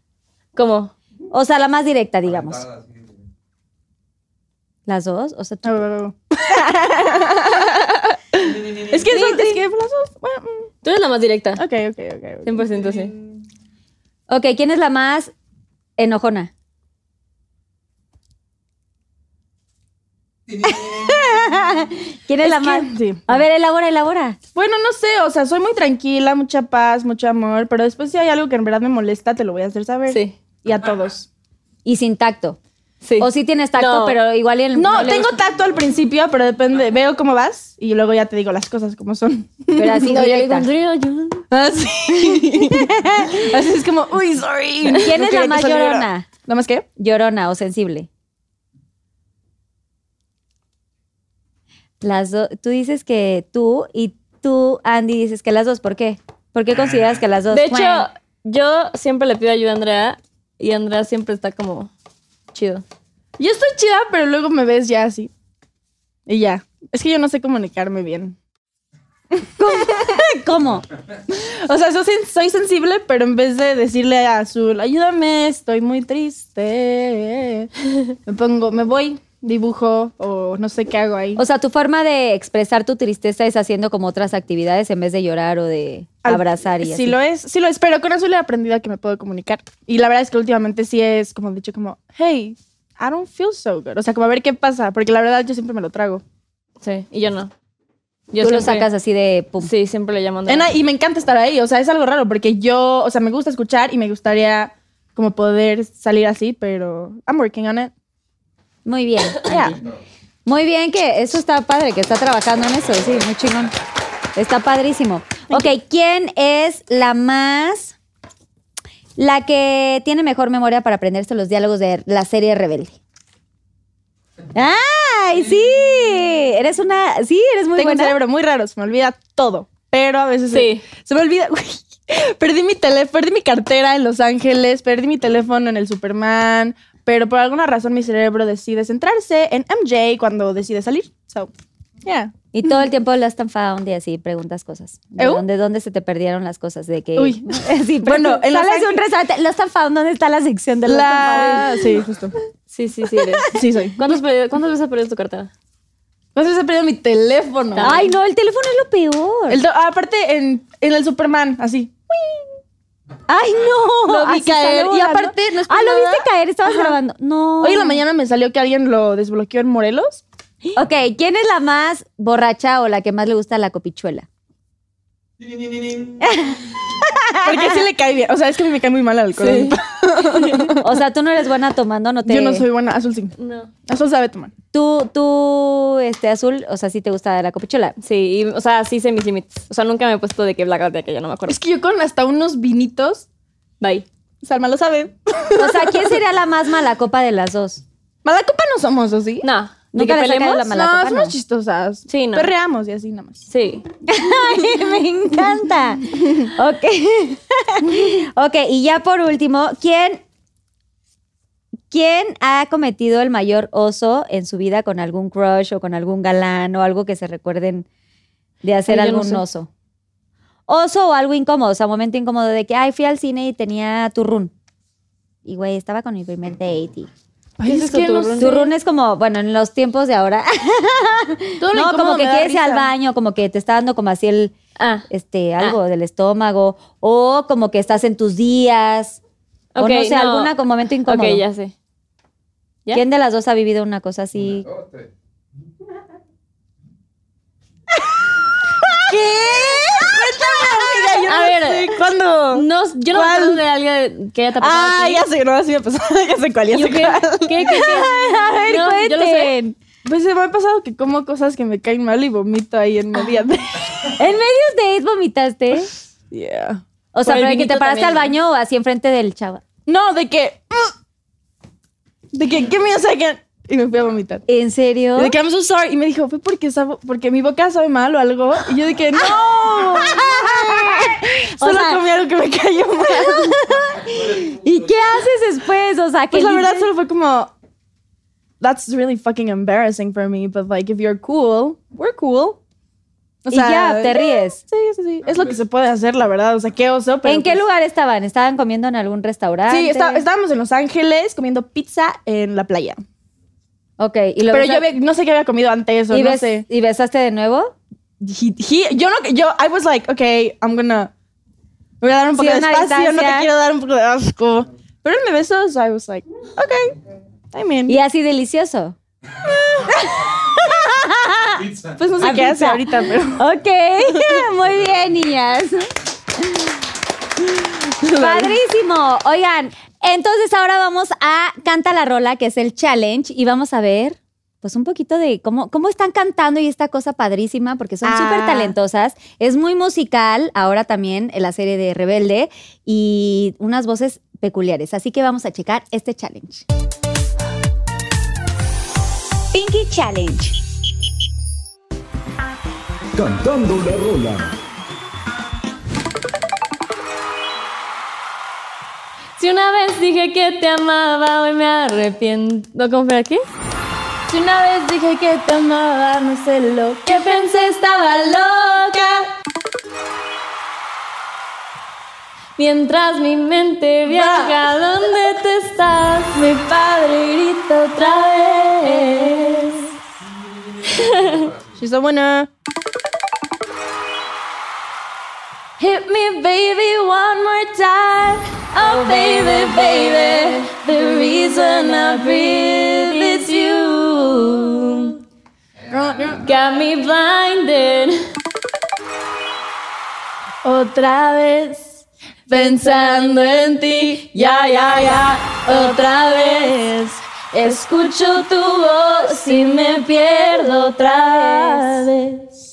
Speaker 5: ¿Cómo?
Speaker 3: O sea, la más directa, digamos. Las dos, o sea, tú-
Speaker 4: Ah, ah, ah. <laughs> es que eso, es que las dos, bueno, mm,
Speaker 5: Tú eres la más directa.
Speaker 4: ok, ok, ok, ok.
Speaker 5: 100% sí.
Speaker 3: Ok, ¿quién es la más enojona? <laughs> ¿Quién es, la
Speaker 4: que-
Speaker 3: más?
Speaker 4: sí.
Speaker 3: A ver, elabora, elabora.
Speaker 4: Bueno, no sé, o sea, soy muy tranquila, mucha paz, mucho amor, pero después si hay algo que en verdad me molesta, te lo voy a hacer saber.
Speaker 5: Sí.
Speaker 4: Y a todos.
Speaker 3: Y sin tacto.
Speaker 5: Sí.
Speaker 3: O sí tienes tacto,
Speaker 5: No.
Speaker 3: pero igual y el
Speaker 4: No,
Speaker 3: le
Speaker 4: tengo
Speaker 3: gusta.
Speaker 4: tacto al principio, pero depende, veo cómo vas y luego ya te digo las cosas como son.
Speaker 3: Pero así
Speaker 5: <laughs> No, yo le
Speaker 3: directa.
Speaker 5: digo, yo.
Speaker 4: Así. <laughs> Así es como, uy, sorry.
Speaker 3: ¿Quién
Speaker 4: No
Speaker 3: es
Speaker 4: quería
Speaker 3: la
Speaker 4: que
Speaker 3: más
Speaker 4: saliera.
Speaker 3: llorona?
Speaker 4: ¿La más qué?
Speaker 3: Llorona o sensible. Las dos. Tú dices que tú y tú, Andy, dices que las dos. ¿Por qué? ¿Por qué consideras que las dos?
Speaker 5: De hecho,
Speaker 3: Bueno,
Speaker 5: yo siempre le pido ayuda a Andrea y Andrea siempre está como chido.
Speaker 4: Yo estoy chida, pero luego me ves ya así. Y ya. Es que yo no sé comunicarme bien.
Speaker 3: ¿Cómo?
Speaker 4: O sea, soy, sen- soy sensible, pero en vez de decirle a Azul, ayúdame, estoy muy triste, me pongo, me voy, dibujo o no sé qué hago ahí.
Speaker 3: O sea, tu forma de expresar tu tristeza es haciendo como otras actividades en vez de llorar o de
Speaker 4: Al-
Speaker 3: abrazar y así.
Speaker 4: Sí lo es, sí lo es, pero con Azul he aprendido a que me puedo comunicar. Y la verdad es que últimamente sí es como dicho como, hey, I don't feel so good. O sea, como a ver qué pasa, porque la verdad yo siempre me lo trago.
Speaker 5: Sí, y yo no. Yo
Speaker 3: Tú lo
Speaker 5: siempre-
Speaker 3: sacas así de pum.
Speaker 5: Sí, siempre le llaman. de-
Speaker 4: Ena, y me encanta estar ahí, o sea, es algo raro porque yo, o sea, me gusta escuchar y me gustaría como poder salir así, pero I'm working on it.
Speaker 3: Muy
Speaker 4: <coughs>
Speaker 3: bien.
Speaker 4: Yeah.
Speaker 3: Angie. Muy bien, que eso está padre, que está trabajando en eso, sí, muy chingón. Está padrísimo. Ok, ¿quién es la más, la que tiene mejor memoria para aprenderse los diálogos de la serie Rebelde? ¡Ay, sí! Eres una, sí, eres muy
Speaker 4: Tengo un
Speaker 3: buena.
Speaker 4: cerebro muy raro, se me olvida todo, pero a veces
Speaker 5: Sí.
Speaker 4: se, se me olvida. Uy, <laughs> perdí mi teléfono, perdí mi cartera en Los Ángeles, perdí mi teléfono en el Superman, pero por alguna razón mi cerebro decide centrarse en MJ cuando decide salir. So, yeah.
Speaker 3: Y todo el tiempo lo and found y así preguntas cosas. ¿De
Speaker 4: ¿Eu?
Speaker 3: dónde, dónde se te perdieron las cosas? De que,
Speaker 4: Uy.
Speaker 3: <laughs> Sí,
Speaker 4: Bueno, en Los
Speaker 3: sales de un
Speaker 4: Ángeles-
Speaker 3: restaurante, Lost and found, ¿dónde está la sección de Lost and found?
Speaker 4: La... <laughs> Sí, justo.
Speaker 5: Sí, sí, sí. eres.
Speaker 4: Sí, soy.
Speaker 5: ¿Cuántos periodos- ¿Cuántas veces has perdido tu cartera?
Speaker 4: No sé si he perdido mi teléfono.
Speaker 3: Ay, no, el teléfono es lo peor.
Speaker 4: El do- ah, aparte, en, en el Superman, así.
Speaker 3: Ay, no.
Speaker 4: <laughs> Lo vi
Speaker 3: Así
Speaker 4: caer.
Speaker 3: salió
Speaker 4: Y
Speaker 3: volando.
Speaker 4: aparte, no es por
Speaker 3: Ah, lo
Speaker 4: nada.
Speaker 3: viste caer, estabas grabando. No.
Speaker 4: Hoy en la mañana me salió que alguien lo desbloqueó en Morelos.
Speaker 3: Ok, ¿quién es la más borracha o la que más le gusta la
Speaker 4: <laughs>
Speaker 3: copichuela?
Speaker 4: Porque sí le cae bien. O sea, es que a mí me cae muy mal el alcohol.
Speaker 3: O sea, tú no eres buena tomando, no te.
Speaker 4: Yo no soy buena. Azul sí.
Speaker 5: No.
Speaker 4: Azul sabe tomar.
Speaker 3: Tú, tú, este azul, o sea, sí te gusta la copichuela.
Speaker 5: Sí, y, o sea, sí sé mis límites. O sea, nunca me he puesto de que blackout de aquella, no me acuerdo.
Speaker 4: Es que yo con hasta unos vinitos,
Speaker 5: Bye.
Speaker 4: Salma lo sabe.
Speaker 3: O sea, ¿quién sería la más mala copa de las dos?
Speaker 4: Mala copa no somos, ¿o sí?
Speaker 5: No. ¿De
Speaker 3: Nunca
Speaker 5: que
Speaker 3: le saca de
Speaker 5: peleemos?
Speaker 3: la mala
Speaker 4: no,
Speaker 3: copa,
Speaker 4: somos
Speaker 3: no.
Speaker 4: chistosas.
Speaker 5: Sí, no.
Speaker 4: Perreamos y así nada más.
Speaker 5: Sí.
Speaker 3: Ay, <laughs> me encanta. Ok. <laughs> ok, y ya por último, ¿quién, ¿quién ha cometido el mayor oso en su vida con algún crush o con algún galán o algo que se recuerden de hacer
Speaker 5: Ay, yo no
Speaker 3: algún
Speaker 5: sé.
Speaker 3: oso? Oso o algo incómodo, o sea, momento incómodo de que, ay, fui al cine y tenía turrún. Y güey, estaba con mi primer date. y-
Speaker 5: Ay, es que no sé.
Speaker 3: Turrún es como, bueno, en los tiempos de ahora.
Speaker 4: Todo
Speaker 3: <laughs>
Speaker 4: lo
Speaker 3: no,
Speaker 4: incómodo
Speaker 3: como que
Speaker 4: me da
Speaker 3: quieres ir al
Speaker 4: risa.
Speaker 3: baño, como que te está dando como así el
Speaker 5: Ah.
Speaker 3: este, algo del estómago, o como que estás en tus días, o
Speaker 5: Ok,
Speaker 3: no sé,
Speaker 5: no.
Speaker 3: alguna con momento incómodo.
Speaker 5: Ok, ya sé. ¿Ya?
Speaker 3: ¿Quién de las dos ha vivido una cosa así?
Speaker 4: Ay, yo
Speaker 5: A
Speaker 4: no
Speaker 5: ver.
Speaker 4: sé, ¿Cuándo?
Speaker 5: No, yo no me acuerdo de alguien que ya te ha pasado.
Speaker 4: Ah, ya sé, no, así me pasó. <laughs> ya sé cuál, ya
Speaker 5: ¿Yo
Speaker 4: sé
Speaker 5: qué?
Speaker 4: cuál.
Speaker 5: ¿Qué? ¿Qué?
Speaker 3: <laughs>
Speaker 5: ¿Qué?
Speaker 3: A ver,
Speaker 5: No, yo lo sé.
Speaker 3: cuenten.
Speaker 4: Pues se me ha pasado que como cosas que me caen mal y vomito ahí en
Speaker 5: Ah.
Speaker 4: media.
Speaker 3: ¿En medios de AIDS vomitaste?
Speaker 4: yeah.
Speaker 3: O sea, pero de
Speaker 5: Por el
Speaker 3: que
Speaker 5: vinito
Speaker 3: te paraste
Speaker 5: también,
Speaker 3: al
Speaker 5: ¿no?
Speaker 3: baño o así enfrente del chava.
Speaker 4: No, de que. De que, ¿qué me sacan? Y me fui a vomitar.
Speaker 3: ¿En serio?
Speaker 4: Y de que I'm so sorry. Y me dijo, fue porque, sabo- porque mi boca sabe mal o algo. Y yo de
Speaker 3: <laughs>
Speaker 4: que, no. Solo
Speaker 3: sea-
Speaker 4: comí algo que me
Speaker 3: <laughs>
Speaker 4: cayó mal.
Speaker 3: ¿Y qué haces después? O sea, que
Speaker 4: Pues la verdad
Speaker 3: dices-
Speaker 4: solo fue como, that's really fucking embarrassing for me. But like, if you're cool, we're cool. O
Speaker 3: Y ya, te ríes.
Speaker 4: Sí, sí, sí. Es lo que se puede hacer, la verdad. O sea, qué oso. Pero
Speaker 3: ¿En qué
Speaker 4: pues-
Speaker 3: lugar estaban? ¿Estaban comiendo en algún restaurante?
Speaker 4: Sí, está- estábamos en Los Ángeles comiendo pizza en la playa.
Speaker 3: Ok, y lo
Speaker 4: Pero
Speaker 3: besa-
Speaker 4: yo había- no sé qué había comido antes o
Speaker 3: y
Speaker 4: no
Speaker 3: bes-
Speaker 4: sé.
Speaker 3: ¿Y besaste de nuevo?
Speaker 4: he, he- yo no, yo, I was like, okay, I'm gonna, me voy a dar un poco
Speaker 3: Sí,
Speaker 4: de
Speaker 3: una
Speaker 4: espacio, no
Speaker 3: distancia.
Speaker 4: te quiero dar un poco de asco. Pero él me besó, so I was like, okay, I mean,
Speaker 3: Y así delicioso.
Speaker 4: pues no sé
Speaker 3: Ah,
Speaker 4: qué hace
Speaker 3: pizza.
Speaker 4: ahorita, pero <laughs>
Speaker 3: Ok, <laughs> muy bien, niñas. Padrísimo. Oigan, entonces ahora vamos a Canta la Rola, que es el challenge, y vamos a ver, pues un poquito de cómo, cómo están cantando y esta cosa padrísima, porque son
Speaker 4: Ah.
Speaker 3: súper talentosas. Es muy musical, ahora también en la serie de Rebelde, y unas voces peculiares. Así que vamos a checar este challenge. Pinky Challenge.
Speaker 1: Cantando la rola.
Speaker 5: Si una vez dije que te amaba, hoy me arrepiento. ¿Cómo fue? ¿Qué?
Speaker 4: Si una vez dije que te amaba, no sé lo que pensé, estaba loca.
Speaker 5: Mientras mi mente viaja, ¿dónde te estás? Mi padre grita otra vez.
Speaker 4: She's a winner.
Speaker 5: Hit me, baby, one more time. Oh, baby, baby, the reason I breathe is you. Got me blinded.
Speaker 4: Otra vez pensando en ti, ya, ya, ya, otra vez.
Speaker 5: Escucho tu voz y me pierdo otra vez.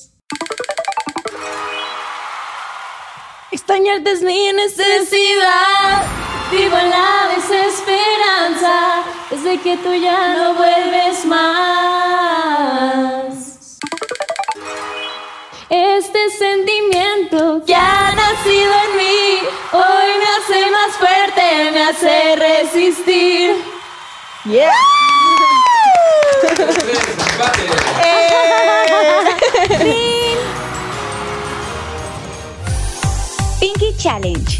Speaker 4: Extrañarte es mi
Speaker 5: Necesidad, vivo en la desesperanza, desde que tú ya no vuelves más. Este sentimiento que ha nacido en mí, hoy me hace más fuerte, me hace resistir.
Speaker 4: Yeah.
Speaker 2: Pinky Challenge.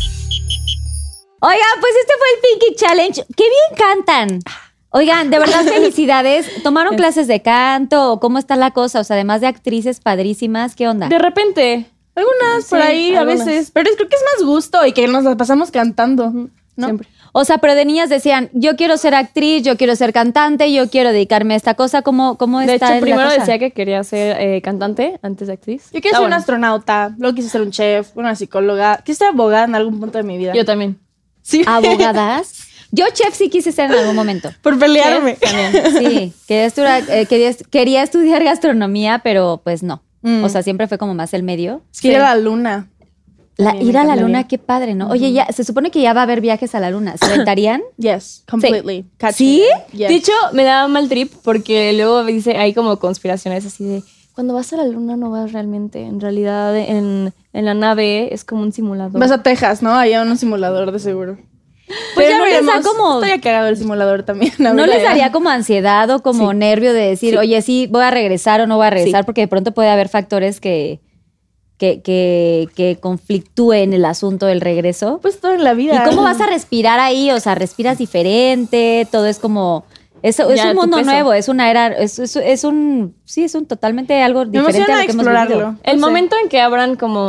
Speaker 3: Oigan, pues este fue el Pinky Challenge. ¡Qué bien cantan! Oigan, de
Speaker 5: <laughs>
Speaker 3: verdad, felicidades. ¿Tomaron clases de canto o cómo está la cosa? O sea, además de actrices padrísimas, ¿qué onda?
Speaker 5: De repente,
Speaker 4: Algunas Ah, por
Speaker 5: Sí,
Speaker 4: ahí
Speaker 5: algunas.
Speaker 4: a veces, pero es- creo que es más gusto y que nos las pasamos cantando, ¿no?
Speaker 5: siempre.
Speaker 3: O sea, pero de niñas decían, yo quiero ser actriz, yo quiero ser cantante, yo quiero dedicarme a esta cosa. ¿Cómo, cómo
Speaker 5: De
Speaker 3: está
Speaker 5: hecho,
Speaker 3: la
Speaker 5: primero
Speaker 3: cosa?
Speaker 5: decía que quería ser eh, cantante antes de actriz.
Speaker 4: Yo quiero
Speaker 5: Ah,
Speaker 4: ser
Speaker 5: bueno,
Speaker 4: una astronauta, luego quise ser un chef, una psicóloga, quise ser abogada en algún punto de mi vida. Ah,
Speaker 5: Yo también.
Speaker 4: sí,
Speaker 5: <laughs>
Speaker 3: ¿Abogadas? Yo chef sí quise ser en algún momento.
Speaker 4: por pelearme.
Speaker 3: Sí, quería estudiar, eh, quería, quería estudiar gastronomía, pero pues no.
Speaker 4: Mm.
Speaker 3: O sea, siempre fue como más el medio.
Speaker 4: Es que ir a la luna.
Speaker 3: La,
Speaker 5: También
Speaker 3: ir
Speaker 5: me
Speaker 3: a la
Speaker 5: encantaría.
Speaker 3: luna, qué padre, ¿no? Oye, ya, se supone que ya va a haber viajes a la luna. ¿Se aventarían?
Speaker 4: Yes, completely. Catch
Speaker 3: ¿Sí?
Speaker 4: me. Yes.
Speaker 5: De hecho, me daba mal trip porque luego dice, hay como conspiraciones así de, cuando vas a la luna no vas realmente, en realidad en, en la nave es como un simulador.
Speaker 4: vas a Texas, ¿no? Ahí a un simulador de seguro. Pues
Speaker 3: Pero
Speaker 4: ya
Speaker 3: no les da
Speaker 4: veremos.
Speaker 3: como-
Speaker 4: Estoy cagado el simulador también. <laughs>
Speaker 3: ¿No
Speaker 4: ahorita.
Speaker 3: les daría como ansiedad o como nervio de decir, oye, sí, voy a regresar o no voy a regresar? Porque de pronto puede haber factores que, que, que, que conflictúen el asunto del regreso.
Speaker 4: Pues todo en la vida.
Speaker 3: ¿Y cómo vas a respirar ahí? O sea, respiras diferente, todo es como... Es, es
Speaker 5: Ya,
Speaker 3: un
Speaker 5: tu
Speaker 3: mundo
Speaker 5: peso.
Speaker 3: nuevo, es una era, es, es- es un, sí, es un totalmente algo
Speaker 4: Me
Speaker 3: diferente a
Speaker 4: emociona
Speaker 3: lo que hemos vivido.
Speaker 4: explorarlo.
Speaker 5: El
Speaker 4: No sé.
Speaker 5: momento en que abran como,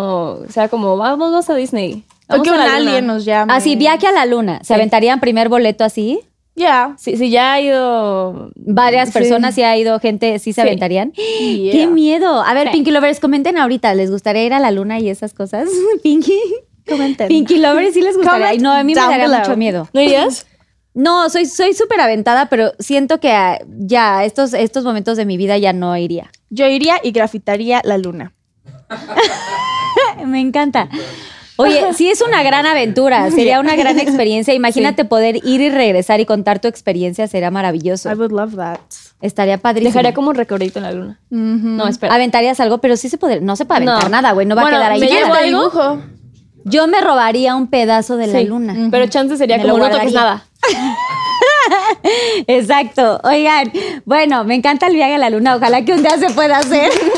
Speaker 5: o sea, como, vamos, vas a Disney.
Speaker 4: O
Speaker 5: vamos
Speaker 4: que
Speaker 5: a
Speaker 4: un
Speaker 5: la luna".
Speaker 4: alien nos llame.
Speaker 3: Así, Ah, viaje a la luna, ¿se aventarían primer boleto así?
Speaker 4: Ya.
Speaker 5: Sí, sí, ya ha ido...
Speaker 3: Varias
Speaker 5: Sí.
Speaker 3: personas sí ha ido gente, sí se
Speaker 5: Sí.
Speaker 3: aventarían.
Speaker 4: Yeah.
Speaker 3: ¡Qué miedo! A ver, Pinky Lovers, comenten ahorita, ¿les gustaría ir a la luna y esas cosas? <laughs> Pinky.
Speaker 4: Comenten.
Speaker 3: Pinky Lovers, sí les gustaría.
Speaker 4: Comment
Speaker 3: Ay, no, a mí me
Speaker 4: down
Speaker 3: daría
Speaker 4: below.
Speaker 3: mucho miedo.
Speaker 4: <laughs>
Speaker 5: ¿No irías?
Speaker 3: No, soy soy súper aventada, pero siento que ah, ya estos, estos momentos de mi vida ya no iría.
Speaker 4: Yo iría y grafitaría la luna.
Speaker 3: Me encanta.
Speaker 5: <laughs>
Speaker 3: Oye, sí es una gran aventura, sería una gran experiencia. Imagínate poder ir y regresar y contar tu experiencia, sería maravilloso.
Speaker 4: I would love that.
Speaker 3: Estaría padrísimo.
Speaker 5: Dejaría como un recorrido en la luna.
Speaker 4: Mm-hmm. Mm,
Speaker 5: No, espera.
Speaker 3: Aventarías algo, pero sí se puede, no se puede aventar
Speaker 5: No.
Speaker 3: nada, güey, no va
Speaker 5: Bueno,
Speaker 3: a quedar ahí.
Speaker 5: me
Speaker 3: nada.
Speaker 5: llevo algo.
Speaker 4: Dibujo.
Speaker 3: Yo me robaría un pedazo de la
Speaker 5: Sí, Mm.
Speaker 3: luna.
Speaker 5: Pero chance sería
Speaker 3: Me lo
Speaker 5: como, no toques
Speaker 3: guardaría.
Speaker 5: nada.
Speaker 3: Exacto. Oigan, bueno, me encanta el viaje a la luna. Ojalá que un día se pueda hacer. <laughs>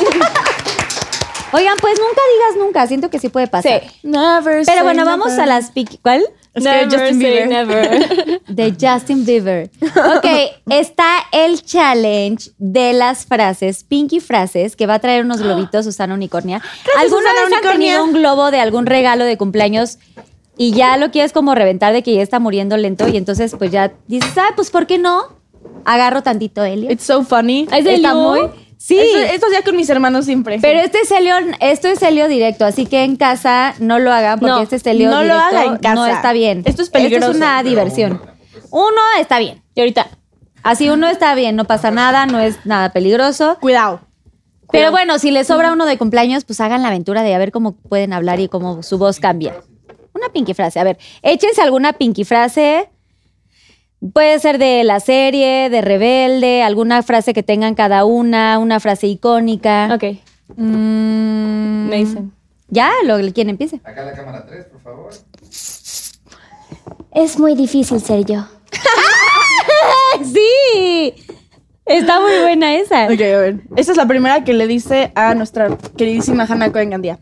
Speaker 3: Oigan, pues nunca digas nunca. Siento que sí puede pasar.
Speaker 4: Never
Speaker 3: Pero bueno, vamos a las pic- ¿Cuál?
Speaker 4: Es que Justin Bieber. <laughs>
Speaker 5: never.
Speaker 3: De Justin Bieber. Ok, está el challenge de las frases, Pinky Frases, que va a traer unos globitos Susana
Speaker 4: <gasps>
Speaker 3: Unicornia. ¿Alguna
Speaker 4: Susana
Speaker 3: vez han
Speaker 4: Unicornia.
Speaker 3: tenido un globo de algún regalo de cumpleaños y ya lo quieres como reventar de que ya está muriendo lento y entonces pues ya dices, ah, pues ¿por qué no? Agarro tantito helio.
Speaker 4: It's so funny.
Speaker 5: ¿Es de
Speaker 3: Está
Speaker 5: Leo?
Speaker 3: muy... Sí.
Speaker 4: Esto, esto hacía con mis hermanos siempre.
Speaker 3: Pero este es helio, esto es helio directo, así que en casa no lo hagan porque
Speaker 5: No,
Speaker 3: este es helio
Speaker 4: no lo
Speaker 3: directo.
Speaker 4: haga en casa.
Speaker 3: No está bien.
Speaker 4: Esto es peligroso.
Speaker 3: es una diversión. Uno está bien.
Speaker 5: Y ahorita,
Speaker 3: Así uno está bien, no pasa nada, no es nada peligroso.
Speaker 4: Cuidado.
Speaker 3: Pero bueno, si les sobra uno de cumpleaños, pues hagan la aventura de a ver cómo pueden hablar y cómo su voz cambia. Una pinky frase, a ver, échense alguna pinky frase. Puede ser de la serie, de Rebelde, alguna frase que tengan cada una, una frase icónica.
Speaker 5: ok,
Speaker 3: Mm,
Speaker 5: me dicen.
Speaker 3: Ya, lo, quien empiece.
Speaker 6: Acá la cámara 3, por favor.
Speaker 7: Es muy difícil ser yo.
Speaker 3: ¡Sí! Está muy buena esa.
Speaker 4: Ok, a ver. Esta es la primera que le dice a nuestra queridísima Hannah Cohen Gandía.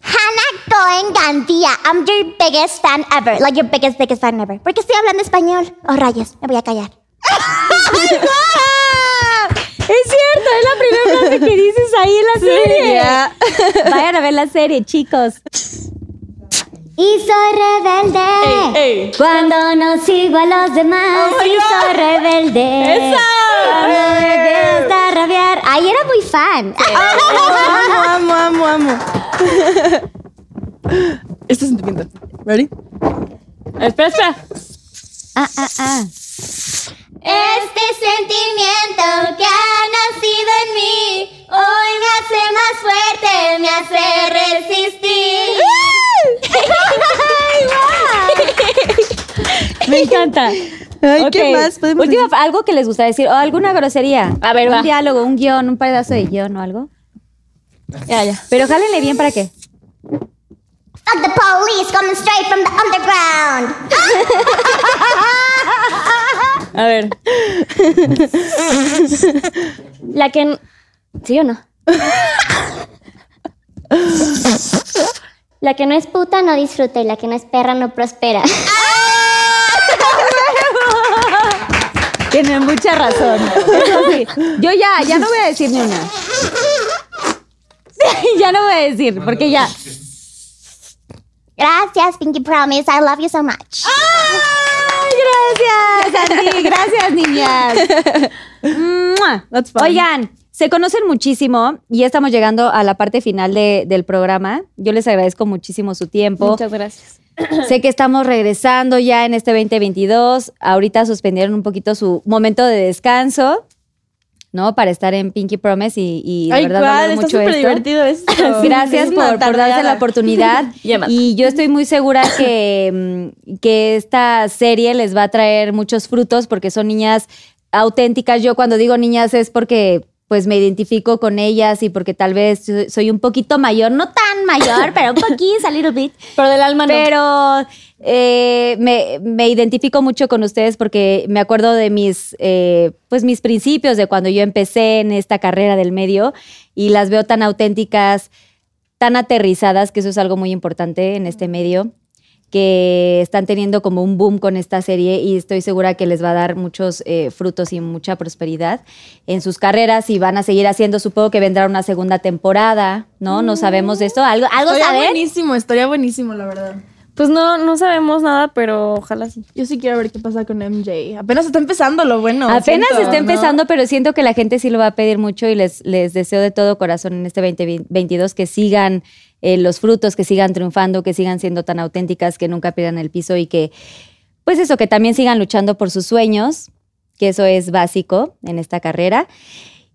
Speaker 6: Hannah Cohen Gandía, I'm your biggest fan ever. Like your biggest, biggest fan ever. ¿Por qué estoy hablando español? Oh, rayos, me voy a callar.
Speaker 3: Es cierto, es la primera frase que dices ahí en la serie. <laughs> Vayan a ver la serie, chicos.
Speaker 6: Y soy rebelde.
Speaker 4: ¡Ey!
Speaker 6: Cuando no sigo a los demás,
Speaker 3: Oh
Speaker 6: y soy rebelde. ¡Eso!
Speaker 4: Ah.
Speaker 6: Cuando me gusta rabiar. Ay, era muy fan. Ah, oh.
Speaker 4: Amo, amo, amo, amo. Este sentimiento. ¿Ready?
Speaker 5: Espera, espera.
Speaker 3: Ah, ah, ah.
Speaker 6: Este sentimiento que ha nacido en mí hoy me hace más fuerte, me hace resistir.
Speaker 3: Me encanta.
Speaker 4: Ay,
Speaker 3: Ok,
Speaker 4: ¿qué más podemos
Speaker 3: Última, algo que les gusta decir, o alguna grosería.
Speaker 5: A ver,
Speaker 3: un
Speaker 5: va.
Speaker 3: diálogo, un guión, un pedazo de guión o algo.
Speaker 5: Ya, ya.
Speaker 3: Pero jálenle bien para qué.
Speaker 6: Fuck the police coming straight from the underground.
Speaker 5: A ver. La que. n- ¿Sí o no?
Speaker 6: La que no es puta no disfruta y la que no es perra no <laughs> prospera.
Speaker 3: Tienen mucha razón. Eso sí. Yo ya, ya no voy a decir ni una. <laughs> ya no voy a decir, porque ya.
Speaker 6: Gracias, Pinky Promise. I love you so much.
Speaker 3: ¡Ay, gracias, Andy! Gracias, niñas. ¡Mua!
Speaker 4: That's fun.
Speaker 3: Oigan, se conocen muchísimo y ya estamos llegando a la parte final de- del programa. Yo les agradezco muchísimo su tiempo.
Speaker 5: Muchas gracias.
Speaker 3: Sé que estamos regresando ya en este 2022. Ahorita suspendieron un poquito su momento de descanso, ¿no? Para estar en Pinky Promise y, y de
Speaker 4: Ay,
Speaker 3: verdad
Speaker 4: cuál,
Speaker 3: valoro
Speaker 4: está
Speaker 3: mucho
Speaker 4: súper
Speaker 3: esto.
Speaker 4: divertido esto.
Speaker 3: Gracias
Speaker 4: Es
Speaker 3: por,
Speaker 4: una
Speaker 3: por darse la <laughs>
Speaker 4: tardeada.
Speaker 3: oportunidad.
Speaker 5: Ya, Marta.
Speaker 3: y yo estoy muy segura que, mm, que esta serie les va a traer muchos frutos porque son niñas auténticas. Yo cuando digo niñas es porque pues me identifico con ellas y porque tal vez soy- soy un poquito mayor, no tan mayor, pero un poquito, a little bit.
Speaker 5: Pero del alma no.
Speaker 3: Pero eh, me, me identifico mucho con ustedes porque me acuerdo de mis, eh, pues mis principios, de cuando yo empecé en esta carrera del medio y las veo tan auténticas, tan aterrizadas, que eso es algo muy importante en este medio, que están teniendo como un boom con esta serie y estoy segura que les va a dar muchos eh, frutos y mucha prosperidad en sus carreras y van a seguir haciendo, supongo que vendrá una segunda temporada, ¿no? No sabemos de
Speaker 5: Mm.
Speaker 3: esto, algo, algo
Speaker 4: Estaría
Speaker 3: saben?
Speaker 4: buenísimo, estaría buenísimo, la verdad.
Speaker 5: Pues no, no sabemos nada, pero ojalá sí.
Speaker 4: Yo sí quiero ver qué pasa con MJ. Apenas está empezando lo bueno.
Speaker 3: Apenas
Speaker 4: siento,
Speaker 3: está
Speaker 4: ¿no?
Speaker 3: empezando, pero siento que la gente sí lo va a pedir mucho y les, les deseo de todo corazón en este 2022 que sigan eh, los frutos, que sigan triunfando, que sigan siendo tan auténticas, que nunca pierdan el piso y que, pues eso, que también sigan luchando por sus sueños, que eso es básico en esta carrera.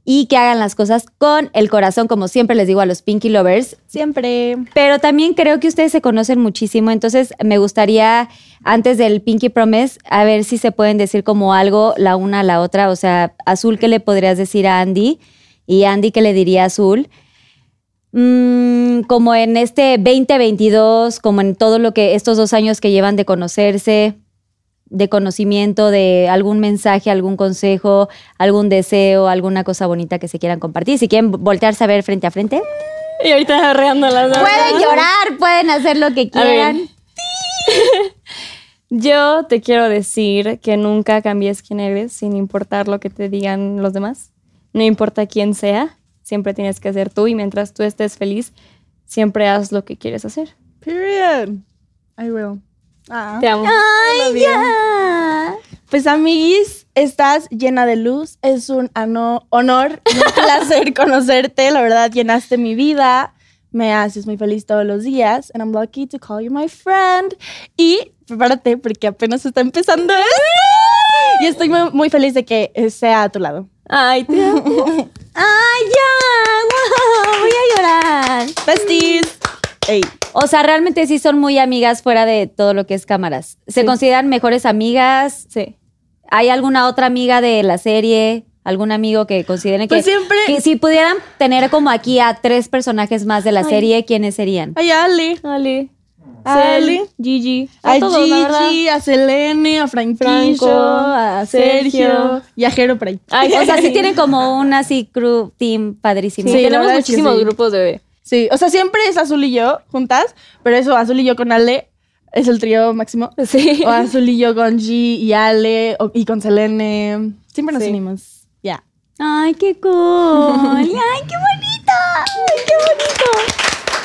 Speaker 3: Y que hagan las cosas con el corazón, como siempre les digo a los Pinky Lovers,
Speaker 4: Siempre.
Speaker 3: pero también creo que ustedes se conocen muchísimo, entonces me gustaría, antes del Pinky Promise, a ver si se pueden decir como algo la una a la otra. O sea, Azul, ¿qué le podrías decir a Andy? Y Andy, ¿qué le diría a Azul? Mm, como en este 2022, como en todo lo que estos dos años que llevan de conocerse, de conocimiento, de algún mensaje, algún consejo, algún deseo, alguna cosa bonita que se quieran compartir. Si quieren voltearse a ver frente a frente.
Speaker 5: Y ahorita arreando las dos.
Speaker 3: Pueden llorar, pueden hacer lo que
Speaker 5: A ver.
Speaker 3: quieran.
Speaker 5: <laughs> Yo te quiero decir que nunca cambies quién eres, sin importar lo que te digan los demás. No importa quién sea, siempre tienes que ser tú y mientras tú estés feliz, siempre haz lo que quieres hacer.
Speaker 4: Period. I will. Ah.
Speaker 5: Te amo.
Speaker 4: Ay, Pues amiguis, estás llena de luz. Es un ano- honor y un placer conocerte. La verdad, llenaste mi vida. Me haces muy feliz todos los días. And I'm lucky to call you my friend. Y prepárate porque apenas está empezando esto. Y estoy muy, muy feliz de que eh, sea a tu lado.
Speaker 5: Ay, te amo.
Speaker 3: ¡Ay, ya! ¡Wow! Voy a llorar.
Speaker 4: Besties. Ey.
Speaker 3: O sea, realmente sí son muy amigas fuera de todo lo que es cámaras. ¿Se
Speaker 5: Sí.
Speaker 3: consideran mejores amigas?
Speaker 5: Sí.
Speaker 3: ¿Hay alguna otra amiga de la serie? ¿Algún amigo que consideren
Speaker 4: Pues
Speaker 3: que,
Speaker 4: siempre-
Speaker 3: que si pudieran tener como aquí a tres personajes más de la serie, ¿quiénes serían?
Speaker 4: Ay, Ali.
Speaker 5: Ali.
Speaker 4: Celi.
Speaker 5: Gigi.
Speaker 4: A,
Speaker 5: todos, la verdad.
Speaker 4: Gigi, a Selene, a Franquillo,
Speaker 5: Franco,
Speaker 4: a Sergio y a Jero por ahí.
Speaker 5: Ay,
Speaker 3: O sea,
Speaker 5: <laughs>
Speaker 3: sí tienen como un así crew team padrísimo.
Speaker 4: Sí, la
Speaker 5: tenemos
Speaker 4: verdad es que
Speaker 5: muchísimos
Speaker 4: sí.
Speaker 5: grupos de...
Speaker 4: Sí, o sea, siempre es Azul y yo juntas, pero eso, Azul y yo con Ale es el trío máximo.
Speaker 5: Sí.
Speaker 4: O Azul y yo con G y Ale o- y con Selene. Siempre nos
Speaker 5: Sí.
Speaker 4: unimos. Ya.
Speaker 3: Ay, qué cool. Ay, qué bonito. Ay, qué bonito.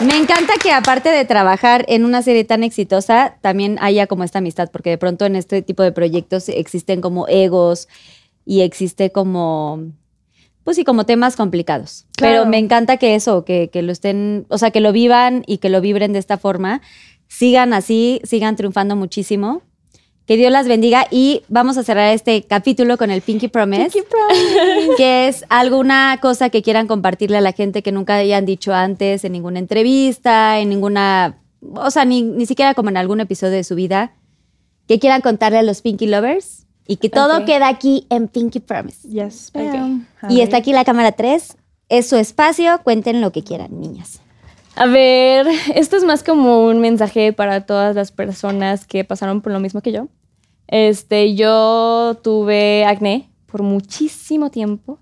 Speaker 3: Me encanta que aparte de trabajar en una serie tan exitosa, también haya como esta amistad, porque de pronto en este tipo de proyectos existen como egos y existe como, pues sí, como temas complicados.
Speaker 4: Claro.
Speaker 3: Pero me encanta que eso, que, que lo estén, o sea, que lo vivan y que lo vibren de esta forma. Sigan así, sigan triunfando muchísimo. Que Dios las bendiga y vamos a cerrar este capítulo con el Pinky Promise. <laughs> que es alguna cosa que quieran compartirle a la gente que nunca hayan dicho antes en ninguna entrevista, en ninguna, o sea, ni, ni siquiera como en algún episodio de su vida, que quieran contarle a los Pinky Lovers y que todo
Speaker 5: Ok.
Speaker 3: queda aquí en Pinky Promise.
Speaker 4: Yes.
Speaker 3: Y está aquí la cámara 3, es su espacio, cuenten lo que quieran, niñas.
Speaker 5: A ver, esto es más como un mensaje para todas las personas que pasaron por lo mismo que yo. Este, yo tuve acné por muchísimo tiempo,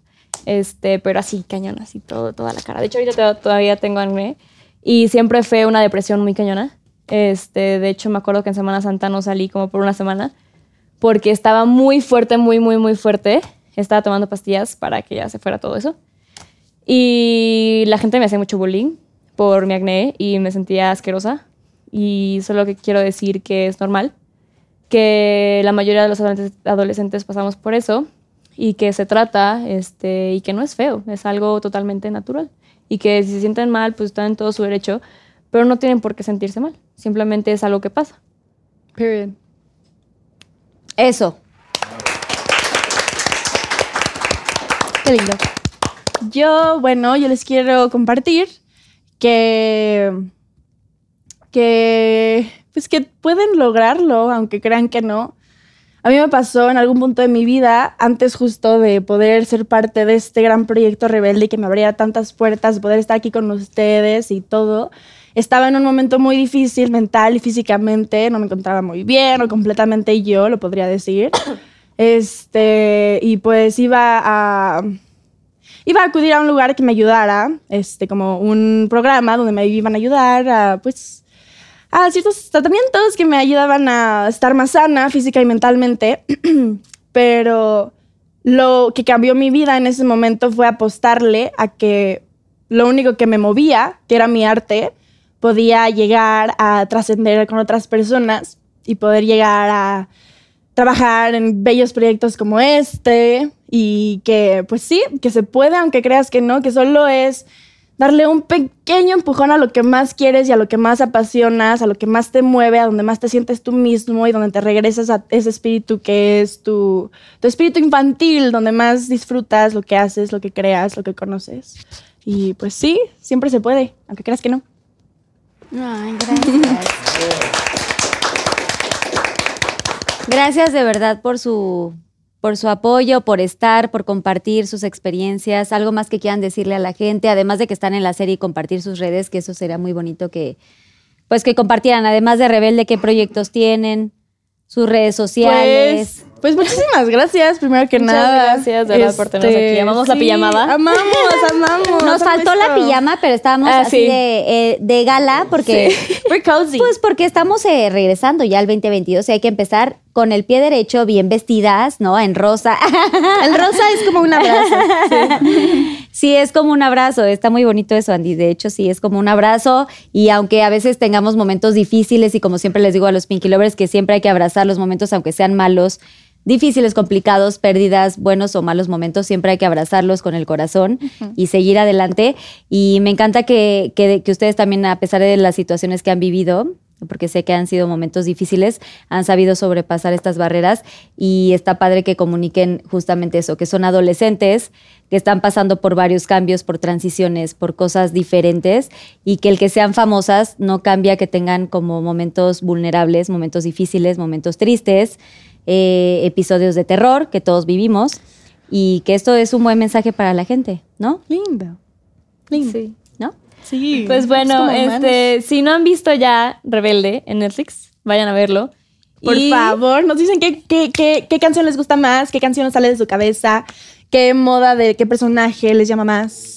Speaker 5: este, pero así, cañón, así, todo, toda la cara. De hecho, ahorita to- todavía tengo acné y siempre fue una depresión muy cañona. Este, de hecho, me acuerdo que en Semana Santa no salí como por una semana porque estaba muy fuerte, muy, muy, muy fuerte. Estaba tomando pastillas para que ya se fuera todo eso. Y la gente me hacía mucho bullying por mi acné y me sentía asquerosa. Y solo que quiero decir que es normal, que la mayoría de los adolescentes, adolescentes pasamos por eso y que se trata este, y que no es feo, es algo totalmente natural. Y que si se sienten mal, pues están en todo su derecho, pero no tienen por qué sentirse mal. Simplemente es algo que pasa.
Speaker 4: Period.
Speaker 3: Eso.
Speaker 4: Qué lindo. Yo, bueno, yo les quiero compartir que. que. pues que pueden lograrlo, aunque crean que no. A mí me pasó en algún punto de mi vida, antes justo de poder ser parte de este gran proyecto rebelde y que me abriera tantas puertas, de poder estar aquí con ustedes y todo. Estaba en un momento muy difícil mental y físicamente, no me encontraba muy bien o completamente yo, lo podría decir. <coughs> Este, y pues iba a iba a acudir a un lugar que me ayudara, este, como un programa donde me iban a ayudar a, pues, a ciertos tratamientos que me ayudaban a estar más sana física y mentalmente. <clears throat> Pero lo que cambió mi vida en ese momento fue apostarle a que lo único que me movía, que era mi arte, podía llegar a trascender con otras personas y poder llegar a trabajar en bellos proyectos como este y que pues sí, que se puede, aunque creas que no, que solo es darle un pequeño empujón a lo que más quieres y a lo que más apasionas, a lo que más te mueve, a donde más te sientes tú mismo y donde te regresas a ese espíritu que es tu, tu espíritu infantil, donde más disfrutas lo que haces, lo que creas, lo que conoces. Y pues sí, siempre se puede, aunque creas que no.
Speaker 3: Gracias de verdad por su, por su apoyo, por estar, por compartir sus experiencias, algo más que quieran decirle a la gente, además de que están en la serie y compartir sus redes, que eso sería muy bonito que, pues que compartieran, además de Rebelde, qué proyectos tienen, sus redes sociales.
Speaker 4: Pues, pues muchísimas gracias, primero que
Speaker 5: Muchas
Speaker 4: nada. Este,
Speaker 5: gracias, de verdad, por tenernos aquí. Amamos la pijamada. <laughs>
Speaker 4: Amamos, amamos.
Speaker 3: Nos
Speaker 4: han
Speaker 3: faltó la
Speaker 4: visto.
Speaker 3: pijama, pero estábamos
Speaker 5: Pues, Ah,
Speaker 3: así
Speaker 5: sí.
Speaker 3: de, eh, de gala porque...
Speaker 5: <laughs> We're cozy.
Speaker 3: Pues porque estamos eh, regresando ya al 2022 y hay que empezar con el pie derecho bien vestidas, ¿no? En rosa. <laughs>
Speaker 4: El rosa es como un abrazo.
Speaker 5: <laughs>
Speaker 3: Sí, es como un abrazo, está muy bonito eso, Andy. De hecho, sí, es como un abrazo y aunque a veces tengamos momentos difíciles y como siempre les digo a los Pinky Lovers que siempre hay que abrazar los momentos, aunque sean malos, difíciles, complicados, pérdidas, buenos o malos momentos, siempre hay que abrazarlos con el corazón y seguir adelante. Y me encanta que, que- que ustedes también, a pesar de las situaciones que han vivido, porque sé que han sido momentos difíciles, han sabido sobrepasar estas barreras y está padre que comuniquen justamente eso, que son adolescentes, que están pasando por varios cambios, por transiciones, por cosas diferentes y que el que sean famosas no cambia que tengan como momentos vulnerables, momentos difíciles, momentos tristes, eh, episodios de terror que todos vivimos y que esto es un buen mensaje para la gente, ¿no?
Speaker 4: Lindo.
Speaker 5: Sí.
Speaker 3: ¿no?
Speaker 4: Sí.
Speaker 5: Pues bueno,
Speaker 4: es como humanos.
Speaker 5: este, si no han visto ya Rebelde en Netflix, vayan a verlo.
Speaker 4: Por
Speaker 5: Y-
Speaker 4: favor, nos dicen qué, qué, qué, qué canción les gusta más, qué canción sale de su cabeza, qué moda de qué personaje les llama más.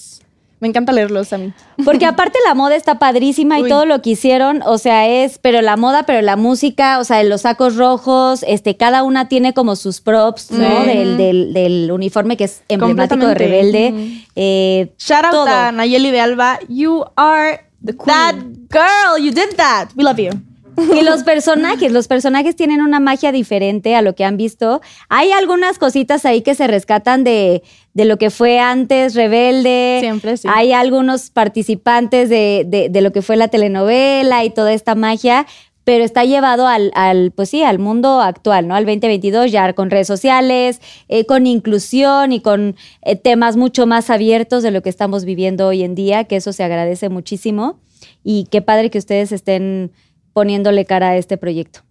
Speaker 4: Me encanta leerlos a mí. <laughs>
Speaker 3: Porque aparte la moda está padrísima y
Speaker 4: Uy.
Speaker 3: todo lo que hicieron, o sea, es, pero la moda, pero la música, o sea, los sacos rojos, este, cada una tiene como sus props, ¿no?
Speaker 4: Sí.
Speaker 3: Del, del- del uniforme que es emblemático de
Speaker 4: Completamente.
Speaker 3: Rebelde. Eh,
Speaker 4: Shout out
Speaker 3: Todo.
Speaker 4: a Nayeli de Alba. You are that girl. You did that. We love you.
Speaker 3: <laughs> y los personajes, los personajes tienen una magia diferente a lo que han visto. Hay algunas cositas ahí que se rescatan de, de lo que fue antes Rebelde.
Speaker 4: Siempre, sí.
Speaker 3: Hay algunos participantes de, de- de lo que fue la telenovela y toda esta magia, pero está llevado al, al, pues sí, al mundo actual, ¿no? Al 2022, ya con redes sociales, eh, con inclusión y con eh, temas mucho más abiertos de lo que estamos viviendo hoy en día, que eso se agradece muchísimo. Y qué padre que ustedes estén poniéndole cara a este proyecto.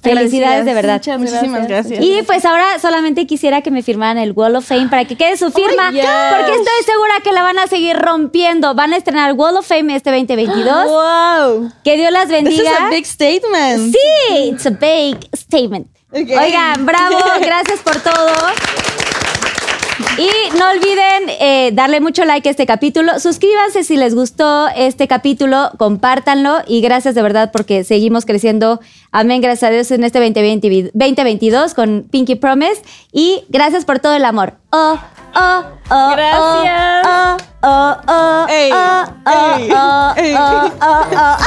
Speaker 3: Felicidades de verdad.
Speaker 5: Muchas
Speaker 4: Muchísimas gracias.
Speaker 3: Y pues ahora solamente quisiera que me firmaran el Wall of Fame para que quede
Speaker 4: Oh
Speaker 3: su firma,
Speaker 5: my gosh.
Speaker 3: porque estoy segura que la van a seguir rompiendo. Van a estrenar Wall of Fame este 2022.
Speaker 4: <gasps> Wow.
Speaker 3: Que Dios las
Speaker 4: This is
Speaker 3: bendiga.
Speaker 4: a big statement.
Speaker 3: sí, it's a big statement.
Speaker 4: Ok.
Speaker 3: Oigan,
Speaker 4: <laughs>
Speaker 3: bravo, gracias por todo. Y no olviden eh, darle mucho like a este capítulo. Suscríbanse si les gustó este capítulo, compártanlo y gracias de verdad porque seguimos creciendo. Amén, gracias a Dios en este 2020 2022 con Pinky Promise. Y gracias por todo el amor. Oh, oh, oh.
Speaker 5: Gracias.
Speaker 3: Oh, oh, oh, oh,
Speaker 4: Ey,
Speaker 3: oh, oh,
Speaker 4: ey,
Speaker 3: oh,
Speaker 4: ey.
Speaker 3: oh, oh, oh.